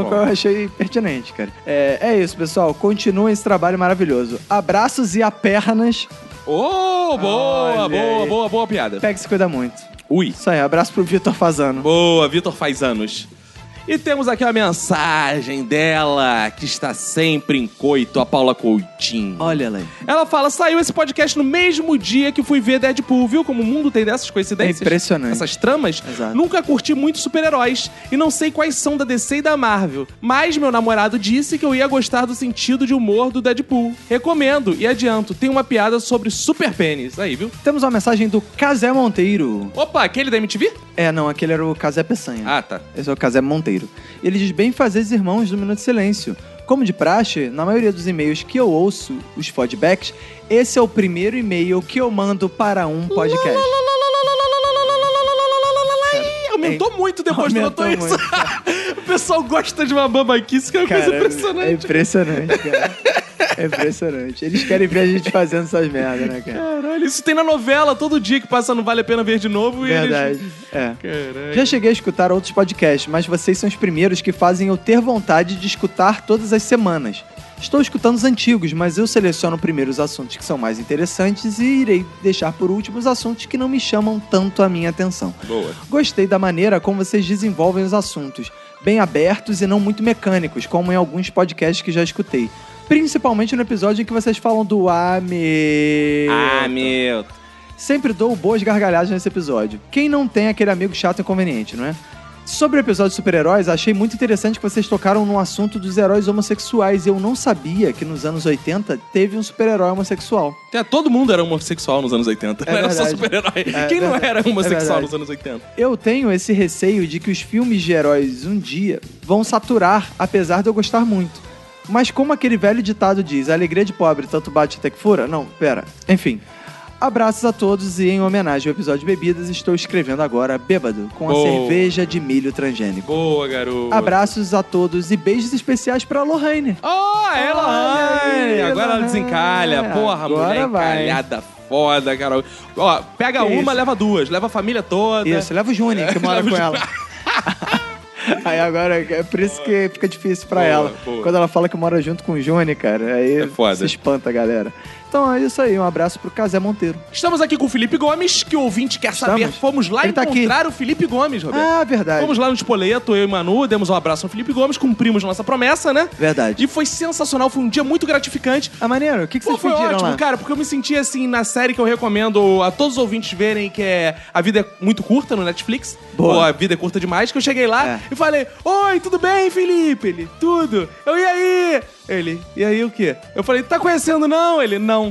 A: Isso é
B: que
A: bom.
B: eu achei pertinente, cara. É, é isso, pessoal. Continua esse trabalho maravilhoso. Abraços e a pernas.
A: Ô, boa,
B: Olha
A: boa,
B: aí.
A: boa, boa piada.
B: Pega e se cuida muito.
A: Ui.
B: Isso aí, abraço pro Vitor Fazano.
A: Boa, Vitor faz anos. E temos aqui a mensagem dela, que está sempre em coito, a Paula Coutinho.
B: Olha ela aí.
A: Ela fala, saiu esse podcast no mesmo dia que fui ver Deadpool, viu como o mundo tem dessas coincidências?
B: É impressionante.
A: Essas tramas?
B: Exato.
A: Nunca curti muito super-heróis e não sei quais são da DC e da Marvel, mas meu namorado disse que eu ia gostar do sentido de humor do Deadpool. Recomendo e adianto, tem uma piada sobre super pênis. Aí, viu?
B: Temos uma mensagem do Casé Monteiro.
A: Opa, aquele da MTV?
B: É, não, aquele era o Casé Peçanha.
A: Ah, tá.
B: Esse é o Casé Monteiro. Ele diz bem fazer os irmãos do Minuto de Silêncio. Como de praxe, na maioria dos e-mails que eu ouço, os feedbacks, esse é o primeiro e-mail que eu mando para um podcast.
A: Ih, Aumentou muito depois que
B: Aumentou
A: notou isso. o pessoal gosta de uma babaquice, que é uma coisa
B: É
A: impressionante.
B: impressionante, cara. É impressionante. Eles querem ver a gente fazendo essas merdas, né, cara?
A: Caralho, isso tem na novela todo dia que passa não Vale a Pena Ver de Novo. e eles-
B: Verdade. É.
A: Caralho.
B: Já cheguei a escutar outros podcasts, mas vocês são os primeiros que fazem eu ter vontade de escutar todas as semanas. Estou escutando os antigos, mas eu seleciono primeiro os assuntos que são mais interessantes e irei deixar por último os assuntos que não me chamam tanto a minha atenção.
A: Boa.
B: Gostei da maneira como vocês desenvolvem os assuntos, bem abertos e não muito mecânicos, como em alguns podcasts que já escutei. Principalmente no episódio em que vocês falam do Ame.
A: meu.
B: Sempre dou boas gargalhadas nesse episódio. Quem não tem aquele amigo chato e inconveniente, não é? Sobre o episódio de super-heróis, achei muito interessante que vocês tocaram no assunto dos heróis homossexuais. Eu não sabia que nos anos 80 teve um super-herói homossexual.
A: Até todo mundo era homossexual nos anos 80.
B: É
A: não era só
B: verdade.
A: super-herói.
B: É
A: Quem não
B: verdade.
A: era
B: É
A: homossexual
B: verdade.
A: nos anos 80?
B: Eu tenho esse receio de que os filmes de heróis um dia vão saturar, apesar de eu gostar muito. Mas como aquele velho ditado diz, a alegria de pobre tanto bate até que fura? Não, pera. Enfim. Abraços a todos e em homenagem ao episódio de bebidas, estou escrevendo agora Bêbado, com a
A: Boa.
B: cerveja de milho transgênico.
A: Boa, garoto.
B: Ah, Abraços a todos e beijos especiais pra Lorraine.
A: Oh, ela!
B: Olha aí,
A: ai, agora ela
B: Lohane.
A: desencalha. Porra,
B: Agora
A: mulher
B: vai.
A: encalhada foda, Carol. Ó, pega
B: Que
A: uma,
B: isso?
A: leva duas. Leva a família toda.
B: Isso, leva o Júnior que mora
A: Leva o
B: com
A: Júnior.
B: ela. Aí agora, é por isso que fica difícil pra
A: Boa,
B: ela.
A: boa.
B: Quando ela fala que mora junto com o Juni, cara, aí
A: É foda.
B: se espanta a galera. Então é isso aí, um abraço pro Casé Monteiro.
A: Estamos aqui com o Felipe Gomes, que o ouvinte quer
B: Estamos?
A: saber. Fomos lá
B: Ele tá aqui.
A: encontrar o Felipe Gomes, Roberto.
B: Ah, verdade.
A: Fomos lá no Espoleto, eu e Manu, demos um abraço ao Felipe Gomes, cumprimos nossa promessa, né?
B: Verdade.
A: E foi sensacional, foi um dia muito gratificante.
B: Ah, maneiro, o que, que
A: Pô,
B: vocês
A: foi
B: pediram
A: ótimo,
B: lá?
A: cara, porque eu me senti assim na série que eu recomendo a todos os ouvintes verem, que é A Vida é Muito Curta no Netflix.
B: Boa.
A: Ou A Vida é Curta Demais, que eu cheguei lá
B: É.
A: e falei: Oi, tudo bem, Felipe? Ele, tudo. Eu, e aí? Ele, e aí o quê? Eu falei, tá conhecendo não? Ele, não.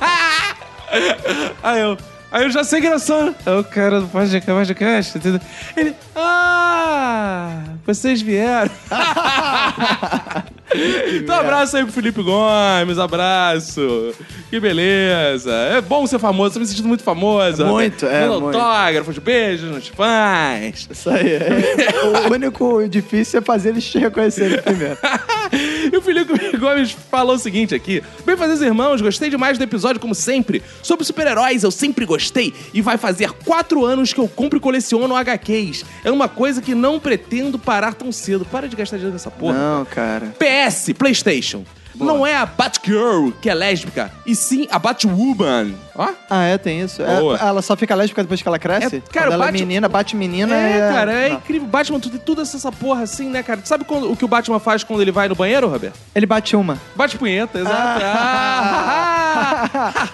A: aí eu. Aí eu já sei que era só. É o cara do podcast, podcast, entendeu? Ele. Ah! Vocês vieram. Então abraço aí pro Felipe Gomes, abraço. Que beleza. É bom ser famoso, tô me sentindo muito famosa.
B: Muito, é,
A: Manda
B: muito.
A: autógrafos, beijos nos fãs.
B: Isso aí. é. O único difícil é fazer eles te reconhecerem primeiro.
A: E o Felipe Gomes falou o seguinte aqui: Bem fazer irmãos, gostei demais do episódio, como sempre. Sobre super-heróis, eu sempre gostei. E vai fazer quatro anos que eu compro e coleciono HQs. É uma coisa que não pretendo parar tão cedo. Para de gastar dinheiro com essa porra.
B: Não, cara.
A: PS, PlayStation. Não é a Batgirl que é lésbica, e sim a Batwoman. Ó.
B: Ah, é, tem isso. É,
A: Boa.
B: ela só fica lésbica depois que ela cresce?
A: É, cara,
B: Quando ela
A: bate-
B: é menina, bate menina.
A: É,
B: e
A: cara, é
B: Não.
A: incrível. Batman, tudo, tudo essa essa porra assim, né, cara? Sabe quando- o que o Batman faz quando ele vai no banheiro, Roberto?
B: Ele bate uma.
A: Bate punheta, exato. Ah.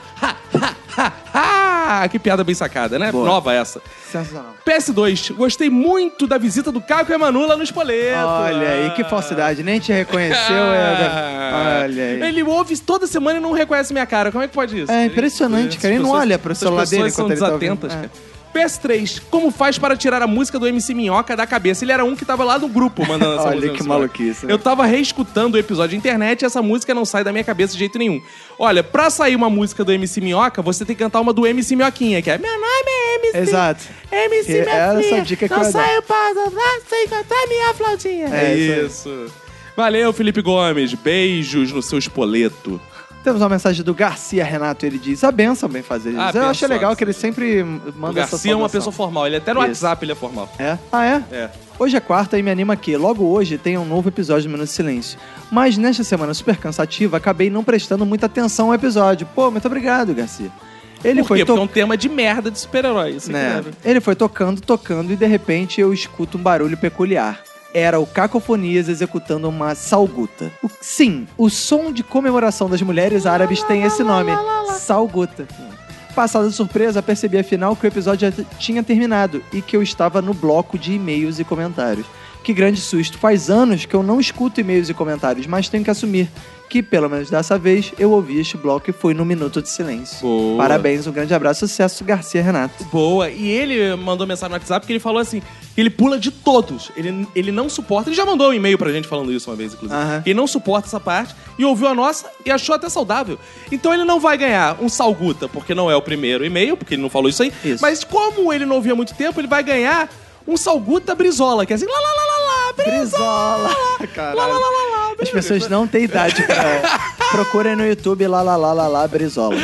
A: Ah, que piada bem sacada, né? Nova essa.
B: Sensacional.
A: PS2, gostei muito da visita do Caco e a Manu lá no Espoleto.
B: Olha aí, que falsidade. Nem te reconheceu.
A: Ah.
B: é... Olha aí.
A: Ele ouve toda semana e não reconhece minha cara. Como é que pode isso?
B: É impressionante, cara. Ele não olha pro celular
A: as pessoas
B: dele
A: são
B: enquanto ele tá ouvindo.
A: desatentas, cara. PS3, como faz para tirar a música do MC Minhoca da cabeça? Ele era um que tava lá no grupo mandando essa
B: Olha
A: música.
B: que maluquice, né?
A: Eu tava reescutando o episódio de internet e essa música não sai da minha cabeça de jeito nenhum. Olha, pra sair uma música do MC Minhoca, você tem que cantar uma do MC Minhoquinha, que é Meu nome é MC.
B: Exato.
A: MC
B: E
A: minha
B: essa é
A: filha,
B: dica que
A: não
B: eu ia dar.
A: saio para dobrar sem cantar minha flautinha. É,
B: É
A: isso.
B: isso
A: Valeu, Felipe Gomes. Beijos no seu espoleto.
B: Temos uma mensagem do Garcia Renato. Ele diz: A benção, bem fazer.
A: Ah,
B: Eu achei
A: benção.
B: legal que ele sempre
A: O
B: manda essa
A: Garcia é uma
B: saudação.
A: pessoa formal. Ele até no
B: Isso.
A: WhatsApp ele é formal.
B: É? Ah, é?
A: É.
B: Hoje é quarta e me anima que logo hoje tem um novo episódio do Minuto de Silêncio. Mas nesta semana super cansativa, acabei não prestando muita atenção ao episódio. Pô, muito obrigado, Garcia. Ele
A: Por quê?
B: foi
A: Porque é
B: tocando.
A: um tema de merda de super-herói. isso aqui,
B: né?
A: né?
B: Ele foi tocando, tocando e de repente eu escuto um barulho peculiar. Era o Cacofonias executando uma salguta. O- sim, o som de comemoração das mulheres árabes tem esse nome: salguta. Passada a surpresa, percebi afinal que o episódio já t- tinha terminado e que eu estava no bloco de e-mails e comentários. Que grande susto! Faz anos que eu não escuto e-mails e comentários, mas tenho que assumir que, pelo menos dessa vez, eu ouvi este bloco e foi no Minuto de Silêncio.
A: Boa.
B: Parabéns, um grande abraço, sucesso, Garcia Renato.
A: Boa. E ele mandou mensagem no WhatsApp que ele falou assim: que ele pula de todos. Ele, ele não suporta. Ele já mandou um e-mail pra gente falando isso uma vez, inclusive.
B: Aham.
A: Ele não suporta essa parte e ouviu a nossa e achou até saudável. Então ele não vai ganhar um salguta, porque não é o primeiro e-mail, porque ele não falou isso aí.
B: Isso.
A: Mas como ele não ouvia há muito tempo, ele vai ganhar um salguta brizola, que é assim: lá, lá, lá, lá, lá,
B: Brizola.
A: Lá, lá, lá,
B: Caralho.
A: lá, lá,
B: As pessoas não têm idade pra... Procurem no YouTube lá, lá, lá, lá, lá, Brizola.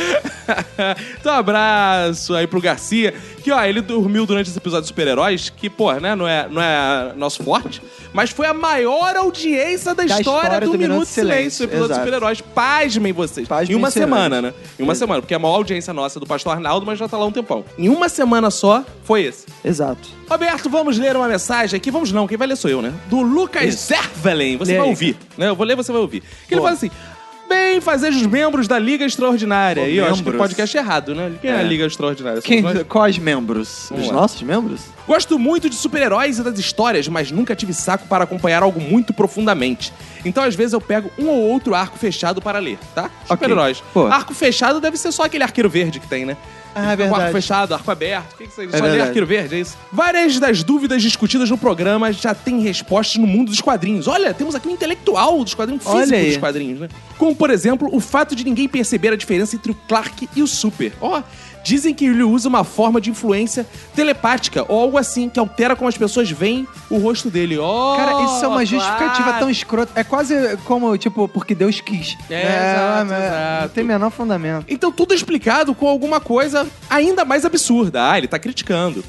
A: então, um abraço aí pro Garcia, que ó, ele dormiu durante esse episódio de super-heróis, que, pô, né, não é, não é nosso forte, mas foi a maior audiência da, história, do, Minuto de Silêncio, o episódio de
B: Exato.
A: super-heróis. Pasmem vocês.
B: Pasmem
A: em uma
B: os heróis.
A: semana, né? Em uma semana, porque a maior audiência nossa é do Pastor Arnaldo, mas já tá lá um tempão. Em uma semana só, foi esse.
B: Exato.
A: Roberto, vamos ler uma mensagem aqui. Vamos não, quem vai ler sou eu, né? Do Lucas Zervelen. Você
B: Lê
A: vai
B: aí,
A: ouvir, né? Eu vou ler, você vai ouvir. Que ele fala assim... Bem, fazer os membros da Liga Extraordinária.
B: Pô,
A: e eu acho que o
B: membros.
A: podcast é errado, né? Quem é, a
B: É.
A: Liga Extraordinária?
B: Quem,
A: Somos nós?
B: quais membros?
A: Vamos
B: Os
A: lá.
B: nossos membros?
A: Gosto muito de super-heróis e das histórias, mas nunca tive saco para acompanhar algo muito profundamente. Então, às vezes, eu pego um ou outro arco fechado para ler, tá? Super-heróis.
B: Pô.
A: Arco fechado deve ser só aquele arqueiro verde que tem, né?
B: Ah, é
A: Ele fica com Arco
B: verdade.
A: fechado, arco aberto. O que, que você
B: É
A: Só lê
B: verdade.
A: arqueiro verde, é isso? Várias das dúvidas discutidas no programa já têm respostas no mundo dos quadrinhos. Olha, temos aqui um intelectual dos quadrinhos, um
B: Olha
A: físico
B: aí.
A: dos quadrinhos, né? Como, por exemplo, o fato de ninguém perceber a diferença entre o Clark e o Super. Ó, dizem que ele usa uma forma de influência telepática ou algo assim, que altera como as pessoas veem o rosto dele. Ó,
B: Cara, isso é uma justificativa
A: Clark.
B: tão escrota. É quase como, tipo, porque Deus quis.
A: É, exato,
B: mas
A: exato.
B: Não tem menor fundamento.
A: Então tudo é explicado com alguma coisa ainda mais absurda. Ah, ele tá criticando.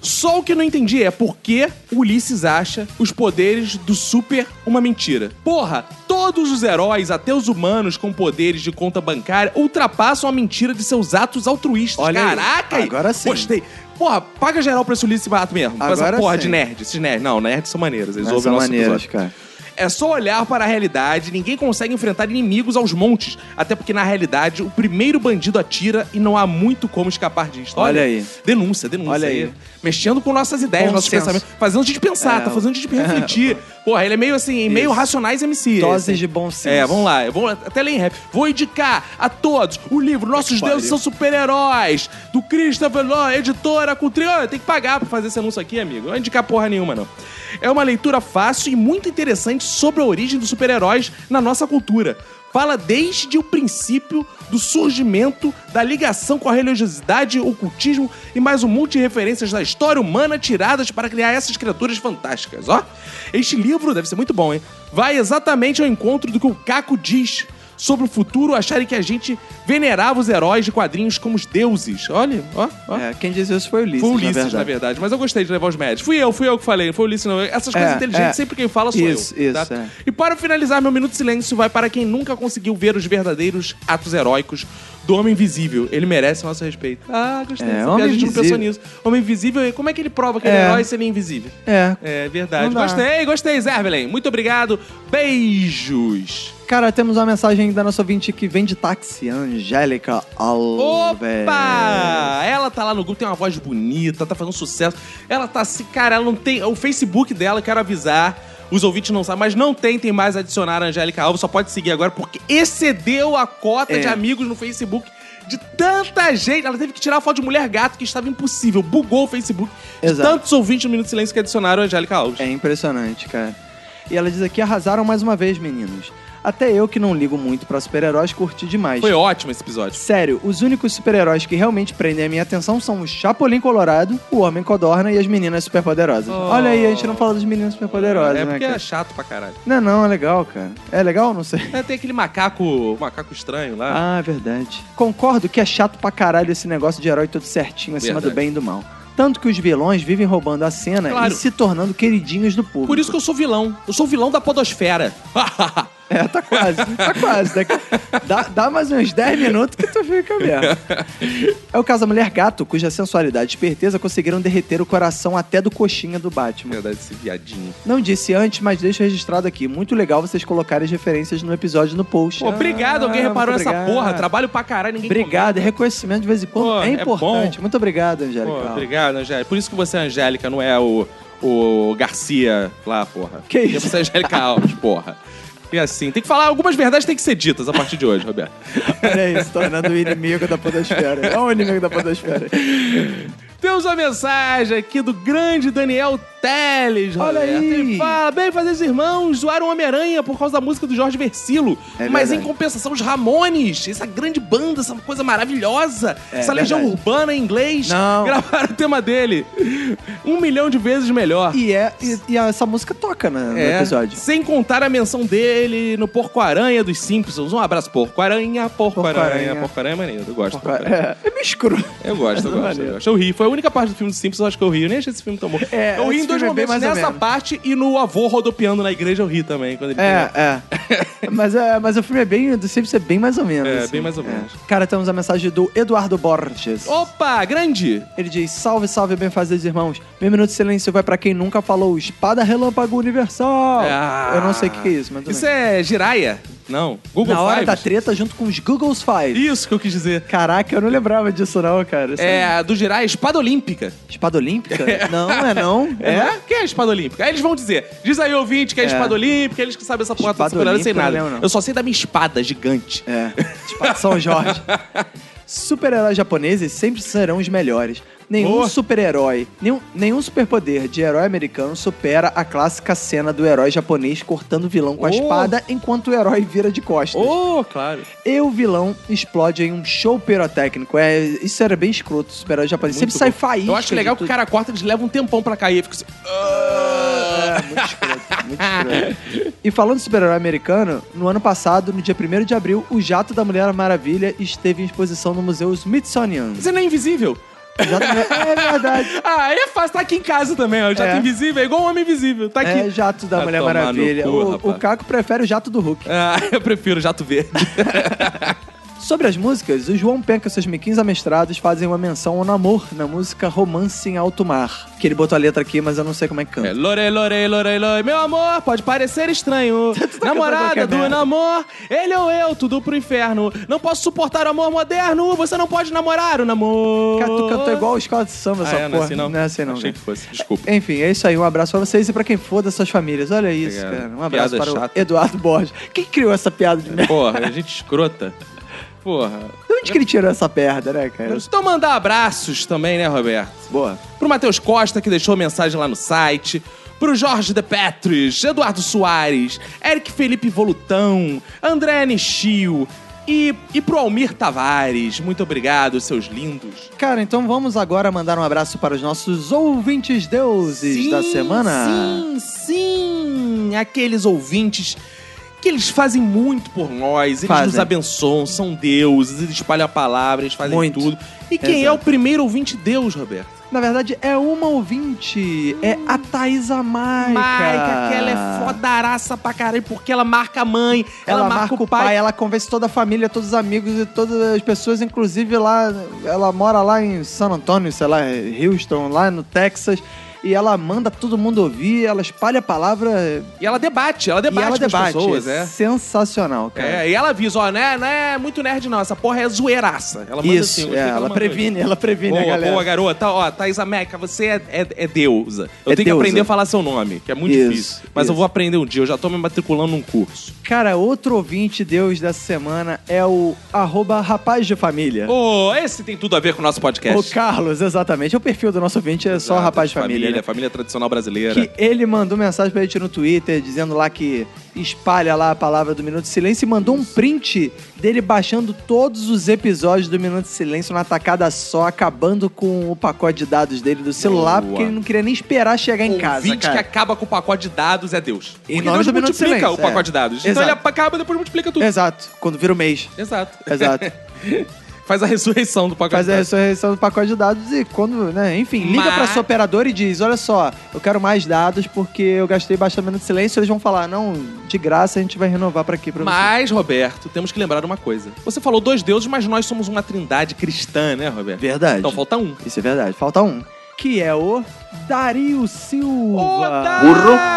A: Só o que eu não entendi é por que Ulisses acha os poderes do super uma mentira. Porra, todos os heróis, até os humanos com poderes de conta bancária, ultrapassam a mentira de seus atos altruístas.
B: Olha aí.
A: Caraca! aí.
B: Agora sim.
A: Gostei. Porra, paga geral pra esse Ulisses Mato mesmo. Pra essa
B: Agora
A: porra
B: sim.
A: de nerd. Esses nerds. Não, nerds são maneiros. Eles
B: Mas
A: ouvem
B: são
A: o nosso
B: maneiras,
A: episódio.
B: cara.
A: É só olhar para a realidade, ninguém consegue enfrentar inimigos aos montes. Até porque, na realidade, o primeiro bandido atira e não há muito como escapar disso.
B: Olha aí.
A: Denúncia, denúncia.
B: Olha aí.
A: Mexendo com nossas ideias,
B: Bom
A: nossos
B: senso.
A: pensamentos. Fazendo a gente pensar,
B: É,
A: tá fazendo a gente refletir. Porra, ele é meio assim, meio racionais MC.
B: Doses
A: assim.
B: de bom senso.
A: É, vamos lá. Eu vou até ler em rap. Vou indicar a todos o livro Nossos
B: pariu.
A: Deuses São Super-Heróis, do Christopher Law, editora com tri... Ó, Tem que pagar pra fazer esse anúncio aqui, amigo. Não vou indicar porra nenhuma, não. é uma leitura fácil e muito interessante sobre a origem dos super-heróis na nossa cultura. Fala desde o princípio do surgimento, da ligação com a religiosidade, o cultismo e mais um monte de referências da história humana tiradas para criar essas criaturas fantásticas, ó. Este livro deve ser muito bom, hein? Vai exatamente ao encontro do que o Caco diz sobre o futuro acharem que a gente venerava os heróis de quadrinhos como os deuses. Olha, ó, ó.
B: É, quem dizia isso foi o Ulisses,
A: Foi o Ulisses,
B: na
A: na
B: verdade.
A: verdade. Mas eu gostei de levar os médios. Fui eu, fui eu que falei. não Foi o Ulisses, não. Essas coisas
B: É,
A: inteligentes,
B: é.
A: sempre quem fala sou
B: Isso,
A: eu. tá?
B: isso, é.
A: E para finalizar, meu minuto de silêncio vai para quem nunca conseguiu ver os verdadeiros atos heróicos do Homem Invisível. Ele merece o nosso respeito. Ah, gostei.
B: É,
A: dessa
B: Homem
A: piada, a gente não pensou
B: Invisível.
A: nisso. Homem Invisível, como é que ele prova que ele é
B: É.
A: herói se ele é invisível?
B: É.
A: É verdade.
B: Não dá.
A: Gostei, gostei, Zerbelen. Muito obrigado. Beijos.
B: É. Cara, temos uma mensagem da nossa ouvinte que vem de táxi, Angélica Alves.
A: Opa! Ela tá lá no grupo, tem uma voz bonita, tá fazendo sucesso. Ela tá assim, cara, ela não tem. O Facebook dela, eu quero avisar. Os ouvintes não sabem, mas não tentem mais adicionar a Angélica Alves, só pode seguir agora, porque excedeu a cota
B: É.
A: de amigos no Facebook. De tanta gente, ela teve que tirar a foto de mulher gato, que estava impossível. Bugou o Facebook. De
B: Exato.
A: tantos ouvintes no Minuto de Silêncio que adicionaram a Angélica Alves.
B: É impressionante, cara. E ela diz aqui: arrasaram mais uma vez, meninos. Até eu que não ligo muito pra super-heróis, curti demais.
A: Foi ótimo esse episódio.
B: Sério, os únicos super-heróis que realmente prendem a minha atenção são o Chapolin Colorado, o Homem Codorna e as Meninas Superpoderosas. Olha aí, a gente não fala das Meninas
A: Oh.
B: Superpoderosas,
A: é
B: né,
A: porque
B: cara?
A: é chato pra caralho.
B: Não, não, é legal, cara. É legal? Não sei.
A: É, tem aquele macaco, macaco estranho lá.
B: Ah, verdade. Concordo que é chato pra caralho esse negócio de herói todo certinho, acima
A: Verdade.
B: do bem e do mal. Tanto que os vilões vivem roubando a cena
A: Claro.
B: e se tornando queridinhos do público.
A: Por isso que eu sou vilão. Eu sou vilão da podosfera.
B: É, tá quase, tá quase. Daqui- Dá, dá mais uns 10 minutos que tu fica mesmo. É o caso da Mulher Gato, cuja sensualidade e esperteza conseguiram derreter o coração até do coxinha do Batman.
A: Verdade, esse viadinho.
B: Não disse antes, mas deixo registrado aqui. Muito legal vocês colocarem as referências no episódio no post.
A: Pô, obrigado, alguém
B: Ah,
A: reparou
B: muito
A: nessa
B: obrigado.
A: porra. Trabalho pra caralho, ninguém
B: Obrigado, e reconhecimento de vez em quando
A: Pô,
B: é
A: é
B: importante. Muito obrigado, Angélica.
A: Pô, obrigado, Angélica. Por isso que você é Angélica, não é o, o Garcia lá, porra.
B: Que
A: Porque
B: isso?
A: Você é Angélica Alves, porra. E assim, tem que falar, algumas verdades têm que ser ditas a partir de hoje, Roberto.
B: Olha isso, tornando o inimigo da podosfera. É o inimigo da podosfera.
A: Temos uma mensagem aqui do grande Daniel Teles,
B: Olha
A: Roberto.
B: aí.
A: Ele fala, bem, fazer os irmãos zoaram Homem-Aranha por causa da música do Jorge Versilo.
B: É
A: mas
B: verdade.
A: em compensação, os Ramones, essa grande banda, essa coisa maravilhosa,
B: É
A: essa legião
B: verdade.
A: urbana em inglês,
B: Não.
A: gravaram o tema dele. Um milhão de vezes melhor.
B: E, é, e, e essa música toca na- no
A: É,
B: episódio.
A: Sem contar a menção dele no Porco-Aranha dos Simpsons. Um abraço, Porco-Aranha, Porco-Aranha.
B: Porco-Aranha.
A: Porco-Aranha é maneiro, eu gosto. do Porco-Aranha.
B: É, é meio escuro.
A: Eu gosto, eu gosto, eu gosto. Eu ri. Foi a única parte do filme dos Simpsons, eu acho que eu ri. Eu nem achei esse filme tão bom.
B: É,
A: eu ri em
B: esse
A: dois
B: filme é bem
A: momentos,
B: mais ou
A: nessa
B: menos.
A: parte e no avô rodopiando na igreja, eu ri também. Quando ele tem-
B: É, é. mas, é. Mas o filme é bem. Do Simpsons é bem mais ou menos.
A: É, bem mais ou menos. Oh!
B: Cara, temos a mensagem do Eduardo Borges.
A: Opa, grande!
B: Ele diz: Salve, salve, bem-fazeres, irmãos. Meu minuto de silêncio vai pra quem nunca falou Espada Relâmpago Universal.
A: Ah.
B: Eu não sei o que que é isso, mas. tudo
A: Isso
B: bem.
A: é Jiraya? Não. Google
B: Na hora
A: Fives?
B: tá da treta junto com os Google's Five.
A: Isso que eu quis dizer.
B: Caraca, eu não lembrava disso, não, cara. Isso
A: É, a do Jiraya, espada olímpica.
B: Espada Olímpica? não, é não. É?
A: É? Quem é a espada olímpica? Aí eles vão dizer. Diz aí, ouvinte, que é,
B: É.
A: espada olímpica, eles que sabem essa porra
B: Espada
A: toda, super-herói, eu sei
B: olímpica,
A: nada.
B: eu não lembro, não.
A: Eu só sei da minha espada gigante.
B: É, tipo São Jorge. Super-heróis japoneses sempre serão os melhores. Nenhum
A: Boa.
B: super-herói, nenhum, nenhum superpoder de herói americano supera a clássica cena do herói japonês cortando o vilão com a
A: Oh.
B: espada enquanto o herói vira de costas.
A: Oh, claro.
B: E o vilão explode em um show pirotécnico. É, isso era bem escroto, super-herói japonês.
A: É Muito
B: sempre sai
A: bom.
B: faísca.
A: Eu acho legal
B: de
A: que o
B: tudo.
A: cara corta, eles levam um tempão pra cair. Fica assim. "Ah!"
B: É, muito escroto, muito escroto. E falando de super-herói americano, no ano passado, no dia 1 de abril, o jato da Mulher Maravilha esteve em exposição no Museu Smithsonian.
A: Você não é invisível?
B: O jato da Mulher- É verdade.
A: Ah, aí é fácil, tá aqui em casa também, ó. Já
B: É.
A: tá invisível, é igual um homem invisível. Tá aqui.
B: É jato da
A: Vai
B: Mulher
A: tomar no
B: Maravilha.
A: cu,
B: O- o,
A: rapaz.
B: Caco prefere o jato do Hulk.
A: Ah, eu prefiro jato verde.
B: Sobre as músicas, o João Penca e seus miquins amestrados fazem uma menção ao namor na música Romance em Alto Mar. Que ele botou a letra aqui, mas eu não sei como é que canta.
A: É, lore, lore, lore, lore. Meu amor, pode parecer estranho.
B: tá
A: Namorada
B: qualquer
A: do
B: merda.
A: namor, ele ou eu, tudo pro inferno. Não posso suportar o amor moderno, você não pode namorar o namor.
B: Cara, tu cantou é igual o Escola de Samba,
A: ah,
B: essa
A: é,
B: porra.
A: não é assim não?
B: Não é assim não,
A: Achei
B: cara.
A: que fosse, desculpa.
B: Enfim, é isso aí. Um abraço pra vocês e pra quem for das suas famílias. Olha isso,
A: Obrigado.
B: cara. Um abraço
A: Piada
B: para
A: chata.
B: o Eduardo Borges. Quem criou essa piada de merda?
A: Porra, a gente escrota. Porra.
B: De onde que ele tirou essa perda, né, cara?
A: Então mandar abraços também, né, Roberto?
B: Boa.
A: Pro Matheus Costa, que deixou mensagem lá no site. pro Jorge de Petris, Eduardo Soares, Eric Felipe Volutão, André Nishio e, e pro Almir Tavares. Muito obrigado, seus lindos.
B: Cara, então vamos agora mandar um abraço para os nossos ouvintes deuses da semana.
A: Sim, sim. Aqueles ouvintes que eles fazem muito por nós, eles
B: Fazem.
A: nos abençoam, são deuses, eles espalham a palavra, eles fazem
B: Muito.
A: tudo. E quem é
B: Exato.
A: o primeiro ouvinte Deus, Roberto?
B: Na verdade, é uma ouvinte. É a Thaisa Maica.
A: Maica, que ela é fodaraça pra caralho, porque ela marca a mãe,
B: Ela, marca, o pai, ela convence toda a família, todos os amigos e todas as pessoas, inclusive lá. Ela mora lá em San Antônio, sei lá, Houston, lá no Texas. E ela manda todo mundo ouvir, ela espalha a palavra
A: E ela debate, ela
B: e
A: debate
B: ela
A: com as
B: debate.
A: pessoas, é.
B: Sensacional, cara.
A: É, e ela avisa, ó, né, não é muito nerd não, essa porra é zoeiraça. Ela manda
B: Isso,
A: assim,
B: é, ela, previne, ela previne
A: Boa,
B: a galera.
A: boa, garota. Ó, Thaisa Meca, você é, é, é deusa. Eu
B: É
A: tenho
B: deusa.
A: que aprender a falar seu nome, que é muito
B: Isso,
A: difícil. Mas
B: isso.
A: eu vou aprender um dia, eu já tô me matriculando num curso.
B: Cara, outro ouvinte Deus dessa semana é o arroba rapaz de família.
A: Ô, esse tem tudo a ver com o nosso podcast.
B: O Carlos, exatamente. O perfil do nosso ouvinte é só rapaz de família. né?
A: Família, família tradicional brasileira.
B: Que ele mandou mensagem pra gente no Twitter, dizendo lá que espalha lá a palavra do Minuto de Silêncio e mandou um print dele baixando todos os episódios do Minuto de Silêncio numa tacada só, acabando com o pacote de dados dele do celular,
A: Boa.
B: porque ele não queria nem esperar chegar em casa,
A: ouvinte que
B: cara.
A: acaba com o pacote de dados é Deus.
B: Em
A: Porque
B: nome
A: Deus
B: do Minuto
A: multiplica
B: Silêncio,
A: o pacote
B: é.
A: de dados. Então
B: Exato.
A: ele acaba e depois multiplica tudo.
B: Exato, quando vira o mês.
A: Exato.
B: Exato.
A: Faz a ressurreição do pacote
B: Faz
A: de
B: a
A: dados.
B: ressurreição do pacote de dados e quando, né? Enfim, liga
A: Mas-
B: pra sua operadora e diz: Olha só, eu quero mais dados porque eu gastei bastante de silêncio. Eles vão falar: Não, de graça a gente vai renovar pra aqui pra você.
A: Mas, Roberto, temos que lembrar uma coisa. Você falou dois deuses, mas nós somos uma trindade cristã, né, Roberto?
B: Verdade.
A: Então falta um.
B: Isso é verdade. Falta um. Que é o Dario Silva.
A: Odário!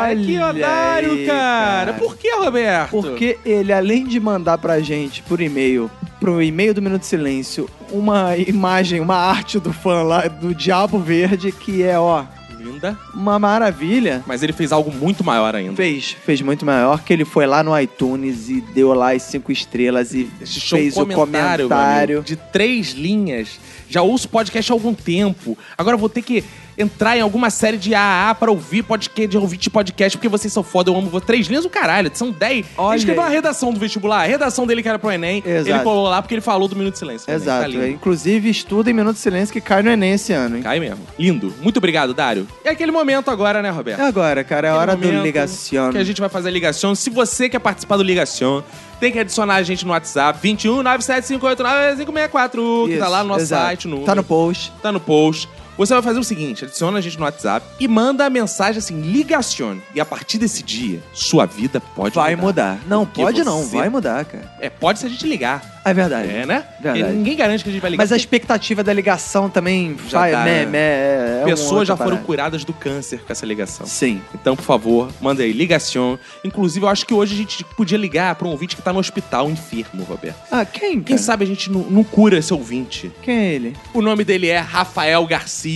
B: Olha
A: Que odário,
B: aí,
A: cara.
B: cara.
A: Por que, Roberto?
B: Porque ele, além de mandar pra gente por e-mail, pro e-mail do Minuto de Silêncio, uma imagem, uma arte do fã lá, do Diabo Verde, que é, ó,
A: Linda.
B: uma maravilha.
A: Mas ele fez algo muito maior ainda.
B: Fez, fez muito maior que ele foi lá no iTunes e deu lá as cinco estrelas e
A: Deixou
B: fez
A: um comentário,
B: o
A: meu amigo,
B: comentário.
A: de três linhas. Já ouço podcast há algum tempo. Agora vou ter que entrar em alguma série de AA para ouvir podcast, de ouvir de podcast, porque vocês são foda, eu amo. vo- Três linhas, o caralho, são dez.
B: Olha
A: ele escreveu
B: aí.
A: a redação do vestibular, a redação dele que era pro Enem.
B: Exato.
A: Ele colou lá porque ele falou do Minuto de Silêncio. também. Tá
B: Exato.
A: lindo.
B: Inclusive, estuda em Minuto de Silêncio que cai no Enem esse ano. hein?
A: Cai mesmo. Lindo. Muito obrigado, Dário. É aquele momento agora, né, Roberto?
B: E Agora, cara, é
A: Aquele
B: hora do
A: momento
B: ligação.
A: Que a gente vai fazer a ligação. Se você quer participar do ligação, tem que adicionar a gente no WhatsApp 21 97589 que tá lá no nosso site. No,
B: Tá no post.
A: tá no post. Você vai fazer o seguinte, adiciona a gente no WhatsApp e manda a mensagem assim, ligacione. E a partir desse dia, sua vida pode
B: Vai mudar. Não,
A: Porque
B: pode não,
A: Tá. você-
B: vai mudar, cara.
A: É, pode se a gente ligar.
B: É verdade.
A: É, né?
B: Verdade.
A: Porque Ninguém garante que a gente vai ligar.
B: Mas a expectativa da ligação também
A: Já
B: faz,
A: tá,
B: né,
A: né?
B: né, é uma outra
A: Pessoas já foram
B: parada.
A: curadas do câncer com essa ligação.
B: Sim.
A: Então, por favor, manda aí ligação. Inclusive, eu acho que hoje a gente podia ligar pra um ouvinte que tá no hospital enfermo, Roberto.
B: Ah, quem?
A: Quem
B: cara?
A: sabe a gente não, não cura esse ouvinte.
B: Quem é ele?
A: O nome dele é Rafael Garcia.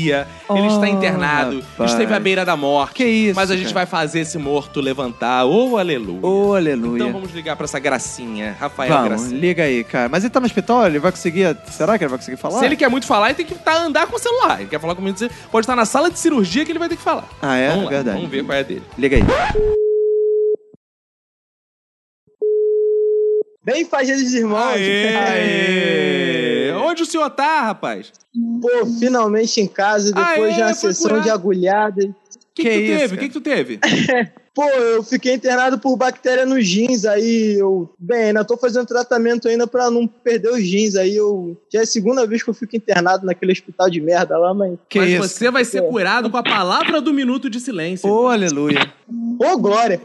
A: Ele
B: Oh,
A: está internado,
B: rapaz.
A: esteve à beira da morte.
B: Que isso,
A: Mas a gente
B: cara.
A: vai fazer esse morto levantar. Ô, aleluia.
B: Ô, aleluia.
A: Então vamos ligar pra essa gracinha, Rafael
B: Vamos,
A: Garcia.
B: liga aí, cara. Mas ele tá no hospital? Ele vai conseguir. Será que ele vai conseguir falar?
A: Se ele quer muito falar, ele tem que tá, andar com o celular. Ele quer falar comigo, pode estar na sala de cirurgia que ele vai ter que falar.
B: Ah, é?
A: Vamos lá,
B: Verdade.
A: Vamos ver qual é a dele.
B: Liga aí.
H: Bem fazeres irmãos.
A: Aê!
B: é? Aê!
A: Onde o senhor tá, rapaz?
H: Pô, finalmente em casa, depois
A: Aê,
H: de uma
A: Ah, é, foi
H: sessão
A: curado.
H: de agulhada.
A: O que,
B: Que
A: que, tu
B: isso,
A: teve? O
B: cara?
A: que, que tu teve?
H: Pô, eu fiquei internado por bactéria nos jeans, aí eu. Bem, ainda tô fazendo tratamento ainda pra não perder os jeans, aí eu. Já é a segunda vez que eu fico internado naquele hospital de merda lá, mas.
B: Que
A: Mas
B: isso?
A: você vai ser curado com a palavra do minuto de silêncio.
B: Ô, aleluia.
H: Ô, Glória!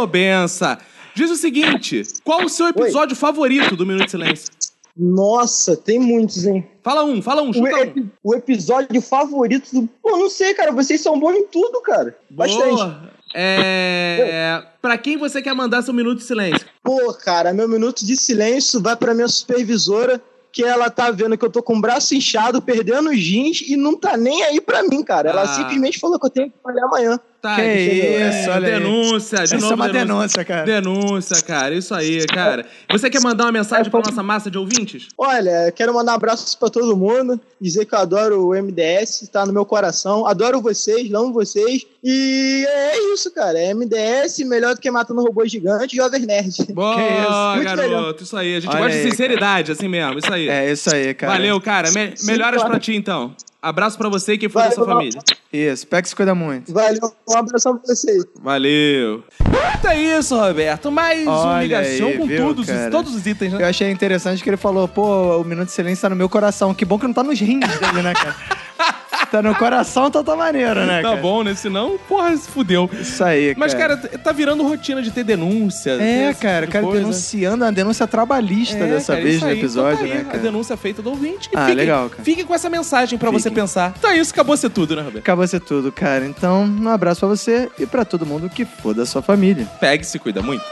A: Ô, bença! Diz o seguinte: qual o seu episódio favorito do Minuto de Silêncio?
H: Nossa, tem muitos, hein?
A: Fala um, fala um,
H: O,
A: chuta um.
B: é
H: epi- o episódio favorito do. Pô, não sei, cara, vocês são bons em tudo, cara. Bastante.
A: Boa. É. Pra quem você quer mandar seu minuto de silêncio?
H: Pô, cara, meu minuto de silêncio vai pra minha supervisora, que ela tá vendo que eu tô com o braço inchado, perdendo os jeans e não tá nem aí pra mim, cara. Ela
A: Ah.
H: simplesmente falou que eu tenho que trabalhar amanhã.
A: Tá,
B: Que
A: entendeu?
B: isso,
A: É,
B: olha aí.
A: denúncia, de
B: Isso
A: novo
B: é uma
A: denúncia.
B: denúncia, cara.
A: Denúncia, cara, isso aí, cara. Você quer mandar uma mensagem pra nossa massa de ouvintes?
H: Olha, quero mandar abraços pra todo mundo, dizer que eu adoro o MDS, tá no meu coração. Adoro vocês, amo vocês. E é isso, cara. É MDS melhor do que matando robôs gigantes, Jovem Nerd.
A: Boa,
H: isso? Muito
A: garoto.
H: melhor.
A: Isso aí. A gente
B: Olha
A: gosta de
B: aí,
A: sinceridade, assim mesmo. Isso aí.
B: É isso aí, cara.
A: Valeu, cara. Me- melhoras
H: claro.
A: pra ti, então. Abraço pra você e quem for da
H: Valeu,
A: sua
H: Ronaldo.
A: família.
B: Isso, pega e se cuida muito.
H: Valeu, um abração pra vocês.
A: Valeu. Então é isso, Roberto. Mais uma
B: Olha
A: ligação
B: aí,
A: com
B: viu,
A: todos, os-
B: cara?
A: todos os itens, né?
B: Eu achei interessante que ele falou, pô, o Minuto de Silêncio tá no meu coração. Que bom que não tá nos rins dele, né, cara? tá no coração, então tá maneiro, né,
A: Tá
B: cara?
A: bom, né? Senão, porra, se fudeu.
B: Isso aí, cara.
A: Mas, cara, t- tá virando rotina de ter denúncia.
B: É,
A: esse
B: cara, o
A: tipo de
B: cara
A: coisa.
B: denunciando a denúncia trabalhista
A: É,
B: dessa
A: cara,
B: vez
A: isso
B: no
A: aí.
B: episódio,
A: Então tá aí,
B: né, cara?
A: A denúncia feita do ouvinte.
B: Ah,
A: fique,
B: legal, cara.
A: Fique com essa mensagem pra você
B: Fiquem.
A: pensar. Então é isso, acabou ser tudo, né, Roberto?
B: Acabou ser tudo, cara. Então, um abraço pra você e pra todo mundo que foda a sua família.
A: Pega e se cuida muito.